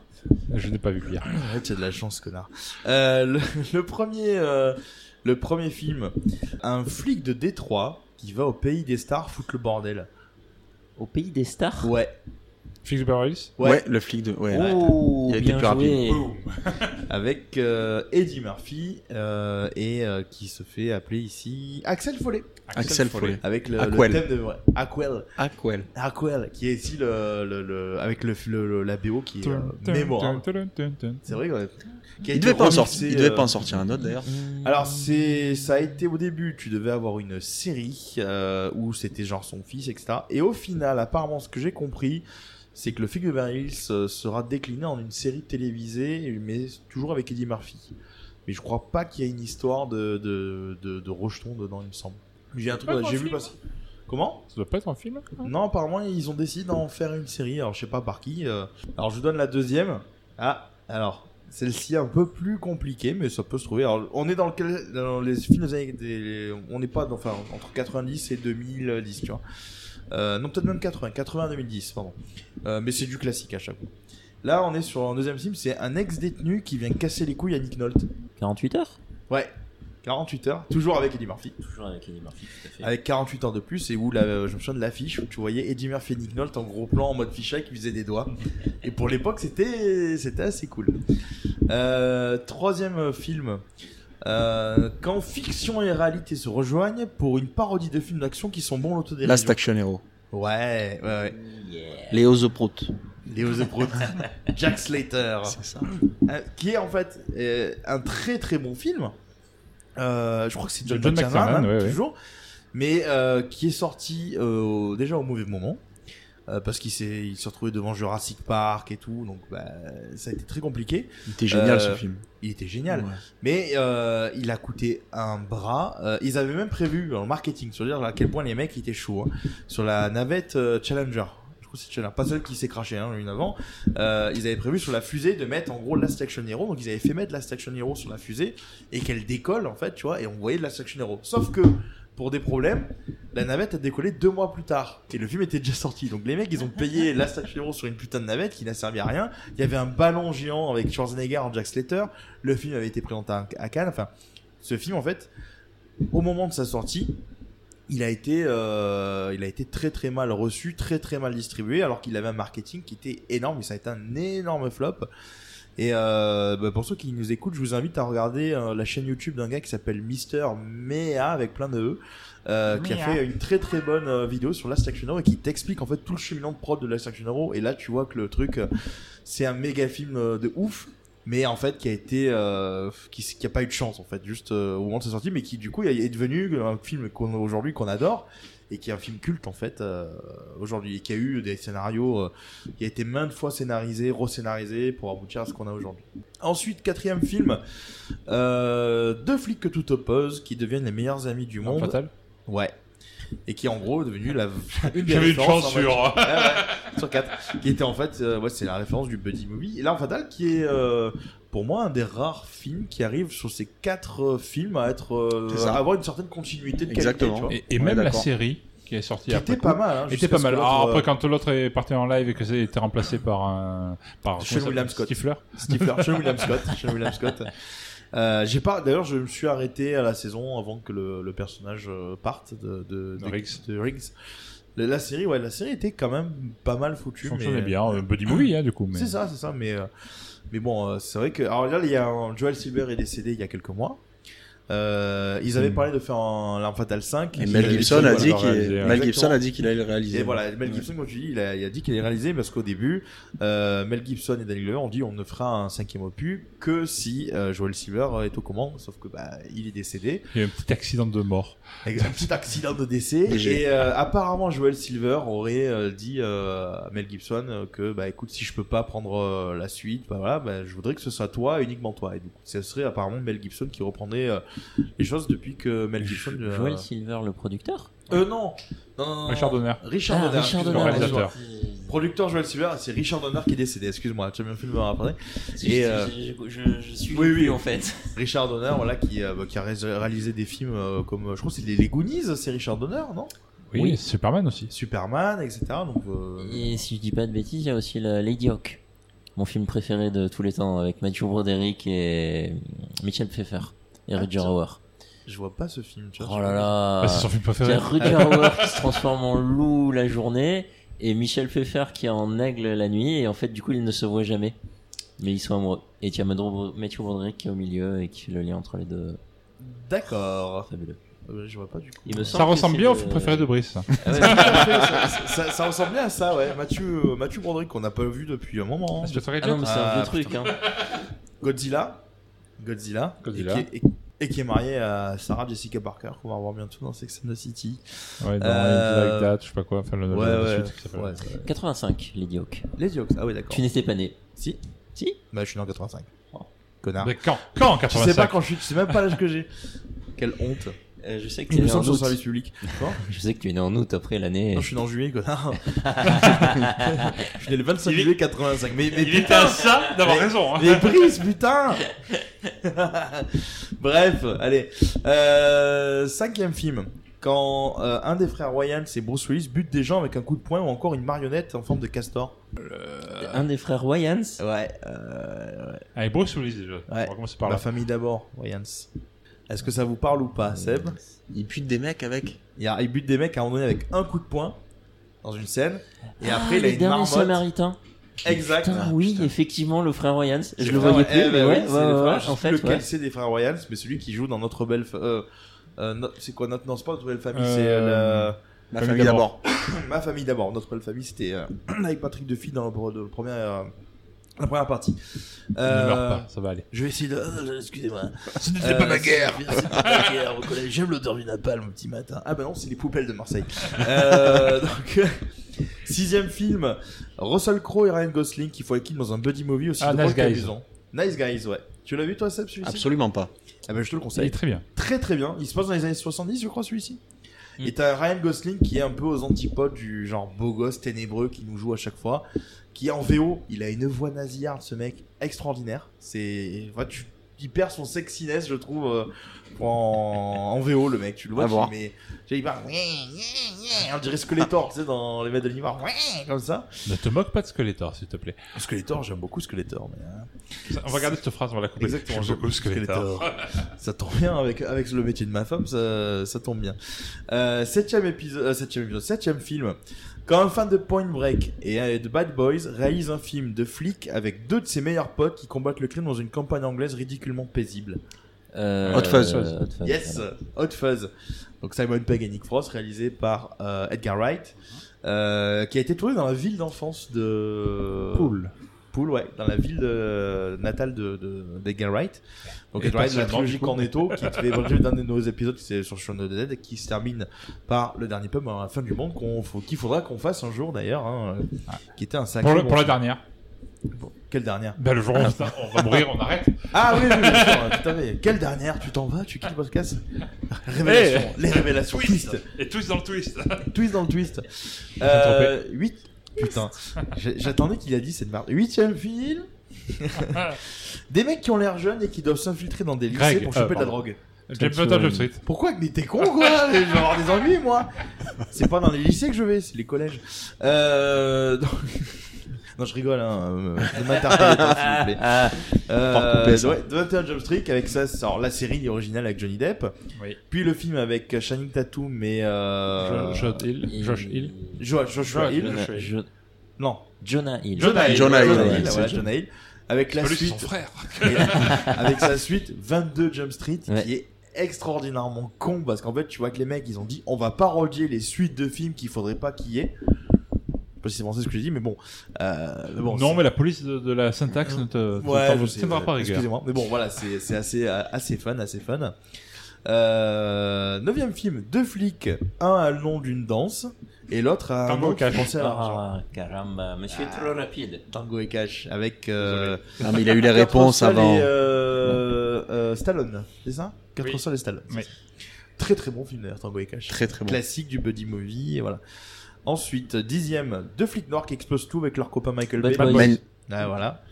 Speaker 7: Je n'ai pas vu pire.
Speaker 6: Ouais, tu as de la chance, connard. Euh, le, *laughs* le premier, euh, le premier film, un flic de Détroit qui va au pays des stars foutre le bordel.
Speaker 3: Au pays des stars
Speaker 6: Ouais.
Speaker 7: Fix Beverly Hills
Speaker 2: Ouais. le flic de. Ouais.
Speaker 3: Oh,
Speaker 2: il a été
Speaker 3: bien
Speaker 2: plus rapide.
Speaker 3: joué.
Speaker 6: avec euh, Eddie Murphy euh, et euh, qui se fait appeler ici Axel Follet.
Speaker 2: Axel Follet.
Speaker 6: Avec le, le
Speaker 2: Aquel.
Speaker 6: thème de ouais, Aquel.
Speaker 2: Aquel.
Speaker 6: Aquel, qui est ici le, le- le- avec le, le- le- la BO qui est euh,
Speaker 7: Tum, tum,
Speaker 6: mémorable.
Speaker 7: tum, tum, tum.
Speaker 6: C'est vrai. ouais. Qui a
Speaker 2: Il
Speaker 6: été
Speaker 2: devait pas en
Speaker 6: remixé,
Speaker 2: sortir. Il devait
Speaker 6: euh,
Speaker 2: pas en sortir un autre d'ailleurs.
Speaker 6: Alors c'est ça a été au début, tu devais avoir une série euh, où c'était genre son fils etc. Et au final, apparemment, ce que j'ai compris, c'est que le Fig de Beverly Hills euh, sera décliné en une série télévisée, mais toujours avec Eddie Murphy. Mais je crois pas qu'il y ait une histoire de de, de, de rejeton dedans, il me semble. J'ai un truc,
Speaker 7: Pas dans
Speaker 6: j'ai
Speaker 7: le
Speaker 6: vu
Speaker 7: film. hein.
Speaker 6: passer. Comment
Speaker 7: Ça doit pas être un film
Speaker 6: Non, apparemment, ils ont décidé d'en faire une série. Alors, je sais pas par qui. euh. Alors, je vous donne la deuxième. Ah, alors, celle-ci un peu plus compliquée, mais ça peut se trouver. Alors, on est dans, lequel, dans les films des années. des- on n'est pas dans- enfin, entre 90 et 2010, tu vois. Euh, non, peut-être même 80. 80 2010, pardon. Euh, mais c'est du classique à chaque fois. Là, on est sur un deuxième film. C'est un ex-détenu qui vient casser les couilles à Nick Nolte.
Speaker 3: 48 heures
Speaker 6: Ouais. 48 heures, toujours avec Eddie Murphy.
Speaker 3: Toujours avec Eddie Murphy, tout à fait.
Speaker 6: Avec 48 heures de plus, et où la, euh, je me souviens de l'affiche où tu voyais Eddie Murphy et Nick Nolte en gros plan en mode fisheye qui faisait des doigts. Et pour l'époque, c'était c'était assez cool. Euh, troisième film. Euh, quand fiction et réalité se rejoignent pour une parodie de films d'action qui sont bons l'autodérision.
Speaker 2: Last Action Hero.
Speaker 6: Ouais, ouais, ouais.
Speaker 2: Léo The Prout.
Speaker 6: Léo The
Speaker 2: *laughs*
Speaker 6: Prout. Jack Slater.
Speaker 2: C'est ça.
Speaker 6: Euh, qui est en fait euh, un très très bon film. Euh, je crois que c'est John,
Speaker 7: John
Speaker 6: McTiernan,
Speaker 7: McTiernan,
Speaker 6: hein,
Speaker 7: ouais, ouais.
Speaker 6: toujours, mais euh, qui est sorti euh, au- déjà au mauvais moment. euh, parce qu'il s'est, il s'est retrouvé devant Jurassic Park et tout, donc bah, ça a été très compliqué.
Speaker 2: Il était génial, ce film.
Speaker 6: Il était génial,
Speaker 2: Ouais.
Speaker 6: mais euh, il a coûté un bras. Euh, ils avaient même prévu en marketing, sur dire à quel point les mecs étaient chauds hein, sur la navette euh, Challenger. Je crois que c'est Challenger, pas celle qui s'est crachée, hein, une avant. Euh, ils avaient prévu sur la fusée de mettre en gros Last Action Hero, donc ils avaient fait mettre Last Action Hero sur la fusée et qu'elle décolle en fait, tu vois, et on voyait de Last Action Hero. Sauf que pour des problèmes, la navette a décollé deux mois plus tard et le film était déjà sorti. Donc les mecs, ils ont payé Last Action Hero sur une putain de navette qui n'a servi à rien. Il y avait un ballon géant avec Schwarzenegger en Jack Slater. Le film avait été présenté à, à Cannes. Enfin, ce film en fait, au moment de sa sortie, il a été, euh, il a été très très mal reçu, très très mal distribué, alors qu'il avait un marketing qui était énorme. Et ça a été un énorme flop. Et euh, bah, pour ceux qui nous écoutent, je vous invite à regarder euh, la chaîne YouTube d'un gars qui s'appelle Mister Mea avec plein de E, euh, qui a
Speaker 7: Mea.
Speaker 6: fait une très très bonne euh, vidéo sur Last Action Hero et qui t'explique en fait tout le cheminement de prod de Last Action Hero. Et là, tu vois que le truc, euh, c'est un méga film euh, de ouf. Mais en fait, qui a été, euh, qui, qui a pas eu de chance en fait, juste euh, au moment de sa sortie, mais qui du coup est devenu un film qu'on aujourd'hui qu'on adore et qui est un film culte en fait euh, aujourd'hui et qui a eu des scénarios euh, qui a été maintes fois scénarisé, rescénarisé pour aboutir à ce qu'on a aujourd'hui. Ensuite, quatrième film, euh, deux flics que tout oppose qui deviennent les meilleurs amis du monde.
Speaker 7: Fatal
Speaker 6: Ouais. Et qui en gros est devenu la.
Speaker 7: J'avais *laughs* une
Speaker 6: référence
Speaker 7: chance
Speaker 6: en mode-
Speaker 7: sur-
Speaker 6: Ouais, ouais. sur 4. Qui était en fait, euh, ouais, c'est la référence du Buddy Movie. Et là, en Fatal, qui est euh, pour moi un des rares films qui arrive sur ces 4 films à être euh,
Speaker 7: C'est ça.
Speaker 6: à avoir une certaine continuité de qualité. tu vois.
Speaker 7: euh, Et, et même la série qui est sortie
Speaker 6: Qui
Speaker 7: après
Speaker 6: était
Speaker 7: coup,
Speaker 6: pas mal, hein,
Speaker 7: était
Speaker 6: jusqu'à
Speaker 7: pas
Speaker 6: ce
Speaker 7: mal.
Speaker 6: que
Speaker 7: Alors
Speaker 6: l'autre,
Speaker 7: après,
Speaker 6: euh,
Speaker 7: quand l'autre est parti en live et que c'était remplacé par un par
Speaker 6: Sean William Scott.
Speaker 7: Stifler.
Speaker 6: Stifler, Sean William Scott. Sean William Scott. Euh, j'ai pas. D'ailleurs, je me suis arrêté à la saison avant que le, le personnage euh, parte de, de, de- de Riggs. La, la série, ouais, la série était quand même pas mal foutue.
Speaker 7: Fonctionnait
Speaker 6: mais...
Speaker 7: bien, euh,
Speaker 6: *clears throat*
Speaker 7: buddy movie, hein, du coup, mais-
Speaker 6: C'est ça, c'est ça. Mais euh, mais bon, euh, c'est vrai que alors là, il y a un- Joel Silver est décédé il y a quelques mois. Euh, ils avaient
Speaker 2: Hmm.
Speaker 6: parlé de faire un L'Arme Fatale 5.
Speaker 2: Et Mel Gibson a dit qu'il- Mel
Speaker 6: Exactement.
Speaker 2: Gibson a dit qu'il allait le réaliser.
Speaker 6: Et voilà, Mel Gibson, comme tu dis, il a, il a dit qu'il allait réaliser parce qu'au début, euh, Mel Gibson et Danny Glover ont dit on ne fera un cinquième opus que si euh, Joel Silver est aux commandes, sauf que bah, il est décédé.
Speaker 7: Il y a eu un petit accident de mort.
Speaker 6: Avec un petit accident de décès.
Speaker 7: Léger.
Speaker 6: Et euh, apparemment, Joel Silver aurait euh, dit euh, à Mel Gibson euh, que, bah écoute, si je peux pas prendre euh, la suite, bah voilà, bah, je voudrais que ce soit toi, et uniquement toi. Et du coup, ce serait apparemment Mel Gibson qui reprendrait euh, les choses depuis que Mel Gibson. euh,
Speaker 3: Joel Silver, le producteur
Speaker 6: euh, non. Non, non, non, non.
Speaker 7: Richard Donner.
Speaker 6: Richard
Speaker 3: Ah,
Speaker 6: Donner.
Speaker 3: Richard
Speaker 6: excuse-moi,
Speaker 3: Donner,
Speaker 6: excuse-moi.
Speaker 3: réalisateur.
Speaker 6: Producteur Joel Silver, c'est Richard Donner qui est décédé. Excuse-moi, tu as bien fait de me rappeler.
Speaker 13: C'est
Speaker 6: Et
Speaker 13: juste,
Speaker 6: euh,
Speaker 13: je- je- je suis
Speaker 6: oui,
Speaker 13: le
Speaker 6: oui,
Speaker 13: plus, en fait.
Speaker 6: Richard Donner, voilà, qui, euh, qui a ré- réalisé des films euh, comme, euh, je crois, que c'est les, les Goonies, c'est Richard Donner, non
Speaker 7: Oui, Superman aussi.
Speaker 6: Superman, etc. Donc, euh,
Speaker 3: Et si je dis pas de bêtises, il y a aussi la Lady Hawk, mon film préféré de tous les temps, avec Matthew Broderick et Michel Pfeiffer et Roger
Speaker 6: tiens.
Speaker 3: Hauer.
Speaker 6: je vois pas ce film. tu vois,
Speaker 3: Oh
Speaker 6: je-
Speaker 3: là là
Speaker 2: Ah.
Speaker 7: Bah, c'est son film préféré.
Speaker 3: Il y a Roger Hauer qui se transforme en loup la journée et Michel Pfeiffer qui est en aigle la nuit et en fait du coup ils ne se voient jamais. Mais ils sont amoureux. Et tu as Madro- Matthew Broderick qui est au milieu et qui fait le lien entre les deux.
Speaker 6: D'accord.
Speaker 3: Fabuleux.
Speaker 6: Euh, Je vois pas du coup.
Speaker 3: Il me
Speaker 7: Ça
Speaker 3: semble que
Speaker 7: ressemble
Speaker 3: c'est
Speaker 7: bien au
Speaker 3: le-
Speaker 7: film préféré de Brice. ça.
Speaker 6: Ah ouais, *laughs* ça, ça- ça ressemble bien à ça, ouais. Mathieu, euh, Mathieu Broderick, qu'on n'a pas vu depuis un moment. hein.
Speaker 7: Aspect Target.
Speaker 3: Ah non, mais c'est un
Speaker 6: Ah,
Speaker 3: vieux truc,
Speaker 6: putain.
Speaker 3: hein.
Speaker 6: Godzilla. Godzilla.
Speaker 7: Godzilla.
Speaker 6: Et qui, est, et- et qui est marié à Sarah Jessica Parker, qu'on va revoir bientôt dans Sex and the City.
Speaker 7: Ouais, dans
Speaker 6: Euh,
Speaker 7: Like That, je sais pas quoi, enfin le,
Speaker 6: ouais,
Speaker 7: la
Speaker 6: ouais,
Speaker 7: suite qui s'appelle.
Speaker 6: ouais.
Speaker 3: 85, Lady Hawk.
Speaker 6: Les Hawks, ah oui, d'accord.
Speaker 3: Tu n'étais pas né.
Speaker 6: Si.
Speaker 3: Si
Speaker 6: Bah, je suis né en 85. Connard.
Speaker 7: Mais quand Quand en
Speaker 6: Je sais
Speaker 7: 85
Speaker 6: pas quand je suis, je sais même pas l'âge que j'ai. *laughs* Quelle honte.
Speaker 3: Euh, je sais que
Speaker 6: Il
Speaker 3: tu es
Speaker 6: me
Speaker 3: né en
Speaker 6: semble sur le
Speaker 3: août.
Speaker 6: service public. *laughs* Quoi
Speaker 3: Je sais que tu es né en août après l'année.
Speaker 6: Non, je suis né en juillet, *laughs* connard. je suis né le 25 juillet 85. Mais, mais
Speaker 7: Il était
Speaker 6: putain,
Speaker 7: à ça d'avoir
Speaker 6: mais-
Speaker 7: raison, hein.
Speaker 6: Mais Brice, putain *laughs* Bref, allez. Euh, cinquième film. Quand euh, un des frères Ryan, c'est Bruce Willis, bute des gens avec un coup de poing ou encore une marionnette en forme de castor.
Speaker 3: Euh, Un des frères Wayans
Speaker 6: Ouais. Euh, ouais.
Speaker 7: Allez, Bruce Willis déjà. On va commencer par
Speaker 6: La
Speaker 7: là.
Speaker 6: famille d'abord, Wayans. Euh, Est-ce que ça vous parle ou pas, Seb Il bute des mecs avec. Il, y a- il bute des mecs à un moment donné avec un coup de poing dans une scène. Et
Speaker 3: Ah,
Speaker 6: après, il a
Speaker 3: les
Speaker 6: une
Speaker 3: derniers
Speaker 6: marmotte.
Speaker 3: Samaritains.
Speaker 6: Exact.
Speaker 3: Putain, oui, effectivement, le frère Wayans. Je
Speaker 6: C'est
Speaker 3: le
Speaker 6: frère-
Speaker 3: voyais
Speaker 6: eh
Speaker 3: plus, mais
Speaker 6: ben oui,
Speaker 3: ouais,
Speaker 6: c'est le
Speaker 3: ouais, ouais,
Speaker 6: frère-
Speaker 3: ouais,
Speaker 6: je sais
Speaker 3: en
Speaker 6: plus
Speaker 3: fait,
Speaker 6: lequel
Speaker 3: ouais.
Speaker 6: c'est des frères Royals, mais celui qui joue dans notre belle. fa- euh, euh, no- c'est quoi notre. Non, c'est pas notre belle famille,
Speaker 2: Euh,
Speaker 6: c'est euh, la.
Speaker 2: Ma famille d'abord.
Speaker 6: Ma famille d'abord. Notre belle famille, c'était euh, *clears throat* avec Patrick Duffy dans le, pre- le premier, euh, la première partie. Euh,
Speaker 7: Ne meurs pas, ça va aller.
Speaker 6: Je vais essayer de. euh, Excusez-moi. Euh,
Speaker 7: Ce n'était pas ma guerre.
Speaker 6: c'est- C'était pas ma guerre. au collège. J'aime l'odeur du napalm le petit matin. Ah bah non, c'est les poubelles de Marseille. Euh, *laughs* donc. Sixième film, Russell Crowe et Ryan Gosling qui font équipe dans un buddy movie aussi
Speaker 7: Ah,
Speaker 6: drôle
Speaker 7: Nice
Speaker 6: qu'à
Speaker 7: Guys.
Speaker 6: amusant. Nice Guys, ouais. Tu l'as vu toi, Seb, celui-ci
Speaker 2: Absolument pas.
Speaker 6: Ah ben, je te le conseille.
Speaker 7: Il est très bien.
Speaker 6: Très très bien. Il se passe dans les années 70, je crois, celui-ci. Et t'as Ryan Gosling qui est un peu aux antipodes du genre beau gosse ténébreux qui nous joue à chaque fois, qui est en VO. Il a une voix nasillarde, ce mec, extraordinaire. C'est. ouais, tu... Il perd son sexiness, je trouve, euh, en... en VO, le mec. Tu le vois,
Speaker 2: À
Speaker 6: tu
Speaker 2: voir.
Speaker 6: dis, mais. tu sais, Il parle. On dirait Skeletor, tu sais, dans Les Maîtres de l'Univers. Comme ça.
Speaker 7: Ne te moque pas de Skeletor, s'il te plaît.
Speaker 6: Skeletor, j'aime beaucoup Skeletor. Mais... hein.
Speaker 7: Ça, On va garder cette phrase, on va la couper.
Speaker 6: Exactement,
Speaker 7: J'aime beaucoup
Speaker 6: je-
Speaker 7: Skeletor.
Speaker 6: ça tombe bien avec, avec le métier de ma femme, ça, ça tombe bien. Euh, septième épisode, euh, septième épisode, septième film. Quand un fan de Point Break et euh, de Bad Boys réalise un film de flic avec deux de ses meilleurs potes qui combattent le crime dans une campagne anglaise ridiculement paisible.
Speaker 3: Euh, Hot Fuzz. euh, Hot Fuzz,
Speaker 6: yes,
Speaker 3: voilà.
Speaker 6: Hot Fuzz. Donc Simon Pegg et Nick Frost, réalisé par euh, Edgar Wright, euh, qui a été tourné dans la ville d'enfance de
Speaker 7: Poole.
Speaker 6: Poole, ouais, dans la ville de- natale de, de, d'Edgar Wright. Donc
Speaker 7: Et
Speaker 6: Edgar Wright,
Speaker 7: pas
Speaker 6: la
Speaker 7: seulement,
Speaker 6: trilogie
Speaker 7: du coup.
Speaker 6: Cornetto, qui
Speaker 7: *laughs*
Speaker 6: fait l'objet d'un de nos épisodes, c'est sur Shaun of the Dead, qui se termine par le dernier pub à la fin du monde, qu'on, faut- qu'il faudra qu'on fasse un jour d'ailleurs, hein, euh, qui était un sacré.
Speaker 7: Pour, le-
Speaker 6: bon
Speaker 7: pour la
Speaker 6: film.
Speaker 7: dernière.
Speaker 6: Quelle dernière
Speaker 7: Ben, le jour
Speaker 6: *laughs*
Speaker 7: où on va- on va mourir, on arrête.
Speaker 6: Ah oui, oui, bien sûr, tout à fait. Quelle dernière Tu t'en vas Tu quittes le podcast Révélation,
Speaker 7: Hey
Speaker 6: les révélations. Twist. *laughs*
Speaker 7: Et tous dans le twist. *laughs*
Speaker 6: Twist dans le twist.
Speaker 7: me suis trompé.
Speaker 6: Euh, huit- Putain, j'ai- j'attendais qu'il a dit cette merde. Huitième
Speaker 7: *laughs*
Speaker 6: film Des mecs qui ont l'air jeunes et qui doivent s'infiltrer dans des lycées
Speaker 7: Greg,
Speaker 6: pour
Speaker 7: euh,
Speaker 6: choper de la
Speaker 7: pardon.
Speaker 6: drogue.
Speaker 7: James Bond of the Street.
Speaker 6: Pourquoi que t'es con quoi
Speaker 7: *laughs*
Speaker 6: Je vais avoir des ennuis moi C'est pas dans les lycées que je vais, c'est les collèges. Euh... *laughs* donc- Non, je rigole, hein. euh, Ne m'interpellez pas, s'il vous plaît.
Speaker 7: *laughs*
Speaker 3: Ah,
Speaker 2: Faut recouper
Speaker 6: Euh,
Speaker 2: ça.
Speaker 6: ouais, 21 Jump Street avec ça, alors, la série originale avec Johnny Depp.
Speaker 7: Oui.
Speaker 6: Puis le film avec Channing Tatum et. Euh...
Speaker 7: Jo- Josh Hill. Josh Hill.
Speaker 6: Jo- Joshua
Speaker 7: Josh
Speaker 6: Hill.
Speaker 7: Hill.
Speaker 6: Jo- Non.
Speaker 3: Jonah Hill.
Speaker 6: Jonah Hill.
Speaker 2: Jonah Hill,
Speaker 6: Jonah
Speaker 2: ouais,
Speaker 6: Hill,
Speaker 2: c'est
Speaker 6: voilà,
Speaker 2: ça.
Speaker 6: Jonah Hill. Avec la
Speaker 2: Pas lui, c'est
Speaker 6: suite.
Speaker 2: son frère.
Speaker 6: avec sa suite 22 Jump Street
Speaker 3: Ouais.
Speaker 6: qui est extraordinairement con parce qu'en fait, tu vois que les mecs, ils ont dit on va parodier les suites de films qu'il faudrait pas qu'il y ait. Je sais pas si c'est français ce que j'ai dit, mais bon. Euh, mais bon, euh,
Speaker 7: non, mais la police de, de la syntaxe ne te,
Speaker 6: Ouais,
Speaker 7: ne t'en-
Speaker 6: je
Speaker 7: ne
Speaker 6: sais,
Speaker 7: tiendra
Speaker 6: ouais.
Speaker 7: pas rigueur.
Speaker 6: Excusez-moi, mais bon, voilà, c'est c'est assez, euh, assez fun, assez fun. Euh, neuvième film, deux flics, un à le nom d'une danse et l'autre à un
Speaker 3: Tango
Speaker 6: nom qui
Speaker 3: Cash.
Speaker 6: pensait à l'argent.
Speaker 3: Ah, caramba, monsieur est trop rapide.
Speaker 6: Tango et Cash avec. euh,
Speaker 2: Ah, mais il a eu les
Speaker 6: Kurt
Speaker 2: réponses
Speaker 6: Russell
Speaker 2: avant.
Speaker 6: Et, euh, euh, Stallone, c'est ça Kurt
Speaker 7: Oui.
Speaker 6: Russell et Stallone. c'est
Speaker 7: Oui.
Speaker 6: ça. Très très bon film d'ailleurs, Tango et Cash.
Speaker 2: Très, très bon.
Speaker 6: Classique du buddy movie, et voilà. Ensuite, dixième, deux flics noirs qui explosent tout avec leur copain Michael
Speaker 3: Bad
Speaker 6: Bay.
Speaker 3: Boys. Bad
Speaker 6: Ah, voilà.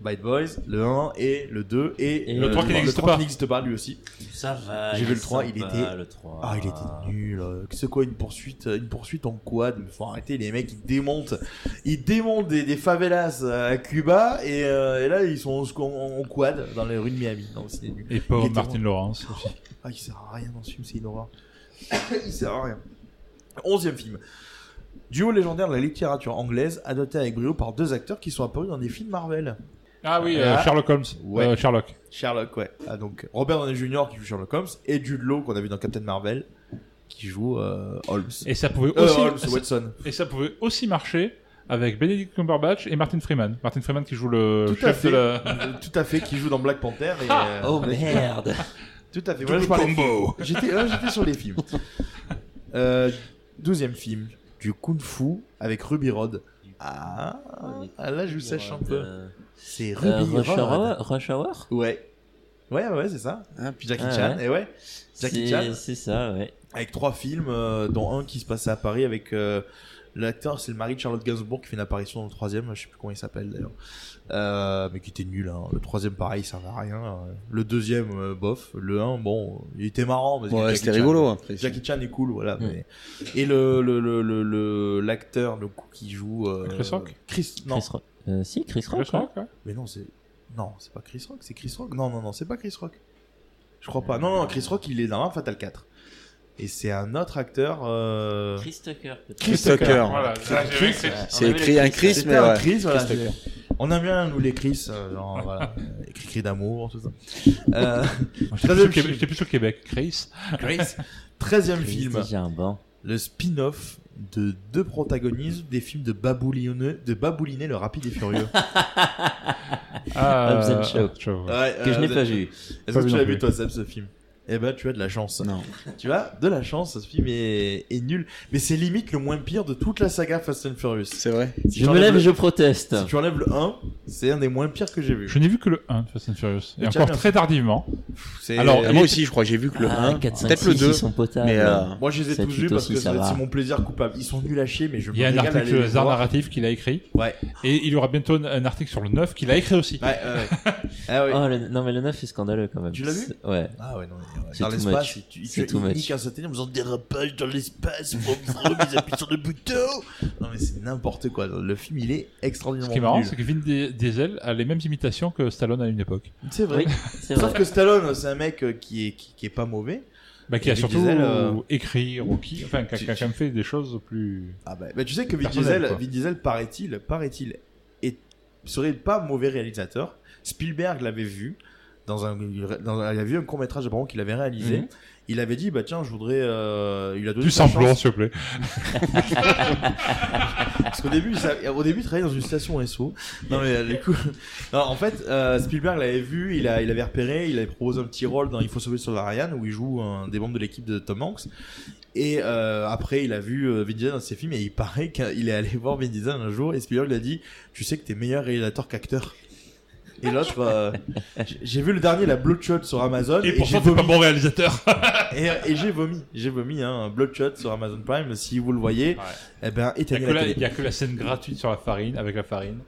Speaker 6: Bad Boys, le 1 et le 2 et,
Speaker 3: Et
Speaker 6: euh,
Speaker 3: le trois qui n'existe
Speaker 6: trois
Speaker 3: pas.
Speaker 6: n'existe pas lui aussi.
Speaker 3: Ça va,
Speaker 6: J'ai
Speaker 3: il
Speaker 6: vu le
Speaker 3: est
Speaker 6: 3, il
Speaker 3: sympa,
Speaker 6: était
Speaker 3: le 3.
Speaker 6: Ah, il était nul. euh, C'est quoi une poursuite euh, une poursuite en quad Mais faut arrêter les mecs ils démontent ils démontent des, des favelas à Cuba et, euh, et là ils sont en, en- en quad dans les rues de Miami. Non, c'est nul.
Speaker 7: Et pauvre
Speaker 6: Il était
Speaker 7: Martin
Speaker 6: vraiment-
Speaker 7: Lawrence aussi.
Speaker 6: Ah, il sert à rien dans ce film, c'est une horreur. *coughs* il sert à rien. Onzième film. Duo légendaire de la littérature anglaise, adapté avec brio par deux acteurs qui sont apparus dans des films Marvel.
Speaker 7: Ah oui,
Speaker 6: Ah.
Speaker 7: euh, Sherlock Holmes.
Speaker 6: Ouais.
Speaker 7: Euh, Sherlock.
Speaker 6: Sherlock, ouais. Ah, donc Robert Downey Jr. qui joue Sherlock Holmes et Jude Law qu'on a vu dans Captain Marvel qui joue euh, Holmes.
Speaker 7: Et ça pouvait
Speaker 6: Euh,
Speaker 7: aussi.
Speaker 6: Holmes,
Speaker 7: ça-
Speaker 6: Watson.
Speaker 7: Et ça pouvait aussi marcher avec Benedict Cumberbatch et Martin Freeman. Martin Freeman qui joue le
Speaker 6: Tout à
Speaker 7: chef
Speaker 6: fait.
Speaker 7: de la.
Speaker 6: Euh, *laughs* Tout à fait, qui joue dans Black Panther. Et,
Speaker 7: Ah
Speaker 6: euh,
Speaker 3: Oh
Speaker 6: Black- *laughs*
Speaker 3: merde.
Speaker 6: Tout à fait.
Speaker 7: Double
Speaker 6: je parlais de
Speaker 7: combo.
Speaker 6: films. J'étais euh, j'étais sur les films. Euh, Douzième film du Kung Fu avec Ruby Rod. Ah, ah, là je vous sèche un peu. C'est Ruby
Speaker 3: Euh, Rush,
Speaker 6: Rod.
Speaker 3: Hour, Rush Hour
Speaker 6: Ouais. Ouais, ouais, c'est ça.
Speaker 2: Ah,
Speaker 6: puis Jackie
Speaker 3: Ah,
Speaker 6: Chan,
Speaker 3: ouais.
Speaker 6: et ouais. Jackie
Speaker 3: C'est-
Speaker 6: Chan.
Speaker 3: C'est ça, ouais.
Speaker 6: Avec trois films, euh, dont un qui se passait à Paris avec euh, l'acteur, c'est le mari de Charlotte Gainsbourg qui fait une apparition dans le troisième, je sais plus comment il s'appelle d'ailleurs. Euh, mais qui était nul, hein. le troisième pareil, il servait à rien. euh. Le deuxième, euh, bof. Le un, bon, il était marrant. parce que
Speaker 2: Ouais,
Speaker 6: Jackie
Speaker 2: c'était
Speaker 6: Chan-
Speaker 2: rigolo, hein. Mm. après.
Speaker 6: Jackie Chan est cool, voilà. mais- Et le le- le- le- le- l'acteur le, coup qui joue euh,
Speaker 7: Chris Rock
Speaker 6: Chris, non.
Speaker 3: Chris Rock. Euh, si, Chris Rock.
Speaker 7: Chris Rock, hein. ouais.
Speaker 6: Mais non, c'est. Non, c'est pas Chris Rock, c'est Chris Rock. Non, non, non, c'est pas Chris Rock. Je crois pas. Non, non, Chris Rock, il est dans un Fatal 4. Et c'est un autre acteur. euh,
Speaker 3: hein. Chris Tucker, peut-être.
Speaker 6: Chris
Speaker 2: Chris Tucker.
Speaker 6: Tucker.
Speaker 7: Voilà,
Speaker 6: C'est un
Speaker 7: j'ai
Speaker 6: Chris.
Speaker 7: écrit.
Speaker 2: C'est
Speaker 3: On avait
Speaker 2: écrit
Speaker 3: le
Speaker 2: un
Speaker 3: Chris,
Speaker 2: Chris,
Speaker 6: C'était
Speaker 2: mais
Speaker 6: un
Speaker 2: ouais.
Speaker 6: Chris, voilà.
Speaker 2: Chris Tucker.
Speaker 6: On aime bien, nous, les Chris. euh, genre, *laughs* voilà. les Cris d'amour, tout ça. *laughs* Euh,
Speaker 7: J'étais plus au
Speaker 6: treizième
Speaker 7: Québec-
Speaker 6: film.
Speaker 7: j'étais plus au Québec. Chris.
Speaker 6: Chris. 13
Speaker 3: Chris
Speaker 6: film.
Speaker 3: Gerbain.
Speaker 6: Le spin-off de deux protagonistes des films de Babouliné, de Babouliné le Rapide et Furieux.
Speaker 7: Ah,
Speaker 3: Hobbs and
Speaker 7: euh,
Speaker 3: Shaw.
Speaker 7: Shaw,
Speaker 6: *laughs*
Speaker 7: ouais.
Speaker 6: Ouais,
Speaker 3: Que je n'ai
Speaker 6: vous
Speaker 3: pas
Speaker 6: êtes-
Speaker 3: vu.
Speaker 6: Est-ce
Speaker 7: Pas
Speaker 6: que
Speaker 7: vu
Speaker 6: tu
Speaker 7: non
Speaker 6: l'as
Speaker 7: plus.
Speaker 6: vu toi, Seb, ce film Eh ben, tu as de la chance.
Speaker 2: Non.
Speaker 6: Tu as de la chance, ce film est, est nul. Mais c'est limite le moins pire de toute la saga Fast and Furious. Si
Speaker 2: C'est vrai.
Speaker 6: tu
Speaker 3: Je me
Speaker 6: enlèves
Speaker 3: lève
Speaker 6: le-
Speaker 3: et je proteste.
Speaker 6: Si tu enlèves le 1, c'est un des moins pires que j'ai vu.
Speaker 7: Je n'ai vu que le 1 de Fast and Furious.
Speaker 6: Le
Speaker 7: Et encore
Speaker 6: Jack-
Speaker 7: très tardivement.
Speaker 6: C'est- euh,
Speaker 7: Alors,
Speaker 2: Ah,
Speaker 7: il
Speaker 2: moi
Speaker 7: est-
Speaker 2: aussi, je crois, j'ai vu que le
Speaker 3: Ah,
Speaker 2: 1,
Speaker 3: 4, 5,
Speaker 2: peut-être le
Speaker 3: 6,
Speaker 2: 2.
Speaker 3: ils sont potables.
Speaker 2: Mais euh,
Speaker 6: Moi, je les ai
Speaker 3: Sept,
Speaker 6: tous
Speaker 3: huit
Speaker 6: vus parce
Speaker 3: aussi,
Speaker 6: que
Speaker 3: ça
Speaker 6: c'est
Speaker 3: va.
Speaker 6: c'est mon plaisir coupable. Ils sont nuls à chier, mais je me
Speaker 7: il y a un
Speaker 6: régale à
Speaker 7: article
Speaker 6: aller
Speaker 7: sur
Speaker 6: les
Speaker 7: les arts
Speaker 6: voir.
Speaker 7: narratifs qu'il a écrit.
Speaker 6: Ouais.
Speaker 7: Et il y aura bientôt un- un article sur le 9 qu'il a écrit
Speaker 6: Ouais,
Speaker 7: aussi. *laughs*
Speaker 6: ouais, ouais. Ah ouais.
Speaker 3: Oh, le- non, mais le 9 est scandaleux quand même.
Speaker 6: Tu l'as vu
Speaker 3: C'est- Ouais.
Speaker 6: Ah ouais, non, mais, ouais,
Speaker 3: C'est
Speaker 6: dans
Speaker 3: too
Speaker 6: l'espace,
Speaker 3: much.
Speaker 6: ils- ils-
Speaker 3: C'est
Speaker 6: ils-
Speaker 3: too
Speaker 6: ils
Speaker 3: much.
Speaker 6: niquent un satellite en faisant dérapage dans l'espace, vroom, vroom, ils appuient sur le bouton. Non mais c'est n'importe quoi, le film il est
Speaker 7: Ce
Speaker 6: extraordinairement
Speaker 7: qui est marrant,
Speaker 6: nul.
Speaker 7: c'est que Vin Di- Diesel a les mêmes imitations que Stallone à une époque.
Speaker 6: C'est vrai.
Speaker 3: Oui, c'est
Speaker 6: Sauf
Speaker 3: vrai.
Speaker 6: que Stallone, c'est un mec euh, qui est, qui, qui est pas mauvais.
Speaker 7: Bah, qui
Speaker 6: Et
Speaker 7: a
Speaker 6: Vin
Speaker 7: surtout
Speaker 6: Diesel, euh,
Speaker 7: écrit Rocky, enfin, qui a,
Speaker 6: tu-
Speaker 7: qui a quand même fait des choses plus.
Speaker 6: Ah bah, bah, tu sais que Vin
Speaker 7: Personnel,
Speaker 6: Diesel,
Speaker 7: quoi.
Speaker 6: Vin Diesel paraît-il, paraît-il, est, serait pas mauvais réalisateur. Spielberg l'avait vu dans un, dans un- il a vu un court métrage apparemment qu'il avait réalisé.
Speaker 3: Mhm.
Speaker 6: Il avait dit bah tiens je voudrais, euh, il a donné
Speaker 7: Du
Speaker 6: sa
Speaker 7: semblant,
Speaker 6: chance.
Speaker 7: s'il te plaît.
Speaker 6: Parce qu'au début, ça, au début, il travaillait dans une station SO. Non mais euh, du coup, *laughs* non, en fait, euh, Spielberg l'avait vu, il a, il avait repéré, il avait proposé un petit rôle dans Il faut sauver le soldat Ryan où il joue un des membres de l'équipe de Tom Hanks. Et euh, après, il a vu euh, Vin Diesel dans ses films et il *laughs* paraît qu'il est allé voir Vin Diesel un jour et Spielberg lui a dit, tu sais que t'es meilleur réalisateur qu'acteur. Et l'autre, euh, j'ai- j'ai vu le dernier, la Bloodshot sur Amazon.
Speaker 7: Et pourtant,
Speaker 6: j'ai
Speaker 7: t'es pas
Speaker 6: vomi.
Speaker 7: bon réalisateur.
Speaker 6: et et j'ai vomi, j'ai vomi, hein, Bloodshot sur Amazon Prime. Si vous le voyez, eh ben,
Speaker 7: Il n'y
Speaker 6: éteignez
Speaker 7: a, que
Speaker 6: la
Speaker 7: la-
Speaker 6: télé.
Speaker 7: y a que la scène gratuite sur la farine, avec
Speaker 6: *laughs*
Speaker 7: la farine,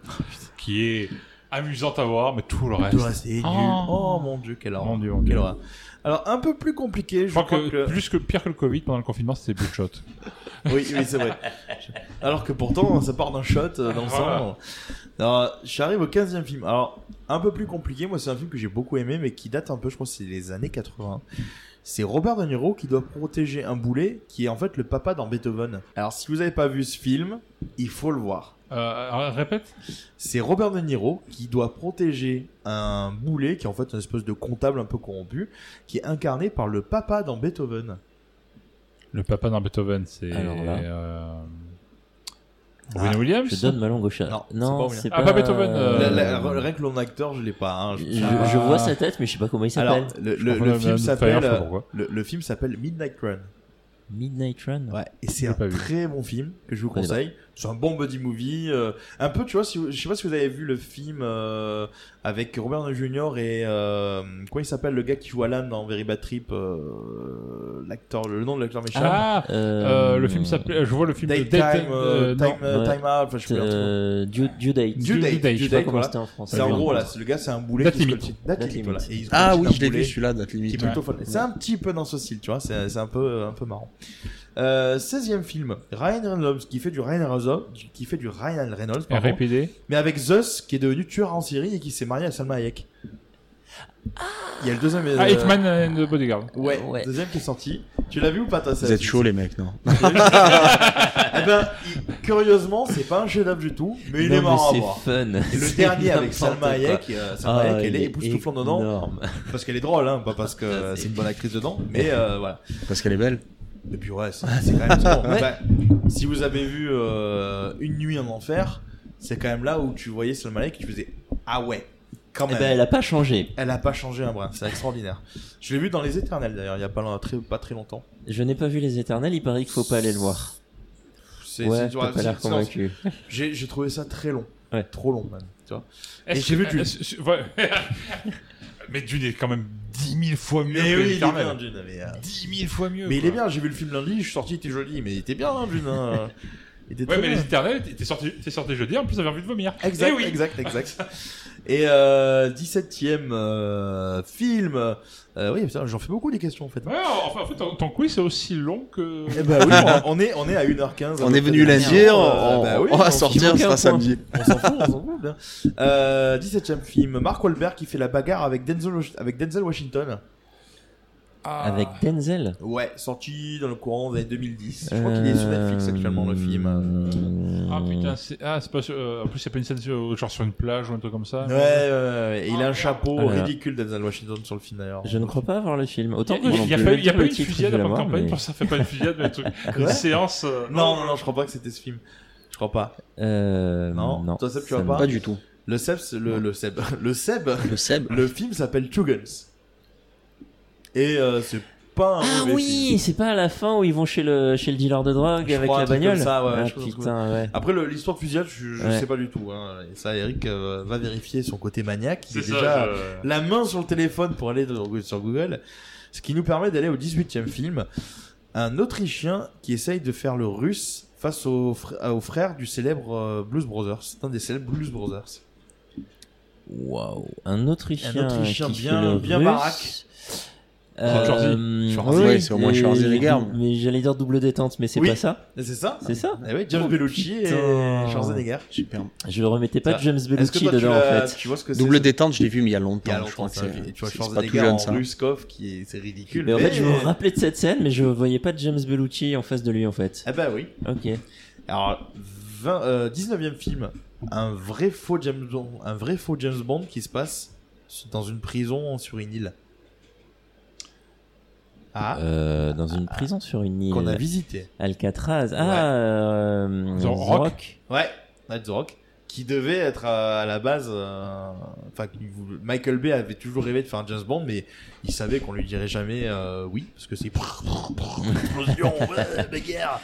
Speaker 7: qui est amusante à voir, mais tout le reste.
Speaker 6: Tout le reste est nul.
Speaker 7: Oh.
Speaker 6: Oh mon dieu, quelle horreur.
Speaker 7: Mon Dieu, mon
Speaker 6: Quelle
Speaker 7: Dieu.
Speaker 6: horreur. Alors, un peu plus compliqué, je,
Speaker 7: Je crois
Speaker 6: crois
Speaker 7: que, plus que pire que le Covid pendant le confinement, c'était Bloodshot.
Speaker 6: oui, oui, c'est
Speaker 7: *laughs*
Speaker 6: vrai. Alors que pourtant, ça part d'un shot euh, dans le
Speaker 7: Voilà.
Speaker 6: sang. Alors, j'arrive au 15e film. Alors, un peu plus compliqué, moi, c'est un film que j'ai beaucoup aimé, mais qui date un peu, je pense, c'est les années 80. C'est Robert De Niro qui doit protéger un boulet qui est en fait le papa dans Beethoven. Alors, si vous n'avez pas vu ce film, il faut le voir.
Speaker 7: Euh, répète
Speaker 6: C'est Robert De Niro qui doit protéger un boulet qui est en fait une espèce de comptable un peu corrompu qui est incarné par le papa dans Beethoven.
Speaker 7: Le papa dans Beethoven, c'est.
Speaker 3: Alors là.
Speaker 7: euh,
Speaker 6: Ah,
Speaker 7: Robin Williams
Speaker 3: Je donne ma langue au chat.
Speaker 6: Non,
Speaker 3: Non,
Speaker 6: c'est
Speaker 3: c'est
Speaker 6: pas
Speaker 3: pas.
Speaker 6: Williams. Ah, pas Beethoven,
Speaker 7: euh,
Speaker 6: La- la- rien que l'on acteur, je l'ai pas. hein,
Speaker 3: Je- je vois sa tête, mais je sais pas comment il s'appelle.
Speaker 6: Alors, le,
Speaker 3: Je
Speaker 6: le-
Speaker 3: comprends
Speaker 6: le
Speaker 3: la
Speaker 6: film
Speaker 3: même
Speaker 6: s'appelle.
Speaker 3: affaire, je sais pas pourquoi.
Speaker 6: Le, le film s'appelle Midnight Run.
Speaker 3: Midnight Run.
Speaker 6: Ouais, et c'est un très bon film que je vous
Speaker 3: Je connais
Speaker 6: conseille. C'est un bon buddy movie. euh, un peu, tu vois, si, vous- je sais pas si vous avez vu le film euh, avec Robert Downey Jr. et euh, quoi il s'appelle le gars qui joue Alan dans Very Bad Trip, euh, l'acteur, le nom de l'acteur méchant.
Speaker 7: Ah, euh, le film s'appelait. Je vois le film de
Speaker 6: Daytime,
Speaker 7: Daytime,
Speaker 6: euh,
Speaker 7: non.
Speaker 6: Time, euh, Time Out, enfin, je sais plus, un truc.
Speaker 3: Euh, due, due date.
Speaker 6: Due Date,
Speaker 3: Je
Speaker 6: Due
Speaker 3: sais pas
Speaker 6: Date,
Speaker 3: comment
Speaker 6: voilà.
Speaker 3: c'était en français.
Speaker 6: C'est en gros, là, c'est le gars, c'est un boulet
Speaker 2: Date
Speaker 6: qui se
Speaker 2: Limit.
Speaker 6: coltine-
Speaker 2: Date
Speaker 6: Date Limit,
Speaker 2: Limit.
Speaker 6: voilà. Et il se
Speaker 2: Ah
Speaker 6: coltine
Speaker 2: oui,
Speaker 6: un
Speaker 2: je l'ai
Speaker 6: boulet
Speaker 2: vu, celui-là, Date Limit.
Speaker 6: qui est plutôt
Speaker 2: Ouais.
Speaker 6: fun. C'est un petit peu dans ce style, tu vois, c'est c'est un peu, un peu marrant. Euh, 16e film, Ryan Reynolds qui fait du Ryan Reynolds, qui fait du Ryan Reynolds, pardon.
Speaker 7: RIPD.
Speaker 6: mais avec Zeus qui est devenu tueur en série et qui s'est marié à Salma Hayek. Il y a le deuxième.
Speaker 7: Ah,
Speaker 6: euh,
Speaker 7: Hitman and the Bodyguard.
Speaker 6: Ouais, deuxième qui est sorti. Tu l'as vu ou pas toi
Speaker 2: Vous êtes
Speaker 6: *laughs*
Speaker 2: chauds, les mecs, non
Speaker 6: Eh ben, il- curieusement, c'est pas un chef-d'œuvre du tout, mais il
Speaker 3: Non,
Speaker 6: est marrant
Speaker 3: mais
Speaker 6: à
Speaker 3: c'est
Speaker 6: voir.
Speaker 3: fun.
Speaker 6: Et le
Speaker 3: C'est *laughs*
Speaker 6: dernier avec
Speaker 3: n'importe
Speaker 6: Salma
Speaker 3: quoi.
Speaker 6: Hayek, euh, Salma
Speaker 3: Ah,
Speaker 6: Hayek, elle
Speaker 3: il
Speaker 6: est
Speaker 3: est
Speaker 6: époustouflante dedans.
Speaker 3: énorme. Ah,
Speaker 6: Parce qu'elle est drôle, hein, pas parce que c'est une bonne actrice
Speaker 3: *laughs*
Speaker 6: dedans, mais euh, voilà.
Speaker 2: Parce qu'elle est belle.
Speaker 6: Et puis ouais, c'est c'est
Speaker 3: *laughs*
Speaker 6: quand même bon.
Speaker 2: Ouais.
Speaker 6: Bah, si vous avez vu euh, Une nuit en enfer, c'est quand même là où tu voyais Salma Hayek et tu faisais Ah ouais, quand
Speaker 3: Eh
Speaker 6: même.
Speaker 3: ben, elle a pas changé.
Speaker 6: Elle a pas changé un brin, c'est extraordinaire. Je l'ai vu dans Les Éternels d'ailleurs, il y a pas, très, pas très longtemps.
Speaker 3: Je n'ai pas vu Les Éternels, il paraît qu'il faut pas aller le voir.
Speaker 6: C'est
Speaker 3: ouais,
Speaker 6: c'est
Speaker 3: t'as
Speaker 6: dur à-
Speaker 3: pas l'air
Speaker 6: c'est- c'est-
Speaker 3: convaincu.
Speaker 6: J'ai j'ai trouvé ça très long.
Speaker 3: Ouais.
Speaker 6: Trop long, même. Tu vois. Et
Speaker 7: Est-ce
Speaker 6: j'ai vu
Speaker 7: que-
Speaker 6: Dune.
Speaker 7: est-ce- ouais. *laughs* mais Dune est quand même 10 000 fois mieux
Speaker 6: Mais
Speaker 7: que
Speaker 6: oui, il est
Speaker 7: l'Éternel.
Speaker 6: bien, Dune, mais, euh,
Speaker 7: 10 000 fois mieux.
Speaker 6: Mais il
Speaker 7: quoi.
Speaker 6: est bien, j'ai vu le film lundi, je suis sorti, il était joli, mais il était bien, hein, Dune.
Speaker 7: *laughs*
Speaker 6: hein. Il était très
Speaker 7: Ouais, mais
Speaker 6: bien.
Speaker 7: les Éternels, t'es- t'es sorti, t'es sorti jeudi, en plus, j'avais envie de vomir.
Speaker 6: Exact,
Speaker 7: Eh oui.
Speaker 6: exact,
Speaker 7: *laughs*
Speaker 6: exact. Et euh, 17ème euh, film. Euh, oui, putain, j'en fais beaucoup des questions en fait.
Speaker 7: Ouais, enfin, en fait, ton, ton quiz est aussi long que.
Speaker 6: Eh ben oui, on- on est, on est à 1h15.
Speaker 2: On est venu lundi,
Speaker 6: Euh,
Speaker 2: on-
Speaker 6: bah oui,
Speaker 2: on va
Speaker 6: on
Speaker 2: sortir,
Speaker 6: s'en
Speaker 2: ce sera
Speaker 6: fout, aucun point.
Speaker 2: samedi.
Speaker 6: On s'en fout, on s'en fout. bien. Euh, 17ème film, Mark Wahlberg qui fait la bagarre avec Denzel, avec Denzel Washington. Ah.
Speaker 3: Avec Denzel.
Speaker 6: Ouais, sorti dans le courant des années 2010. Je crois qu'il est sur
Speaker 3: Euh,
Speaker 6: Netflix actuellement
Speaker 2: Euh,
Speaker 6: le film.
Speaker 7: Ah putain, c'est ah, c'est pas sur- euh, en plus, c'est pas une scène sur- genre sur une plage ou un truc comme ça.
Speaker 6: Ouais, ouais, ouais. il a un chapeau
Speaker 3: Ah là.
Speaker 6: ridicule Denzel Washington sur le film d'ailleurs.
Speaker 3: Je ne crois pas avoir le film. Autant que
Speaker 7: Il
Speaker 3: je
Speaker 7: n'y a,
Speaker 3: peux
Speaker 7: pas eu-
Speaker 3: même
Speaker 7: il y a
Speaker 3: dire
Speaker 7: pas eu
Speaker 3: le
Speaker 7: une
Speaker 3: titre,
Speaker 7: fusillade
Speaker 3: je vais
Speaker 7: à
Speaker 3: l'avoir,
Speaker 7: Campagne,
Speaker 3: mais-
Speaker 7: pour ça fait pas une fusillade, mais un
Speaker 3: *laughs*
Speaker 7: truc. Une
Speaker 6: Quoi
Speaker 7: séance. euh,
Speaker 6: Non, non, non, je crois pas que c'était ce film. Je crois pas.
Speaker 7: hein.
Speaker 3: Euh,
Speaker 6: non.
Speaker 3: non,
Speaker 6: Toi, Seb, tu
Speaker 3: ça
Speaker 6: vois
Speaker 3: me-
Speaker 6: pas
Speaker 3: Pas du tout.
Speaker 6: Le Seb, c'est le, le Seb, *laughs* le Seb,
Speaker 2: le Seb.
Speaker 6: Le film s'appelle Two Guns. Et euh, c'est pas un
Speaker 3: Ah
Speaker 6: mauvais
Speaker 3: oui,
Speaker 6: film.
Speaker 3: c'est pas à la fin où ils vont chez le, chez le dealer de drogue
Speaker 6: Je
Speaker 3: avec
Speaker 6: crois,
Speaker 3: la
Speaker 6: un truc
Speaker 3: bagnole
Speaker 6: comme ça, ouais,
Speaker 3: Ah,
Speaker 6: je crois que c'est
Speaker 3: putain,
Speaker 6: cool.
Speaker 3: ouais.
Speaker 6: Après, le- l'histoire de fusillade, je, je
Speaker 3: Ouais.
Speaker 6: sais pas du tout. Hein. Et ça, Eric euh, va vérifier son côté maniaque. Il
Speaker 7: C'est
Speaker 6: est
Speaker 7: ça,
Speaker 6: déjà euh,
Speaker 7: je-
Speaker 6: la main sur le téléphone pour aller sur- sur Google. Ce qui nous permet d'aller au 18 e film. Un Autrichien qui essaye de faire le russe face aux fr- aux frères du célèbre euh, Blues Brothers. C'est un des célèbres Blues Brothers.
Speaker 3: Waouh, un Autrichien,
Speaker 6: Un Autrichien
Speaker 3: qui fait
Speaker 6: bien-
Speaker 3: le
Speaker 6: bien
Speaker 3: russe.
Speaker 6: baraque.
Speaker 3: Euh,
Speaker 6: Schwarzy.
Speaker 2: Schwarzy, ouais, c'est au moins
Speaker 3: et-
Speaker 2: Schwarzy, les gars.
Speaker 3: Mais j'allais dire double détente, mais c'est
Speaker 6: Oui,
Speaker 3: pas ça.
Speaker 6: mais c'est ça.
Speaker 3: C'est ça.
Speaker 6: Eh oui, James Bellucci et
Speaker 3: putain.
Speaker 6: Schwarzenegger. Super.
Speaker 3: Je le remettais pas
Speaker 6: Ça.
Speaker 3: de James
Speaker 6: Est-ce que
Speaker 3: Bellucci
Speaker 6: toi, tu
Speaker 3: dedans en
Speaker 6: l'as-
Speaker 3: fait.
Speaker 6: tu vois ce que c'est,
Speaker 2: Double
Speaker 6: ça
Speaker 2: détente, je l'ai vu, mais il y a
Speaker 6: Il y
Speaker 2: longtemps.
Speaker 6: a
Speaker 2: je crois
Speaker 6: longtemps,
Speaker 2: que
Speaker 6: ça.
Speaker 2: c'est- euh,
Speaker 6: Et tu vois
Speaker 2: c'est pas tout
Speaker 6: Schwarzenegger
Speaker 2: jeune,
Speaker 6: en
Speaker 2: ça.
Speaker 6: Ruskov, qui est, c'est ridicule.
Speaker 3: Mais en fait, je me rappelais de cette scène, mais je voyais pas de James Bellucci en face de lui en fait.
Speaker 6: Ah bah oui.
Speaker 3: Ok.
Speaker 6: Alors, 20, euh, 19e film, un vrai faux James Bond, un vrai faux James Bond qui se passe dans une prison sur une île. Ah.
Speaker 3: Euh, dans une prison sur une île.
Speaker 6: Qu'on a visité.
Speaker 3: Alcatraz. Ah,
Speaker 6: Ouais.
Speaker 3: euh, The Rock.
Speaker 6: Ouais, Night the Rock. qui devait être à, à la base. euh, Enfin, qui voulait- Michael Bay avait toujours rêvé de faire un James Bond, mais il savait qu'on lui dirait jamais euh, oui, parce que c'est *laughs* explosion, ouais, bagarre.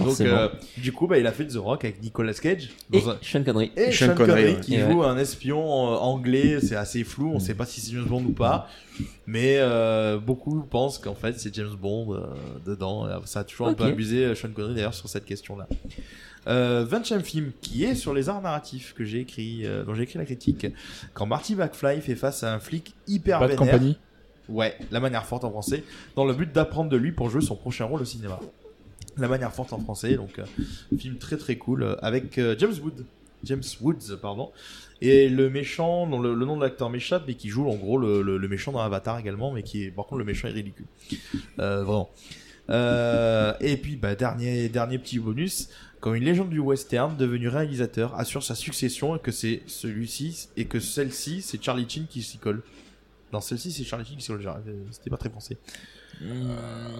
Speaker 6: Donc,
Speaker 3: Forcément.
Speaker 6: euh, du coup, bah, il a fait The Rock avec Nicolas Cage
Speaker 3: Et
Speaker 6: dans un-
Speaker 3: Sean Connery.
Speaker 6: et Sean, Connery, qui
Speaker 3: Et ouais. Mm.
Speaker 6: joue un espion euh, anglais. C'est assez flou, on sait pas si c'est James Bond ou pas, mais euh, beaucoup pensent qu'en fait c'est James Bond euh, dedans. Euh, Ça a toujours un
Speaker 3: Ok.
Speaker 6: peu abusé euh, Sean Connery d'ailleurs sur cette question-là. Euh, 20 film qui est sur les arts narratifs que j'ai écrit, euh, dont j'ai écrit la critique. Quand Marty McFly fait face à un flic hyper
Speaker 7: Bad
Speaker 6: vénère- euh,
Speaker 7: Company
Speaker 6: Ouais, la manière forte en français, dans le but d'apprendre de lui pour jouer son prochain rôle au cinéma. La manière forte en français, donc euh, film très très cool euh, avec euh, James Wood. James Woods, pardon. Et le méchant, dont le, le nom de l'acteur m'échappe, mais qui joue en gros le, le- le méchant dans Avatar également, mais qui est, par contre, le méchant est ridicule. Euh, vraiment. Euh, et puis, bah, dernier, dernier petit bonus. Quand une légende du western, devenu réalisateur, assure sa succession et que c'est celui-ci, et que celle-ci, c'est Charlie Chin qui s'y colle. Dans celle-ci, c'est Charlie Chin qui s'y colle. j'arrête, euh, C'était pas très français.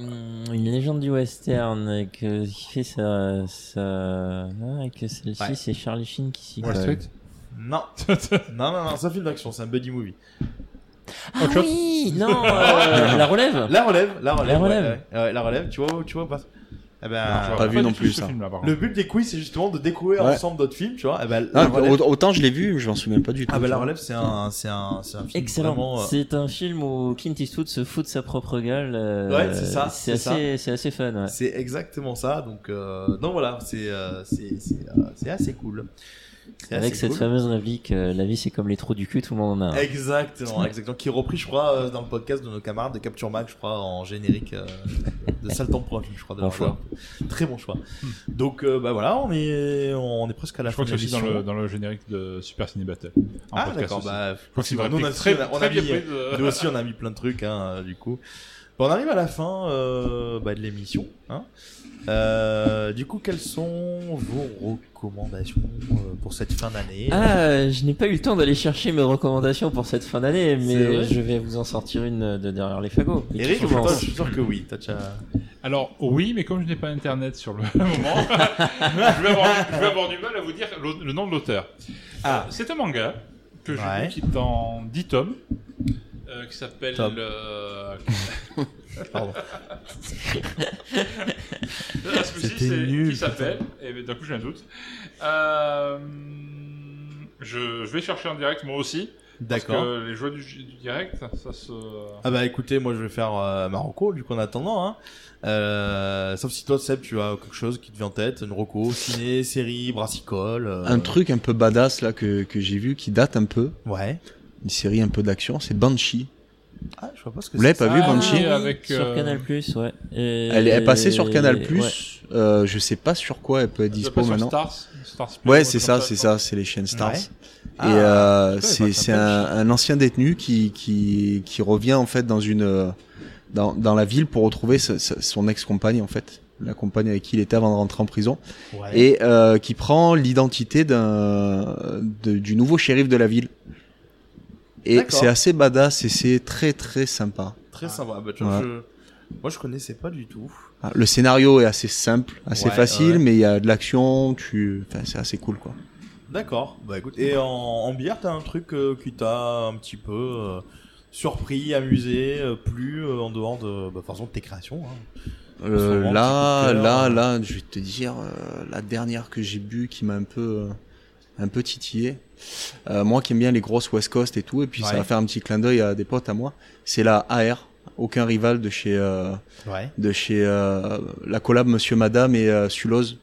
Speaker 3: Mm, Une légende du western euh, que, qui fait ça. ça... Ah, et que celle-ci,
Speaker 6: Ouais.
Speaker 3: c'est Charlie Sheen qui s'y
Speaker 6: Wall
Speaker 3: colle.
Speaker 6: Street *laughs* Non. non, non, non, c'est un film d'action, c'est un buddy movie. Oh,
Speaker 3: Ah oui
Speaker 6: *laughs*
Speaker 3: Non euh, La relève
Speaker 6: La relève, la relève.
Speaker 3: La
Speaker 6: ouais,
Speaker 3: relève.
Speaker 6: ouais, ouais, la relève, tu vois, tu vois pas. Eh
Speaker 2: Non,
Speaker 6: ben,
Speaker 2: je vois Pas pas vu du non tout plus, ce ça. film-là, par
Speaker 6: Le but des quiz, c'est justement de découvrir
Speaker 2: Ouais.
Speaker 6: ensemble d'autres films, tu vois. Eh ben, la
Speaker 2: Ah,
Speaker 6: relève-
Speaker 2: au- Autant je l'ai vu, mais je m'en souviens pas du tout.
Speaker 6: Ah bah
Speaker 2: tu
Speaker 6: la
Speaker 2: vois.
Speaker 6: relève c'est un c'est un c'est un film
Speaker 3: Excellent.
Speaker 6: vraiment, euh,
Speaker 3: C'est un film où Clint Eastwood se fout de sa propre gueule. euh,
Speaker 6: Ouais, c'est ça,
Speaker 3: C'est
Speaker 6: c'est ça.
Speaker 3: assez, c'est assez fun. Ouais.
Speaker 6: c'est exactement ça donc euh, non voilà c'est euh, c'est c'est euh, c'est assez cool. C'est
Speaker 3: Avec
Speaker 6: assez
Speaker 3: cette
Speaker 6: cool.
Speaker 3: fameuse réplique, euh, la vie c'est comme les trous du cul, tout le monde en a. un.
Speaker 6: Exactement, exactement. Qui est repris, je crois, euh, dans le podcast de nos camarades de Capture Mag, je crois, en générique
Speaker 3: *laughs*
Speaker 6: euh, de Salle Temporaire, je crois. De
Speaker 3: Bon
Speaker 6: leur-
Speaker 3: choix.
Speaker 6: leur- Très bon choix. Donc, euh, bah voilà, on est, on est presque à la
Speaker 7: Hmm. Je crois que
Speaker 6: fin
Speaker 7: c'est
Speaker 6: de
Speaker 7: aussi dans
Speaker 6: l'émission.
Speaker 7: le, dans le générique de Super Ciné Battle. En
Speaker 6: Ah
Speaker 7: podcast
Speaker 6: d'accord,
Speaker 7: aussi.
Speaker 6: bah
Speaker 7: je crois que c'est une
Speaker 6: nous, on a,
Speaker 7: réplique très,
Speaker 6: on a- on a
Speaker 7: très bien
Speaker 6: mis,
Speaker 7: prise, euh.
Speaker 6: nous aussi on a mis plein de trucs hein, euh, du coup. Bah, on arrive à la fin euh, bah, de l'émission. hein. Euh, du coup, quelles sont vos recommandations euh, pour cette fin d'année
Speaker 3: Ah, je n'ai pas eu le temps d'aller chercher mes recommandations pour cette fin d'année,
Speaker 6: C'est vrai
Speaker 3: mais je vais vous en sortir une euh, de derrière les fagots. Et
Speaker 6: Eric,
Speaker 3: qui
Speaker 6: je
Speaker 3: commence.
Speaker 6: pense- je suis sûr que oui. t'as déjà-
Speaker 7: Alors oui, mais comme je n'ai pas internet sur le *laughs* moment,
Speaker 6: *laughs*
Speaker 7: je, vais avoir, je vais avoir du mal à vous dire le, le nom de l'auteur.
Speaker 6: Ah.
Speaker 7: Euh, C'est un manga que j'ai
Speaker 6: Ouais.
Speaker 7: lu qui est en 10 tomes, euh, qui s'appelle...
Speaker 6: Tom. *laughs*
Speaker 7: euh,
Speaker 6: Pardon.
Speaker 7: Ah, ce coup-ci,
Speaker 6: C'était
Speaker 7: c'est
Speaker 6: nul,
Speaker 7: qui s'appelle, et ben, d'un coup j'ai un doute. Euh, je, je vais chercher en direct moi aussi. Parce
Speaker 6: D'accord.
Speaker 7: que les joies du, du direct, ça se...
Speaker 6: Ah bah écoutez, moi je vais faire euh, ma reco du coup en attendant. Hein. Euh, sauf si toi Seb, tu as quelque chose qui te vient en tête, une reco, ciné, série, brassicole. euh,
Speaker 2: Un truc un peu badass là que, que j'ai vu qui date un peu.
Speaker 6: Ouais.
Speaker 2: Une série un peu d'action, c'est Banshee.
Speaker 6: Ah, je vois pas ce que
Speaker 2: Vous l'avez pas vu
Speaker 3: Ah,
Speaker 2: Banshee
Speaker 3: oui,
Speaker 7: avec,
Speaker 3: Sur
Speaker 7: euh,
Speaker 3: Canal Plus, ouais. Et-
Speaker 2: Elle est passée sur
Speaker 6: Euh,
Speaker 2: Canal Plus. euh,
Speaker 3: Ouais.
Speaker 2: je sais pas sur quoi elle peut être
Speaker 7: Elle doit
Speaker 2: dispo
Speaker 7: pas sur
Speaker 2: maintenant.
Speaker 7: Stars Stars Plus,
Speaker 2: ouais,
Speaker 7: ouais,
Speaker 2: c'est
Speaker 7: comme
Speaker 2: ça,
Speaker 7: ça,
Speaker 2: c'est
Speaker 7: je
Speaker 2: ça,
Speaker 7: pense.
Speaker 2: c'est les chaînes Stars.
Speaker 7: Ouais.
Speaker 2: Et
Speaker 7: Ah,
Speaker 2: euh,
Speaker 7: ouais,
Speaker 2: c'est
Speaker 7: bah,
Speaker 2: c'est
Speaker 7: ça
Speaker 2: un, un ancien détenu qui, qui qui revient en fait dans une euh, dans, dans la ville pour retrouver sa- sa- son ex-compagne en fait, la compagne avec qui il était avant de rentrer en prison,
Speaker 6: Ouais.
Speaker 2: et euh, qui prend l'identité d'un de- du nouveau shérif de la ville. Et
Speaker 6: D'accord.
Speaker 2: c'est assez badass et c'est très très sympa.
Speaker 6: Très sympa. Ah bah, tu vois,
Speaker 2: Ouais.
Speaker 6: je- Moi je connaissais pas du tout.
Speaker 2: Ah, Le scénario est assez simple, assez
Speaker 6: Ouais,
Speaker 2: facile,
Speaker 6: ouais.
Speaker 2: mais il y a de l'action, tu, enfin, c'est assez cool quoi.
Speaker 6: D'accord. Bah écoute, et en, en bière, t'as un truc euh, qui t'a un petit peu euh, surpris, amusé, euh, plu euh, en dehors de, bah, par exemple, tes créations. hein.
Speaker 2: Euh,
Speaker 6: En ce moment,
Speaker 2: là,
Speaker 6: petit coup de
Speaker 2: là,
Speaker 6: cœur. euh.
Speaker 2: là, je vais te dire euh, la dernière que j'ai bu qui m'a un peu, euh, un peu titillé. Euh, moi qui aime bien les grosses West Coast et tout, et puis ça
Speaker 6: Ouais.
Speaker 2: va faire un petit clin d'œil à des potes à moi. C'est la AR, aucun rival de chez, euh,
Speaker 6: Ouais.
Speaker 2: de chez euh, la collab Monsieur Madame et euh, Suloz,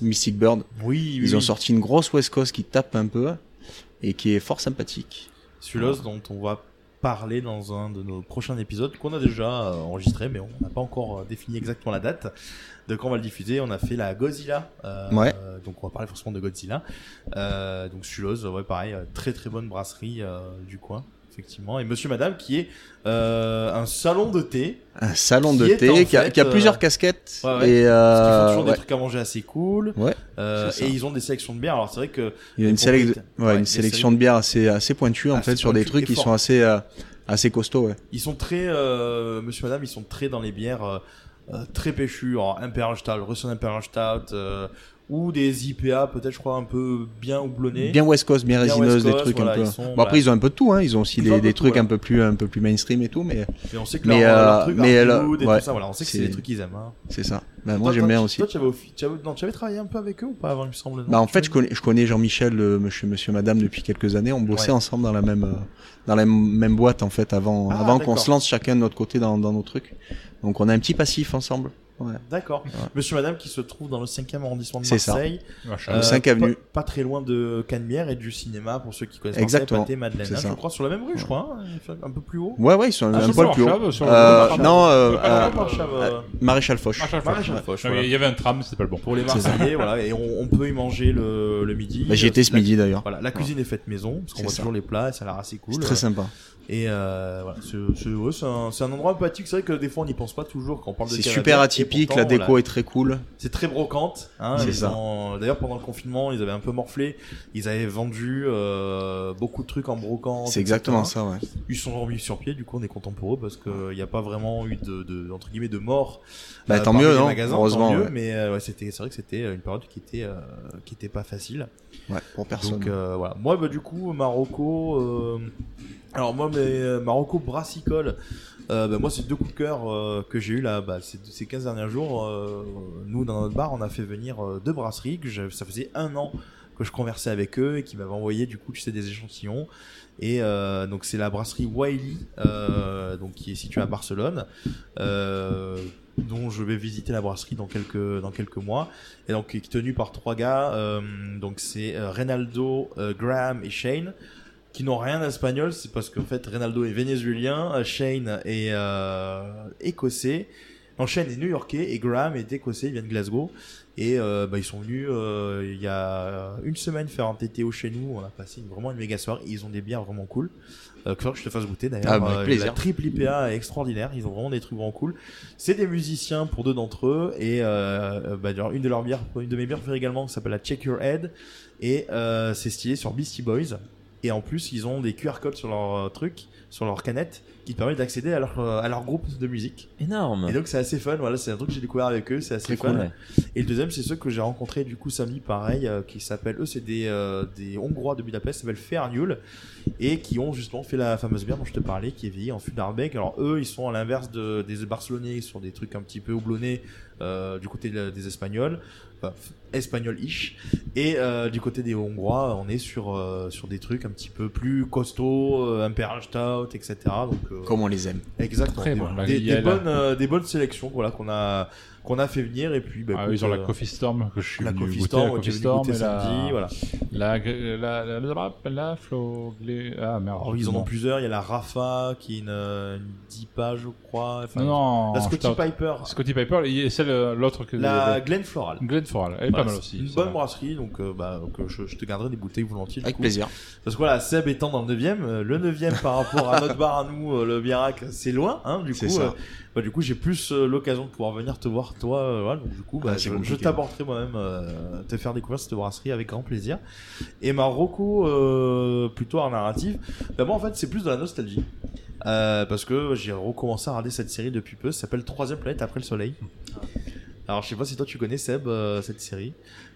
Speaker 2: Mystic Bird.
Speaker 6: Oui, oui,
Speaker 2: Ils ont
Speaker 6: oui.
Speaker 2: sorti une grosse West Coast qui tape un peu et qui est fort sympathique.
Speaker 6: Sulos
Speaker 2: Ah.
Speaker 6: dont on va parler dans un de nos prochains épisodes qu'on a déjà euh, enregistré mais on n'a pas encore euh, défini exactement la date de quand on va le diffuser. On a fait la Godzilla, euh,
Speaker 2: Ouais.
Speaker 6: euh, donc on va parler forcément de Godzilla. Euh, donc Sulos, ouais pareil, euh, très très bonne brasserie euh, du coin. Effectivement, et Monsieur Madame qui est euh, un salon de thé.
Speaker 2: Un salon
Speaker 6: qui
Speaker 2: de
Speaker 6: est
Speaker 2: thé,
Speaker 6: en
Speaker 2: qui a-
Speaker 6: fait,
Speaker 2: qui a
Speaker 6: euh,
Speaker 2: plusieurs casquettes,
Speaker 6: ouais, ouais,
Speaker 2: et,
Speaker 6: parce qu'ils font
Speaker 2: euh,
Speaker 6: toujours des
Speaker 2: ouais.
Speaker 6: trucs à manger assez cool.
Speaker 2: Ouais,
Speaker 6: Euh,
Speaker 2: c'est
Speaker 6: et
Speaker 2: ça.
Speaker 6: ils ont des sélections de bières. Alors c'est vrai que
Speaker 2: Il y a
Speaker 6: les
Speaker 2: une, sélec-
Speaker 6: propriétaires-
Speaker 2: ouais,
Speaker 6: ouais,
Speaker 2: une
Speaker 6: des Ah,
Speaker 2: sélection de bières assez, assez pointue, en
Speaker 6: Assez
Speaker 2: fait, sur des
Speaker 6: pointue et
Speaker 2: trucs qui
Speaker 6: forte.
Speaker 2: sont assez, euh, assez costauds, ouais.
Speaker 6: Ils sont très, euh, monsieur, madame, ils sont très dans les bières euh, euh, très péchues. Alors, Imperial Stout, Russian Imperial Stout, euh, ou des IPA peut-être je crois un peu bien houblonnés.
Speaker 2: Bien West Coast, bien, résineuses,
Speaker 6: West
Speaker 2: des trucs
Speaker 6: voilà,
Speaker 2: un peu.
Speaker 6: ils sont,
Speaker 2: bon
Speaker 6: bah,
Speaker 2: après ils ont un peu de tout, hein. Ils ont aussi
Speaker 6: Ils
Speaker 2: des,
Speaker 6: ont un peu
Speaker 2: des
Speaker 6: de tout,
Speaker 2: trucs
Speaker 6: voilà.
Speaker 2: un peu plus un peu plus mainstream et tout, mais.
Speaker 6: Et on sait que
Speaker 2: mais,
Speaker 6: leur-
Speaker 2: euh,
Speaker 6: leur truc,
Speaker 2: mais
Speaker 6: leur
Speaker 2: elle-
Speaker 6: mood et tout
Speaker 2: ouais,
Speaker 6: ça, voilà, on sait que c'est des trucs qu'ils aiment, hein.
Speaker 2: C'est ça. Bah,
Speaker 6: Toi,
Speaker 2: moi j'aime
Speaker 6: toi,
Speaker 2: bien
Speaker 6: tu-
Speaker 2: aussi.
Speaker 6: Toi, tu avais, offi- tu avais- non, tu avais travaillé un peu avec eux ou pas avant, il me semble non
Speaker 2: Bah en
Speaker 6: Tu
Speaker 2: fait,
Speaker 6: m'as
Speaker 2: je connais, je connais Jean-Michel, euh, monsieur, monsieur, madame depuis quelques années. On bossait
Speaker 6: Ouais.
Speaker 2: ensemble dans la même, euh, dans la m- même boîte en fait avant,
Speaker 6: Ah,
Speaker 2: avant qu'on
Speaker 6: d'accord.
Speaker 2: se lance chacun de notre côté dans, dans nos trucs. Donc on a un petit passif ensemble. Ouais.
Speaker 6: D'accord. Monsieur, madame, qui se trouve dans le 5e arrondissement de
Speaker 2: C'est ça.
Speaker 6: Marseille.
Speaker 2: Machin.
Speaker 6: Euh,
Speaker 7: Ah,
Speaker 2: Le 5e avenue.
Speaker 6: Pas, pas très loin de Canemière et du cinéma, pour ceux qui connaissent
Speaker 2: Exactement.
Speaker 6: Marseille, Pâté, Madeleine.
Speaker 2: C'est ça.
Speaker 6: hein, je crois, sur la même rue, je crois. hein, un peu plus haut.
Speaker 2: Ouais, ouais, ils sont
Speaker 6: Ah,
Speaker 2: un
Speaker 6: sur
Speaker 2: poil
Speaker 6: le
Speaker 2: plus
Speaker 6: Marchave,
Speaker 2: haut.
Speaker 6: sur le
Speaker 2: Euh,
Speaker 6: Marchave.
Speaker 2: non, euh,
Speaker 6: Ah,
Speaker 2: euh,
Speaker 6: le Marchave, euh,
Speaker 2: Maréchal Foch.
Speaker 6: Maréchal Foch, Maréchal Foch,
Speaker 7: Non, mais
Speaker 6: voilà.
Speaker 7: Il y avait un tram, c'est pas le bon.
Speaker 6: Pour les
Speaker 7: C'est ça.
Speaker 6: Marseillais, voilà, et on, on peut y manger le, le midi.
Speaker 2: Bah, j'y étais ce
Speaker 6: La-
Speaker 2: midi, d'ailleurs.
Speaker 6: Voilà, la cuisine est faite maison, parce qu'on
Speaker 2: C'est
Speaker 6: voit
Speaker 2: ça.
Speaker 6: toujours les plats, et ça a l'air assez cool.
Speaker 2: C'est très
Speaker 6: Euh,
Speaker 2: sympa.
Speaker 6: Et euh, voilà, c'est c'est- ouais, c'est un, c'est un endroit sympathique. C'est vrai que des fois on n'y pense pas toujours quand on parle de
Speaker 2: C'est
Speaker 6: Canada,
Speaker 2: super
Speaker 6: et
Speaker 2: atypique,
Speaker 6: pourtant,
Speaker 2: la déco
Speaker 6: voilà.
Speaker 2: est très cool.
Speaker 6: C'est très brocante. Hein,
Speaker 2: C'est
Speaker 6: ils
Speaker 2: ça.
Speaker 6: ont- D'ailleurs pendant le confinement, ils avaient un peu morflé. Ils avaient vendu euh, beaucoup de trucs en brocante.
Speaker 2: C'est
Speaker 6: etc.
Speaker 2: exactement ça, ouais.
Speaker 6: Ils se sont remis sur pied. Du coup, on est content pour eux parce qu'il n'y a pas vraiment eu de, de- entre guillemets de mort. euh,
Speaker 2: Bah, tant
Speaker 6: parmi
Speaker 2: mieux,
Speaker 6: les
Speaker 2: non
Speaker 6: magasins,
Speaker 2: Heureusement,
Speaker 6: tant mieux,
Speaker 2: ouais.
Speaker 6: Mais euh, ouais, c'était, c'est vrai que c'était une période qui était, euh, qui était pas facile.
Speaker 2: Ouais, pour personne.
Speaker 6: Donc euh, voilà. Moi, bah, du coup, Marocco. euh, Alors moi, mes euh, Marocco brassicole. euh, bah, moi, c'est deux coups de cœur euh, que j'ai eu là. Bah, ces, ces 15 derniers jours, euh, nous dans notre bar, on a fait venir euh, deux brasseries. Que j'avais- ça faisait un an que je conversais avec eux et qui m'avaient envoyé du coup, tu sais, des échantillons. Et euh, donc c'est la brasserie Wiley, euh, donc qui est située à Barcelone, euh, dont je vais visiter la brasserie dans quelques dans quelques mois. Et donc qui est tenue par trois gars, euh, donc c'est euh, Reynaldo, euh, Graham et Shane, qui n'ont rien d'espagnol, c'est parce qu'en fait Reynaldo est vénézuélien, euh, Shane est euh, écossais. Non, Shane est new-yorkais et Graham est écossais, il vient de Glasgow. Et euh, bah, ils sont venus euh, il y a une semaine faire un TTO chez nous. On a passé une- vraiment une méga soirée. Ils ont des bières vraiment cool. Euh, que je te fasse goûter d'ailleurs.
Speaker 2: Ah, bah, avec
Speaker 6: Euh,
Speaker 2: plaisir.
Speaker 6: La triple IPA est extraordinaire. Ils ont vraiment des trucs vraiment cool. C'est des musiciens pour deux d'entre eux. Et euh, bah, d'ailleurs, une de leurs bières, une de mes bières préférées également, qui s'appelle la Check Your Head. Et euh, c'est stylé sur Beastie Boys. Et en plus, ils ont des QR codes sur leur euh, truc, sur leur canette, qui te permettent d'accéder à leur, euh, à leur groupe de musique.
Speaker 3: Énorme.
Speaker 6: Et donc c'est assez fun, voilà, c'est un truc que j'ai découvert avec eux, c'est assez
Speaker 3: Très
Speaker 6: fun.
Speaker 3: cool, ouais.
Speaker 6: Et le deuxième, c'est ceux que j'ai rencontrés du coup samedi, pareil, euh, qui s'appellent, eux, c'est des, euh, des Hongrois de Budapest, s'appellent Ferniul, et qui ont justement fait la fameuse bière dont je te parlais, qui est vieillie en fût d'Arbec. Alors eux, ils sont à l'inverse de, des Barcelonais, sur des trucs un petit peu houblonnés euh, du côté de- des Espagnols, enfin, f- espagnol-ish, et euh, du côté des Hongrois, on est sur, euh, sur des trucs un petit peu plus costauds, euh, Imperial Stout, etc. Donc, euh,
Speaker 2: Comme on les aime.
Speaker 6: Exactement.
Speaker 7: Très
Speaker 6: des,
Speaker 7: bon, la
Speaker 6: des- des
Speaker 7: Lielle.
Speaker 6: bonnes, euh, des bonnes sélections voilà, qu'on a, qu'on a fait venir. Et puis, bah,
Speaker 7: Ah,
Speaker 6: écoute,
Speaker 7: ils ont la
Speaker 6: euh,
Speaker 7: Coffee Storm que je suis
Speaker 6: la
Speaker 7: venu
Speaker 6: Coffee
Speaker 7: goûter,
Speaker 6: Storm,
Speaker 7: la
Speaker 6: que j'ai
Speaker 7: Coffee
Speaker 6: goûté
Speaker 7: Storm et
Speaker 6: samedi, voilà.
Speaker 7: la la la la la, la Flo- Glé- ah merde
Speaker 6: alors, Oh, ils en ont
Speaker 7: non.
Speaker 6: plusieurs. Il y a la Rafa qui est une, euh, une 10 pages, je crois. Enfin,
Speaker 7: non
Speaker 6: La Scotty
Speaker 7: je t'en-
Speaker 6: Piper.
Speaker 7: Scotty Piper et celle euh, l'autre que
Speaker 6: La Glen Floral.
Speaker 7: Glen Floral elle est
Speaker 6: Voilà,
Speaker 7: pas mal
Speaker 6: Ah, c'est
Speaker 7: aussi
Speaker 6: Une bonne brasserie, donc euh, bah, que je, je te garderai des bouteilles volontiers. du
Speaker 2: Avec
Speaker 6: coup.
Speaker 2: plaisir.
Speaker 6: Parce que voilà, Seb étant dans le 9ème, euh, le 9ème par rapport à notre bar à nous, euh, le Biarac, c'est loin. Hein, du
Speaker 2: C'est
Speaker 6: coup,
Speaker 2: ça.
Speaker 6: euh, bah, du coup, j'ai plus euh, l'occasion de pouvoir venir te voir toi. euh, voilà, donc du coup, bah,
Speaker 2: Ah, c'est
Speaker 6: je, je
Speaker 2: compliqué.
Speaker 6: t'apporterai moi-même euh, te faire découvrir cette brasserie avec grand plaisir. Et Marocco, euh, plutôt un narratif. Bah, moi, en fait, c'est plus de la nostalgie. Euh, parce que j'ai recommencé à regarder cette série depuis peu. Ça s'appelle Troisième planète après le soleil.
Speaker 2: Ah.
Speaker 6: Alors, je sais pas si toi tu connais Seb euh, cette série.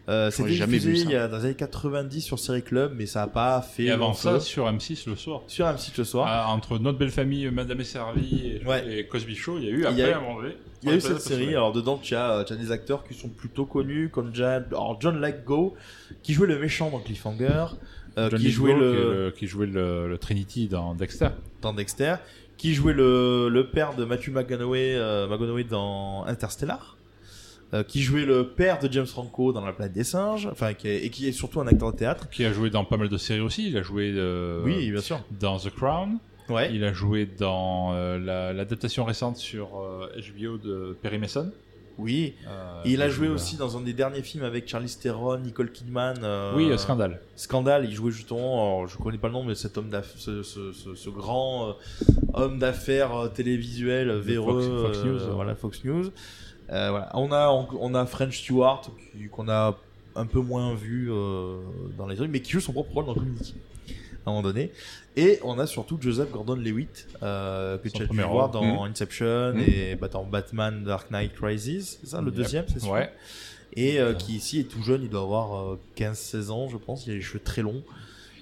Speaker 6: Euh,
Speaker 2: J'aurais
Speaker 6: c'était
Speaker 2: jamais
Speaker 6: diffusé
Speaker 2: vu ça.
Speaker 6: il y a dans les années 90 sur Série Club, mais ça a pas fait.
Speaker 7: et avant ça Ah,
Speaker 6: long-feu.
Speaker 7: sur M6 le soir
Speaker 6: sur M6 le soir
Speaker 7: entre notre belle famille euh, Madame et Servie et, et Cosby Show il y a eu
Speaker 6: Il y
Speaker 7: après
Speaker 6: a eu-
Speaker 7: à un moment donné,
Speaker 6: Il y a eu
Speaker 7: on appelle
Speaker 6: cette
Speaker 7: ça
Speaker 6: série, hein,
Speaker 7: Cosby.
Speaker 6: alors dedans tu as, euh, tu as des acteurs qui sont plutôt connus, comme John, alors John Lithgow, qui jouait le méchant dans Cliffhanger, euh,
Speaker 7: John
Speaker 6: qui
Speaker 7: Lithgow,
Speaker 6: jouait
Speaker 7: qui est
Speaker 6: le,
Speaker 7: qui jouait le, le Trinity dans Dexter
Speaker 6: dans Dexter, qui jouait le, le père de Matthew McConaughey, euh, McConaughey dans Interstellar, euh, qui jouait le père de James Franco dans La planète des singes, enfin qui est- et qui est surtout un acteur de théâtre.
Speaker 7: qui a joué dans pas mal de séries aussi. Il a joué euh,
Speaker 6: Oui, bien sûr.
Speaker 7: dans The Crown.
Speaker 6: Ouais.
Speaker 7: Il a joué dans euh, la- l'adaptation récente sur euh, HBO de Perry Mason. Euh,
Speaker 6: Oui. Et il a joué aussi dans un des derniers films avec Charlize Theron, Nicole Kidman. euh,
Speaker 7: Oui, euh, Scandale.
Speaker 6: Scandale, il jouait justement, alors, je connais pas le nom, mais cet homme d'affaires, ce, ce- ce- ce grand euh, homme d'affaires euh, télévisuel, euh,
Speaker 7: Fox-
Speaker 6: véreux,
Speaker 7: Fox
Speaker 6: euh,
Speaker 7: News, ouais.
Speaker 6: voilà Fox News. Euh, voilà. On a on, on a French Stewart qui- qu'on a un peu moins vu euh, dans les trucs, mais qui joue son propre rôle dans Community à un moment donné. Et on a surtout Joseph Gordon-Lewitt euh, que tu as dû
Speaker 7: premier
Speaker 6: voir
Speaker 7: rôle.
Speaker 6: dans
Speaker 7: Mhm.
Speaker 6: Inception
Speaker 7: Mhm.
Speaker 6: et bah, dans Batman Dark Knight Rises, c'est ça le
Speaker 7: Yep.
Speaker 6: deuxième, c'est ça
Speaker 7: Ouais.
Speaker 6: et euh, qui ici est tout jeune, il doit avoir euh, 15-16 ans, je pense, il a les cheveux très longs.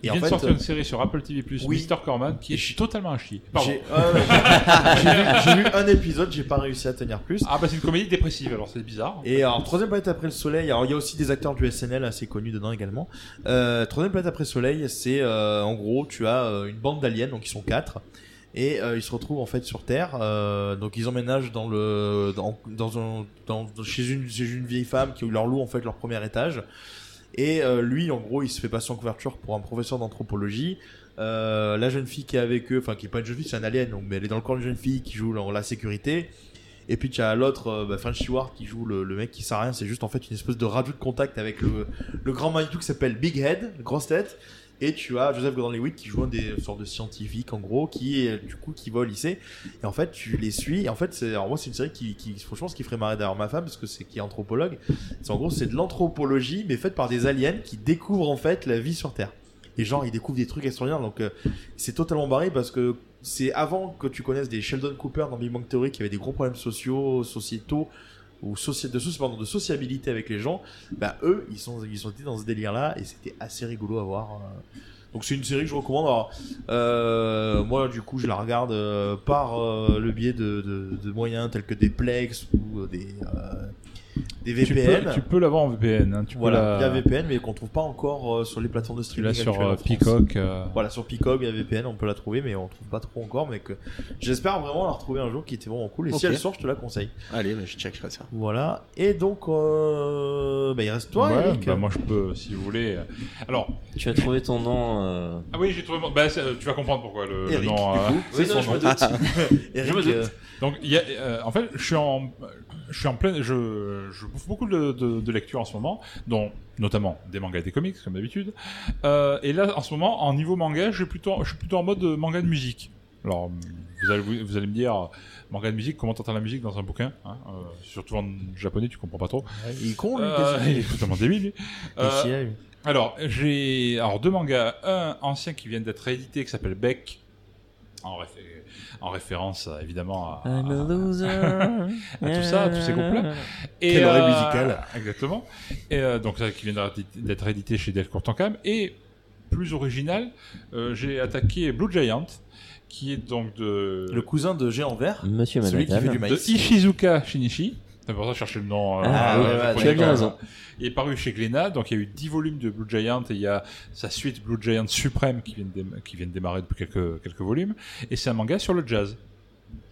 Speaker 7: Il
Speaker 6: en
Speaker 7: vient de
Speaker 6: fait,
Speaker 7: sortir
Speaker 6: euh,
Speaker 7: une série sur Apple TV+,
Speaker 6: oui.
Speaker 7: Mister Corman, qui est totalement un chier. Pardon.
Speaker 6: J'ai euh, j'ai vu, j'ai vu un épisode, j'ai pas réussi à tenir plus.
Speaker 7: Ah bah c'est une comédie dépressive, alors c'est bizarre.
Speaker 6: Et alors, Troisième planète après le soleil, alors il y a aussi des acteurs du SNL assez connus dedans également. Euh, Troisième planète après le soleil, c'est euh, en gros, tu as euh, une bande d'aliens, donc ils sont quatre. Et euh, ils se retrouvent en fait sur Terre, Euh, donc ils emménagent dans le dans, dans un- dans- dans- chez une chez une vieille femme qui leur loue en fait leur premier étage. Et euh, lui, en gros, il se fait passer en couverture pour un professeur d'anthropologie. Euh, la jeune fille qui est avec eux, enfin qui est pas une jeune fille, c'est un alien, donc, mais elle est dans le corps d'une jeune fille qui joue dans la sécurité. Et puis tu as l'autre, euh, bah, Frenchy Ward, qui joue le, le mec qui sert à rien, c'est juste en fait une espèce de rajout de contact avec le, le grand Manitou qui s'appelle Big Head, grosse tête. Et tu as Joseph Gordon-Lewitt qui joue un des sortes de scientifiques en gros, qui est, du coup qui va au lycée. Et en fait tu les suis. Et en fait c'est, alors moi c'est une série qui, qui franchement ce qui ferait marrer d'ailleurs ma femme parce que c'est qui est anthropologue. C'est en gros c'est de l'anthropologie mais faite par des aliens qui découvrent en fait la vie sur Terre. Et genre, ils découvrent des trucs extraordinaires. Donc, euh, c'est totalement barré parce que c'est avant que tu connaisses des Sheldon Cooper dans Big Bang Theory qui avait des gros problèmes sociaux, sociétaux ou soci- de, soci- pardon, de sociabilité avec les gens. Bah, eux, ils sont, ils sont été dans ce délire-là et c'était assez rigolo à voir. euh. Donc, c'est une série que je recommande. Alors, euh, moi, du coup, je la regarde euh, par euh, le biais de, de- de moyens tels que des Plex ou euh, des, euh, des
Speaker 7: Tu peux,
Speaker 6: VPN.
Speaker 7: tu peux l'avoir en VPN. hein, tu peux
Speaker 6: Voilà,
Speaker 7: la-
Speaker 6: via VPN, mais qu'on trouve pas encore euh, sur les plateformes de streaming.
Speaker 7: l'as sur,
Speaker 6: actuelles en
Speaker 7: euh,
Speaker 6: France.
Speaker 7: Peacock, euh.
Speaker 6: Voilà, sur Peacock, via VPN, on peut la trouver, mais on trouve pas trop encore. Mais que j'espère vraiment la retrouver un jour, qui était vraiment cool. Et si
Speaker 2: Ok.
Speaker 6: elle sort, je te la conseille.
Speaker 2: Allez, bah, je checkerai ça.
Speaker 6: Voilà. Et donc, euh, bah, il reste toi,
Speaker 7: Ouais,
Speaker 6: Eric.
Speaker 7: bah, moi je peux, si vous voulez. Alors,
Speaker 3: tu as trouvé ton nom. euh,
Speaker 7: Ah oui, j'ai trouvé. mon- Bah, c'est- euh, tu vas comprendre pourquoi le, le
Speaker 6: Eric,
Speaker 7: nom.
Speaker 6: du
Speaker 7: euh,
Speaker 6: coup.
Speaker 7: C'est
Speaker 6: Oui, non,
Speaker 7: son
Speaker 6: je
Speaker 7: nom.
Speaker 6: me doute. Eric,
Speaker 7: *laughs* Je me doute.
Speaker 6: euh,
Speaker 7: Donc, il y a, euh, en fait, je suis en, je suis en plein. Je, je bouffe beaucoup de, de, de lectures en ce moment, dont notamment des mangas et des comics comme d'habitude. Euh, et là, en ce moment, en niveau manga, je suis plutôt, je suis plutôt en mode euh, manga de musique. Alors, vous allez, vous, vous allez me dire, euh, manga de musique, comment t'entends la musique dans un bouquin hein Euh, Surtout en japonais, tu comprends pas trop.
Speaker 6: Ouais, il est con, lui,
Speaker 7: Euh, *laughs*
Speaker 6: qu'est-ce qu'il
Speaker 7: Il est
Speaker 6: fait
Speaker 7: totalement débile, lui. Euh,
Speaker 6: Il est fier, lui.
Speaker 7: Alors, j'ai alors deux mangas, un ancien qui vient d'être réédité qui s'appelle Beck, en, réfé- en référence euh, évidemment à,
Speaker 3: I'm a *laughs* loser.
Speaker 7: à Ah, tout ça, à tous ces groupes-là. Et,
Speaker 6: Quelle oreille
Speaker 7: euh,
Speaker 6: musicale.
Speaker 7: Exactement. Et euh, donc ça qui vient d'être- d'être édité chez Delcourt en Cam. Et plus original, euh, j'ai attaqué Blue Giant, qui est donc de
Speaker 6: Le cousin de Géant Vert.
Speaker 7: Mm.
Speaker 3: Monsieur
Speaker 6: Celui qui
Speaker 3: Manhattan.
Speaker 6: fait du
Speaker 7: de
Speaker 6: maïs.
Speaker 7: Ishizuka Shinichi. C'est pour ça que je cherchais le nom. euh,
Speaker 3: Ah,
Speaker 7: euh,
Speaker 3: ouais, ouais,
Speaker 7: japonais,
Speaker 3: tu as bien
Speaker 7: quoi.
Speaker 3: raison.
Speaker 7: Il est paru chez Glénat, donc il y a eu 10 volumes de Blue Giant et il y a sa suite Blue Giant Suprême qui vient de, dé- qui vient de démarrer depuis quelques, quelques volumes. Et c'est un manga sur le jazz.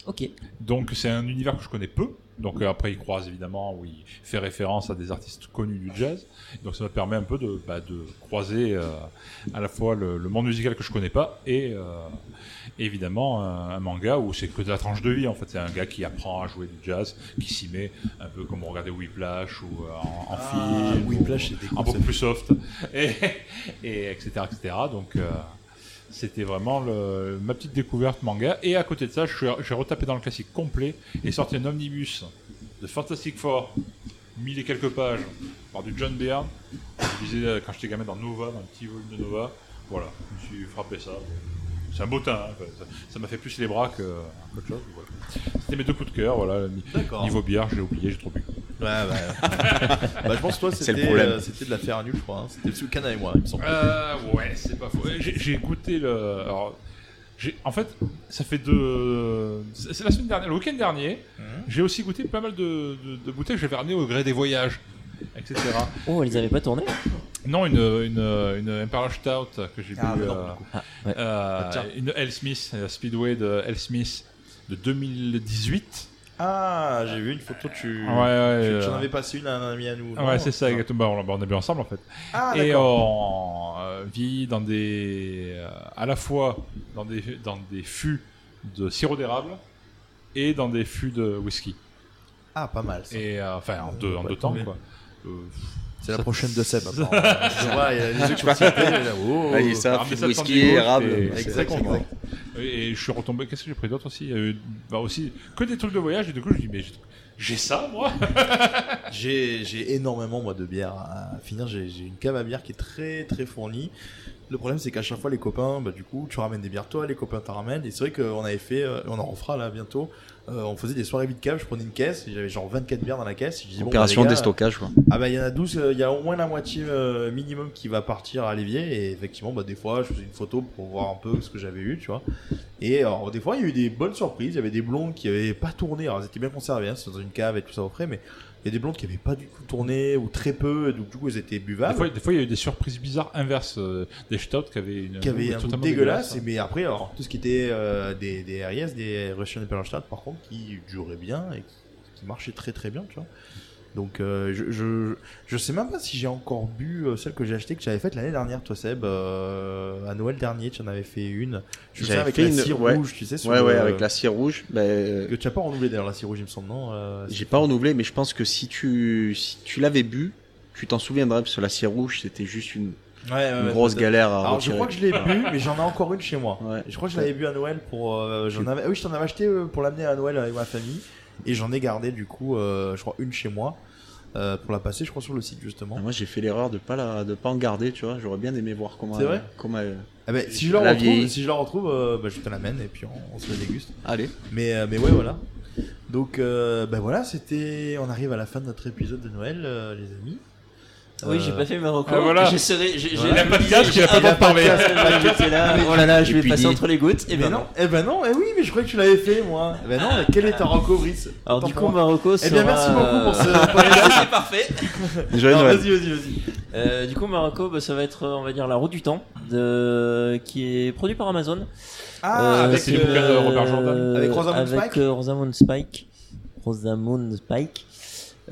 Speaker 3: Ok.
Speaker 7: Donc c'est un univers que je connais peu. Donc euh, après il croise évidemment où il fait référence à des artistes connus du jazz. Donc ça me permet un peu de, bah, de croiser euh, à la fois le, le monde musical que je connais pas et euh, évidemment un, un manga où c'est que de la tranche de vie en fait. C'est un gars qui apprend à jouer du jazz, qui s'y met un peu comme on regardait Whiplash ou euh, en, en
Speaker 6: Ah,
Speaker 7: film,
Speaker 6: Whiplash,
Speaker 7: ou-
Speaker 6: c'était
Speaker 7: un
Speaker 6: cool,
Speaker 7: peu
Speaker 6: ça.
Speaker 7: plus soft *laughs* et, et etc etc. Donc euh, c'était vraiment le- ma petite découverte manga. Et à côté de ça, je suis- j'ai retapé dans le classique complet et sorti un omnibus de Fantastic Four, mille et quelques pages, par du John Byrne. Je lisais euh, quand j'étais gamin dans Nova, dans le petit volume de Nova. Voilà, je me suis frappé ça. C'est un beau teint, hein, quoi. Ça- ça m'a fait plus les bras que qu'autre chose. voilà. C'était mes deux coups de cœur, voilà. Ni-
Speaker 6: D'accord.
Speaker 7: Niveau bière, j'ai oublié, j'ai trop bu.
Speaker 6: Ouais,
Speaker 7: *laughs*
Speaker 6: bah, bah, je pense que toi,
Speaker 7: C'est le
Speaker 6: c'était
Speaker 7: problème.
Speaker 6: euh, c'était de l'affaire nulle, je crois. hein. C'était le Soukan et moi, il me semble.
Speaker 7: Euh, ouais, c'est pas faux. J'ai j'ai goûté le. alors, j'ai- en fait, ça fait deux. C'est c'est la semaine dernière, le week-end dernier, j'ai aussi goûté pas mal de, de- de bouteilles que j'avais ramenées au gré des voyages, etc.
Speaker 3: Oh, elles avaient pas tourné
Speaker 7: Non, une, une, une Imperial Stout que j'ai
Speaker 3: Ah,
Speaker 7: bu.
Speaker 3: bah non,
Speaker 7: euh,
Speaker 3: du coup. ouais.
Speaker 7: euh,
Speaker 6: Ah, tiens.
Speaker 7: une L. Smith, euh, Speedway de L. Smith de 2018.
Speaker 6: Ah, j'ai vu une photo, tu.
Speaker 7: Ouais, ouais,
Speaker 6: tu- J'en
Speaker 7: euh,
Speaker 6: avais passé une à un ami à nous.
Speaker 7: Ouais, c'est ça, exactement. Bah, On, l'a- bah, on a bu ensemble en fait.
Speaker 6: Ah,
Speaker 7: et on
Speaker 6: d'accord.
Speaker 7: euh, vit dans des, euh, à la fois dans des, dans des fûts de sirop d'érable et dans des fûts de whisky.
Speaker 6: Ah, pas mal. ça.
Speaker 7: Et euh, enfin en deux, en
Speaker 6: Ouais,
Speaker 2: Bah,
Speaker 7: deux temps
Speaker 6: mais-
Speaker 7: quoi. Euh,
Speaker 6: C'est la
Speaker 7: ça-
Speaker 6: prochaine de Seb.
Speaker 7: Ça-
Speaker 6: apparemment. *laughs* Je vois, il y a
Speaker 2: *laughs*
Speaker 6: les yeux qui sont tiltés, là, oh.
Speaker 2: Allez, ça,
Speaker 7: Alors, mais
Speaker 2: fût de
Speaker 7: ça
Speaker 2: whisky,
Speaker 7: tendait gauche,
Speaker 2: érable,
Speaker 7: et-
Speaker 2: c'est
Speaker 7: Exactement.
Speaker 2: exact.
Speaker 7: Et, et je suis retombé. Qu'est-ce que j'ai pris d'autre aussi Il y a eu, bah, aussi que des trucs de voyage. Et du coup, je dis mais j'ai- j'ai ça moi.
Speaker 6: J'ai j'ai énormément moi de bière à finir. J'ai j'ai une cave à bière qui est très très fournie. Le problème, c'est qu'à chaque fois, les copains, bah, du coup, tu ramènes des bières toi, les copains t'en ramènent. Et c'est vrai qu'on avait fait, euh, on en refera là bientôt, euh, on faisait des soirées vide cave, je prenais une caisse, et j'avais genre 24 bières dans la caisse. et je disais, bon, bah,
Speaker 2: Opération
Speaker 6: les gars,
Speaker 2: déstockage, quoi.
Speaker 6: Ah bah il y en a 12, euh, il y a au moins la moitié euh, minimum qui va partir à l'évier. Et effectivement, bah, des fois, je faisais une photo pour voir un peu ce que j'avais eu, tu vois. Et alors, des fois, il y a eu des bonnes surprises. Il y avait des blondes qui avaient pas tourné. Alors, elles étaient bien conservées, hein, c'était dans une cave et tout ça au frais, mais il y a des blondes qui avaient pas du tout tourné ou très peu, et donc du coup, elles étaient buvables.
Speaker 7: Des fois, des fois, il y a eu des surprises bizarres inverses. euh, des stouts qui avaient une.
Speaker 6: qui avait un goût
Speaker 7: totalement
Speaker 6: dégueulasse, et mais après alors tout ce qui était euh, des, des RIS, des Russian Imperial par contre qui duraient bien et qui, qui marchaient très très bien tu vois donc euh, je, je je sais même pas si j'ai encore bu euh, celle que j'ai achetée que j'avais faite l'année dernière toi Seb euh, à Noël dernier tu en avais fait une je me souviens avec la cire
Speaker 2: ouais.
Speaker 6: rouge tu sais sur
Speaker 2: ouais,
Speaker 6: le-
Speaker 2: ouais, avec la cire rouge. ben, euh,
Speaker 6: que tu as pas renouvelé d'ailleurs la cire rouge il me semble non euh,
Speaker 2: J'ai pas renouvelé, mais je pense que si tu, si tu l'avais bu, tu t'en souviendrais, parce que la cire rouge, c'était juste une,
Speaker 6: Ouais, ouais,
Speaker 2: une
Speaker 6: ouais,
Speaker 2: grosse
Speaker 6: peut-être.
Speaker 2: galère à
Speaker 6: Alors, je
Speaker 2: retirer.
Speaker 6: crois que je l'ai bu, mais j'en ai encore une chez moi. Je crois que je l'avais
Speaker 2: Ouais.
Speaker 6: bu à Noël pour. euh, j'en avais... ah Oui, je t'en avais acheté euh, pour l'amener à Noël avec ma famille. Et j'en ai gardé, du coup, euh, je crois, une chez moi. euh, pour la passer, je crois, sur le site, justement.
Speaker 2: Ah, Moi, j'ai fait l'erreur de pas la, de pas en garder, tu vois. J'aurais bien aimé voir comment.
Speaker 6: C'est vrai
Speaker 2: comment elle-
Speaker 6: Ah bah, si je la
Speaker 2: la
Speaker 6: retrouve,
Speaker 2: vieille.
Speaker 6: si je la retrouve euh, bah, je te l'amène et puis on, on se la déguste.
Speaker 2: Allez.
Speaker 6: Mais, euh, mais ouais, voilà. Donc, euh, bah voilà, c'était. On arrive à la fin de notre épisode de Noël, euh, les amis. Euh,
Speaker 3: Oui, j'ai pas fait ma reco. J'essaierai- j'ai- j'ai-
Speaker 6: ah, Voilà.
Speaker 3: j'ai- j'ai-
Speaker 6: Il a
Speaker 3: j'ai-
Speaker 6: podcast,
Speaker 3: j'ai-
Speaker 6: il a pas de
Speaker 3: j'étais là, oh là là,
Speaker 6: *laughs*
Speaker 3: je
Speaker 6: Et
Speaker 3: vais
Speaker 6: puis
Speaker 3: passer
Speaker 6: dit-
Speaker 3: entre les gouttes, et
Speaker 6: mais
Speaker 3: ben
Speaker 6: non.
Speaker 3: non.
Speaker 6: Eh ben non, eh oui, mais je croyais que tu l'avais fait, moi. Eh ben non, mais quel est ta reco, Brice
Speaker 3: Alors,
Speaker 6: Tant
Speaker 3: du
Speaker 6: pour
Speaker 3: coup,
Speaker 6: moi.
Speaker 3: Marocco,
Speaker 6: Eh bien, merci
Speaker 3: euh,
Speaker 6: beaucoup pour
Speaker 3: *laughs*
Speaker 6: ce.
Speaker 3: C'est parfait.
Speaker 2: Joyeux
Speaker 6: Non,
Speaker 2: Noël.
Speaker 6: Vas-y, vas-y, vas-y.
Speaker 3: Euh, du coup, Marocco, bah, ça va être, euh, on va dire, la route du temps, de... qui est produit par Amazon.
Speaker 6: Ah, avec
Speaker 3: c'est
Speaker 6: le bouquin de Robert
Speaker 7: Jordan.
Speaker 6: Avec Rosamund Pike.
Speaker 3: Avec euh, Rosamund Pike. Rosamund Pike,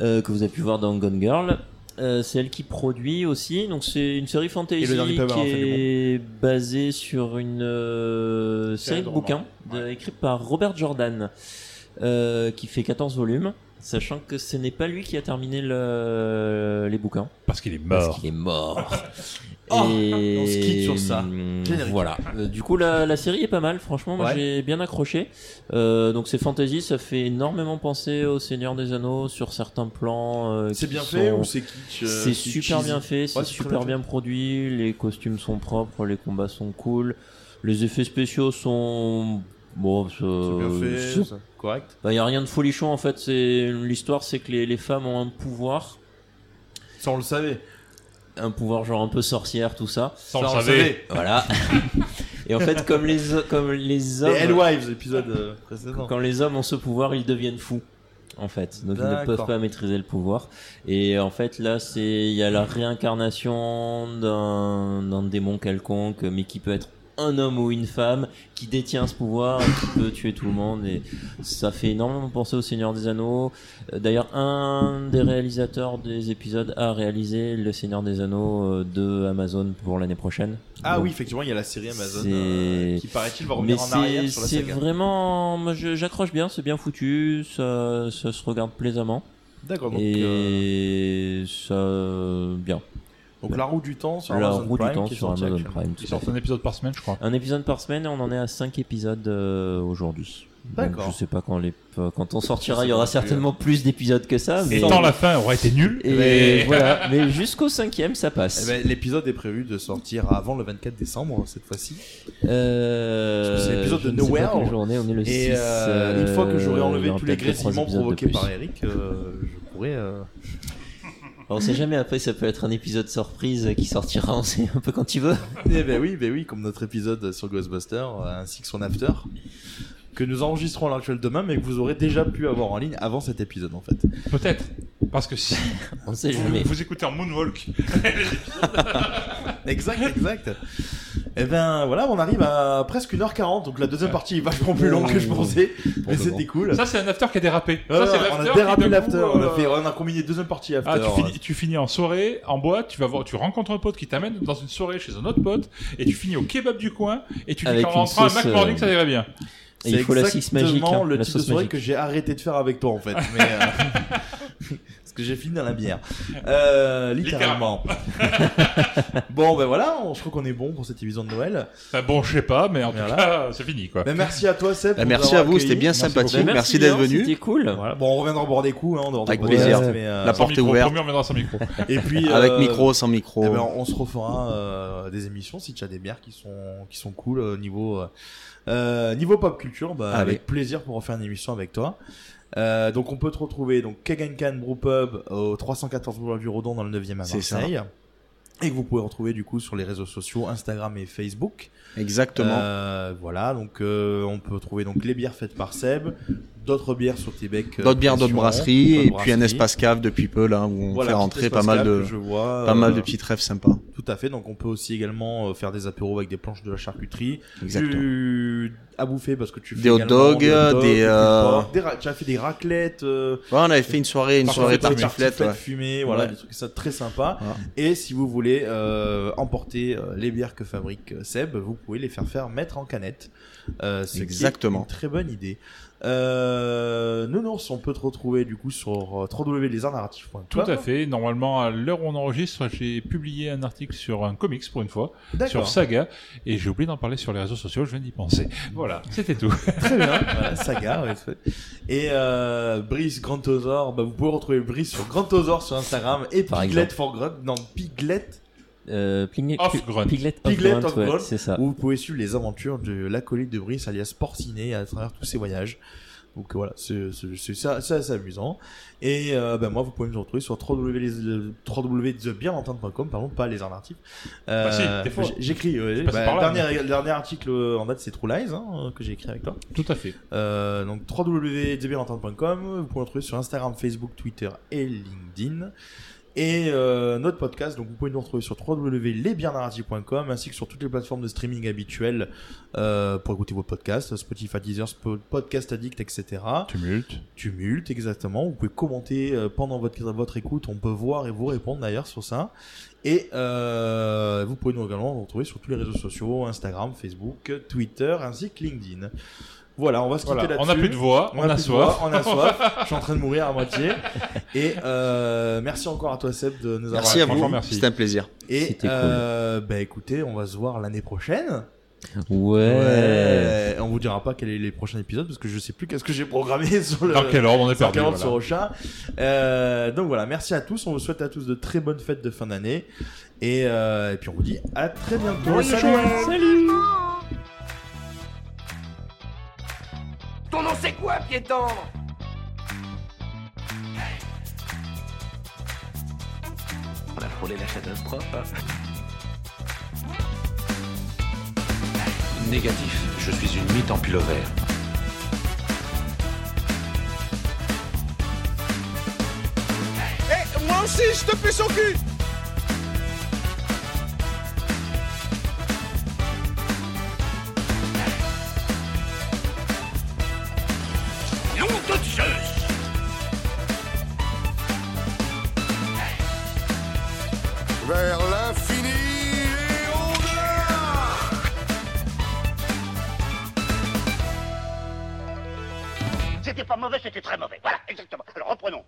Speaker 3: euh, que vous avez pu voir dans Gone Girl. Euh, c'est elle qui produit aussi, donc c'est une série fantasy
Speaker 6: Et le dernier
Speaker 3: qui
Speaker 6: pub, alors, fait
Speaker 3: est basée sur une euh, série de
Speaker 6: roman.
Speaker 3: bouquins de- écrite par Robert Jordan, euh, qui fait 14 volumes, sachant que ce n'est pas lui qui a terminé le- les bouquins.
Speaker 7: Parce qu'il est mort.
Speaker 3: Parce qu'il est mort.
Speaker 6: Oh,
Speaker 3: Et
Speaker 6: on se quitte sur ça.
Speaker 3: hum,
Speaker 6: Générique.
Speaker 3: Voilà. Euh, du coup, la, la série est pas mal. Franchement, moi,
Speaker 6: Ouais.
Speaker 3: j'ai bien accroché. Euh, donc, c'est fantasy. Ça fait énormément penser au Seigneur des Anneaux sur certains plans. euh,
Speaker 6: C'est
Speaker 3: qui
Speaker 6: bien fait
Speaker 3: sont-
Speaker 6: ou c'est kitsch, euh, c'est
Speaker 3: C'est super
Speaker 6: cheesy
Speaker 3: bien fait.
Speaker 6: Ouais,
Speaker 3: C'est
Speaker 6: c'est très
Speaker 3: super
Speaker 6: bien
Speaker 3: bien produit. Les costumes sont propres. Les combats sont cool. Les effets spéciaux sont bon.
Speaker 6: bien fait,
Speaker 3: c'est-
Speaker 6: c'est correct.
Speaker 3: Bah, y a rien de folichon en fait. C'est l'histoire, c'est que les, les femmes ont un pouvoir.
Speaker 6: Ça, on le savait.
Speaker 3: Un pouvoir genre un peu sorcière, tout ça.
Speaker 6: Ça, on le Ça, on le savait. savait.
Speaker 3: Voilà. Et en fait, comme les o- comme les hommes,
Speaker 6: Les Hellwives, épisode euh, précédent.
Speaker 3: quand les hommes ont ce pouvoir, ils deviennent fous. En fait, donc ils ne
Speaker 6: D'accord.
Speaker 3: peuvent pas maîtriser le pouvoir. Et en fait, là, c'est il y a la réincarnation d'un d'un démon quelconque, mais qui peut être un homme ou une femme qui détient ce pouvoir et qui peut tuer tout le monde. Et ça fait énormément penser au Seigneur des Anneaux. Euh, D'ailleurs, un des réalisateurs des épisodes a réalisé le Seigneur des Anneaux euh, de Amazon pour l'année prochaine.
Speaker 6: Ah
Speaker 3: Donc,
Speaker 6: oui, effectivement, il y a la série Amazon
Speaker 3: c'est-
Speaker 6: euh, qui paraît-il va revenir
Speaker 3: Mais
Speaker 6: en arrière
Speaker 3: c'est-
Speaker 6: sur la
Speaker 3: C'est
Speaker 6: saga.
Speaker 3: vraiment, moi je- j'accroche bien, c'est bien foutu, ça, ça se regarde plaisamment.
Speaker 6: D'accord, donc, euh,
Speaker 3: Et ça, bien.
Speaker 6: Donc la roue du temps sur
Speaker 3: La
Speaker 6: Amazon
Speaker 3: roue du
Speaker 6: Prime
Speaker 3: temps
Speaker 6: qui est
Speaker 3: sur
Speaker 6: sortie
Speaker 3: Amazon
Speaker 6: actuellement.
Speaker 3: Prime,
Speaker 7: Ils
Speaker 3: tout à fait.
Speaker 7: sortent un épisode par semaine, je crois.
Speaker 3: Un épisode par semaine, et on en est à 5 épisodes euh, aujourd'hui. Donc,
Speaker 6: D'accord.
Speaker 3: Je sais pas quand, les, euh, quand on
Speaker 6: Je
Speaker 3: sortira,
Speaker 6: sais
Speaker 3: il y aura
Speaker 6: pas plus,
Speaker 3: certainement plus d'épisodes que ça.
Speaker 7: Et tant la fin aurait été nulle.
Speaker 3: Et
Speaker 7: Mais-
Speaker 3: *laughs* voilà, mais jusqu'au cinquième, ça passe.
Speaker 6: Eh ben, L'épisode est prévu de sortir avant le 24 décembre cette fois-ci.
Speaker 3: Euh,
Speaker 6: Parce que c'est l'épisode
Speaker 3: je
Speaker 6: de
Speaker 3: ne sais pas
Speaker 6: Nowhere.
Speaker 3: quelle journée, on est le
Speaker 6: et
Speaker 3: six,
Speaker 6: euh, une fois que j'aurai
Speaker 3: euh, il y
Speaker 6: enlevé
Speaker 3: aura
Speaker 6: tous les
Speaker 3: peut-être deux, trois
Speaker 6: grésillements
Speaker 3: épisodes
Speaker 6: provoqués
Speaker 3: de plus.
Speaker 6: par Eric, euh, je pourrais. euh,
Speaker 3: On sait jamais, après ça peut être un épisode surprise qui sortira, on sait un peu quand tu veux.
Speaker 6: Eh ben oui, ben oui, comme notre épisode sur Ghostbusters, euh, ainsi que son after, que nous enregistrons à l'actuel demain, mais que vous aurez déjà pu avoir en ligne avant cet épisode en fait.
Speaker 7: Peut-être. Parce que si.
Speaker 3: On sait
Speaker 7: vous,
Speaker 3: jamais.
Speaker 7: vous écoutez en Moonwalk.
Speaker 6: exact,
Speaker 7: *laughs*
Speaker 6: exact. Et ben voilà, on arrive à presque 1h40, donc la deuxième partie est vachement plus longue
Speaker 7: Oh.
Speaker 6: que je pensais, mais c'était cool.
Speaker 7: Ça, c'est un after qui a dérapé.
Speaker 6: Ouais,
Speaker 7: Ça, c'est
Speaker 6: on a
Speaker 7: l'after qui,
Speaker 6: dérapé
Speaker 7: d'un
Speaker 6: l'after,
Speaker 7: coup,
Speaker 6: on a
Speaker 7: euh,
Speaker 6: fait, on a combiné deux parties after. euh,
Speaker 7: Ah, tu finis, tu finis en soirée, en boîte, tu vas voir, tu rencontres un pote qui t'amène dans une soirée chez un autre pote, et tu finis au kebab du coin, et tu dis
Speaker 3: Avec
Speaker 7: qu'en
Speaker 3: une
Speaker 7: rentrant à
Speaker 3: sauce,
Speaker 7: McMorning,
Speaker 3: euh,
Speaker 7: ça irait bien.
Speaker 3: Et il faut la sauce magique,
Speaker 6: exactement
Speaker 3: hein,
Speaker 6: le
Speaker 3: la
Speaker 6: type de
Speaker 3: sauce
Speaker 6: soirée
Speaker 3: magique.
Speaker 6: que j'ai arrêté de faire avec toi en fait. Mais, euh, *laughs* Parce que j'ai fini dans la bière. Euh, littéralement. *laughs* bon, ben voilà, on, je crois qu'on est bon pour cette émission de Noël.
Speaker 7: Bah bon, je sais pas, mais en tout cas, c'est fini quoi.
Speaker 6: Ben, merci à toi,
Speaker 2: Bah,
Speaker 6: Seb. pour nous
Speaker 2: merci
Speaker 6: avoir
Speaker 2: à vous,
Speaker 6: accueillis.
Speaker 2: c'était bien sympathique. Merci, d'être venu.
Speaker 6: hein,
Speaker 3: C'était cool.
Speaker 6: Voilà. Bon, on reviendra boire des coups, hein, en dehors de
Speaker 2: Avec
Speaker 6: podcast,
Speaker 2: plaisir.
Speaker 6: mais, euh,
Speaker 2: La
Speaker 6: sans
Speaker 2: porte est
Speaker 6: micro,
Speaker 2: ouverte.
Speaker 6: promis, on reviendra sans micro. Et puis,
Speaker 2: Avec
Speaker 6: euh,
Speaker 2: micro, sans micro.
Speaker 6: eh ben, on se refera euh, des émissions si tu as des bières qui sont qui sont cool euh, niveau euh, euh, niveau pop culture. Bah,
Speaker 2: Allez.
Speaker 6: avec plaisir pour refaire une émission avec toi. Euh, donc on peut te retrouver donc Kegankan Brew Pub au 314 boulevard du Rodon dans le 9e à
Speaker 2: C'est ça.
Speaker 6: Marseille. Et que vous pouvez retrouver du coup sur les réseaux sociaux Instagram et Facebook.
Speaker 2: Exactement.
Speaker 6: Euh, voilà, donc euh, on peut trouver donc les bières faites par Seb, d'autres bières sur Québec, euh,
Speaker 2: D'autres bières, d'autres
Speaker 6: Pression,
Speaker 2: brasseries,
Speaker 6: d'autres
Speaker 2: et puis un
Speaker 6: brasseries.
Speaker 2: espace cave depuis peu là où on
Speaker 6: Voilà,
Speaker 2: fait
Speaker 6: petit
Speaker 2: rentrer pas
Speaker 6: espace
Speaker 2: mal
Speaker 6: cave
Speaker 2: de
Speaker 6: que je vois,
Speaker 2: pas mal
Speaker 6: euh,
Speaker 2: de petites rêves sympas.
Speaker 6: Tout à fait. Donc on peut aussi également euh, faire des apéros avec des planches de la charcuterie,
Speaker 2: Exactement.
Speaker 6: du- à bouffer parce que tu fais
Speaker 2: Des hot
Speaker 6: également
Speaker 2: dogs,
Speaker 6: des, hot dogs,
Speaker 2: des,
Speaker 6: du
Speaker 2: euh,
Speaker 6: porc, des ra- tu as fait des raclettes. euh,
Speaker 2: Ouais, on avait fait une soirée, une
Speaker 6: parfois
Speaker 2: soirée
Speaker 6: des tartes
Speaker 2: tartiflette,
Speaker 6: tartiflettes
Speaker 2: ouais.
Speaker 6: fumées, voilà,
Speaker 2: Ouais.
Speaker 6: des trucs comme ça très sympa.
Speaker 2: Voilà.
Speaker 6: Et si vous voulez euh, emporter euh, les bières que fabrique euh, Seb, vous pouvez les faire faire mettre en canette. Euh, ce qui est
Speaker 2: Exactement.
Speaker 6: une très bonne idée. Euh, Nounours, on peut te retrouver du coup sur euh, www.lesartnarratifs.com.
Speaker 7: Tout à fait. Normalement, à l'heure où on enregistre, j'ai publié un article sur un comics pour une fois,
Speaker 6: D'accord.
Speaker 7: sur Saga, et j'ai oublié d'en parler sur les réseaux sociaux. Je viens d'y penser. Voilà, c'était tout.
Speaker 6: Très bien, voilà, saga. ouais, c'est- Et euh, Brice Grantosaur, bah, vous pouvez retrouver Brice sur Grantosaur sur Instagram et
Speaker 3: Par
Speaker 6: Piglet
Speaker 3: exemple.
Speaker 6: for Grunt, non Piglet
Speaker 3: Euh, Pling- Pi-
Speaker 6: Off-grunt.
Speaker 3: Piglet of
Speaker 6: Piglet
Speaker 3: Grunt,
Speaker 6: of
Speaker 3: ouais,
Speaker 6: Grunt,
Speaker 3: c'est ça.
Speaker 6: Où vous pouvez suivre les aventures de l'acolyte de Brice, alias Porcinet, à travers tous ses voyages. Donc euh, voilà, c'est c'est- c'est ça, c'est assez amusant. Et euh, ben moi, vous pouvez me retrouver sur www.thebienentente.com, pardon, pas les arts narratifs.
Speaker 7: Bah si, des fois.
Speaker 6: j'- J'écris, ouais,
Speaker 7: C'est passé
Speaker 6: bah,
Speaker 7: par là,
Speaker 6: dernier,
Speaker 7: mais-
Speaker 6: dernier article en date, c'est True Lies, hein, que j'ai écrit avec toi.
Speaker 7: Tout à fait.
Speaker 6: Euh, donc www.dbientente.com, vous pouvez le trouver sur Instagram, Facebook, Twitter et LinkedIn. Et euh, notre podcast, donc vous pouvez nous retrouver sur www.lesbiennarratifs.com ainsi que sur toutes les plateformes de streaming habituelles euh, pour écouter vos podcasts, Spotify, Deezer, Sp- Podcast Addict, etc.
Speaker 7: Tumulte.
Speaker 6: Tumulte, exactement. Vous pouvez commenter euh, pendant votre, votre écoute, on peut voir et vous répondre d'ailleurs sur ça. Et euh, vous pouvez nous également nous retrouver sur tous les réseaux sociaux, Instagram, Facebook, Twitter ainsi que LinkedIn. Voilà, on va se quitter
Speaker 7: Voilà, on
Speaker 6: là-dessus.
Speaker 7: a plus de voix, on
Speaker 6: a
Speaker 7: a
Speaker 6: plus de
Speaker 7: soif.
Speaker 6: voix, on a soif.
Speaker 7: *laughs*
Speaker 6: Je suis en train de mourir à moitié. Et euh, merci encore à toi Seb de nous avoir
Speaker 2: Merci à
Speaker 6: accueillis.
Speaker 2: vous, c'était un plaisir.
Speaker 6: Et
Speaker 2: C'était cool.
Speaker 6: euh, bah écoutez, on va se voir l'année prochaine.
Speaker 3: Ouais.
Speaker 6: Ouais, On vous dira pas quel est les prochains épisodes parce que je sais plus qu'est-ce que j'ai programmé *laughs* sur le.
Speaker 7: Dans quel ordre, on est
Speaker 6: sur
Speaker 7: perdu,
Speaker 6: quel ordre
Speaker 7: voilà.
Speaker 6: sur Ocha. Euh, donc voilà, merci à tous. On vous souhaite à tous de très bonnes fêtes de fin d'année et, euh, et puis on vous dit à très bientôt.
Speaker 5: Salut Ton nom c'est quoi, pied tendre
Speaker 1: On a frôlé la catastrophe. Négatif, je suis une mythe en pilo vert.
Speaker 14: Eh, moi aussi, je te pue sur cul
Speaker 12: Nom de Zeus
Speaker 15: vers l'infini et au-delà.
Speaker 5: C'était pas mauvais, c'était très mauvais. Voilà, exactement. Alors reprenons.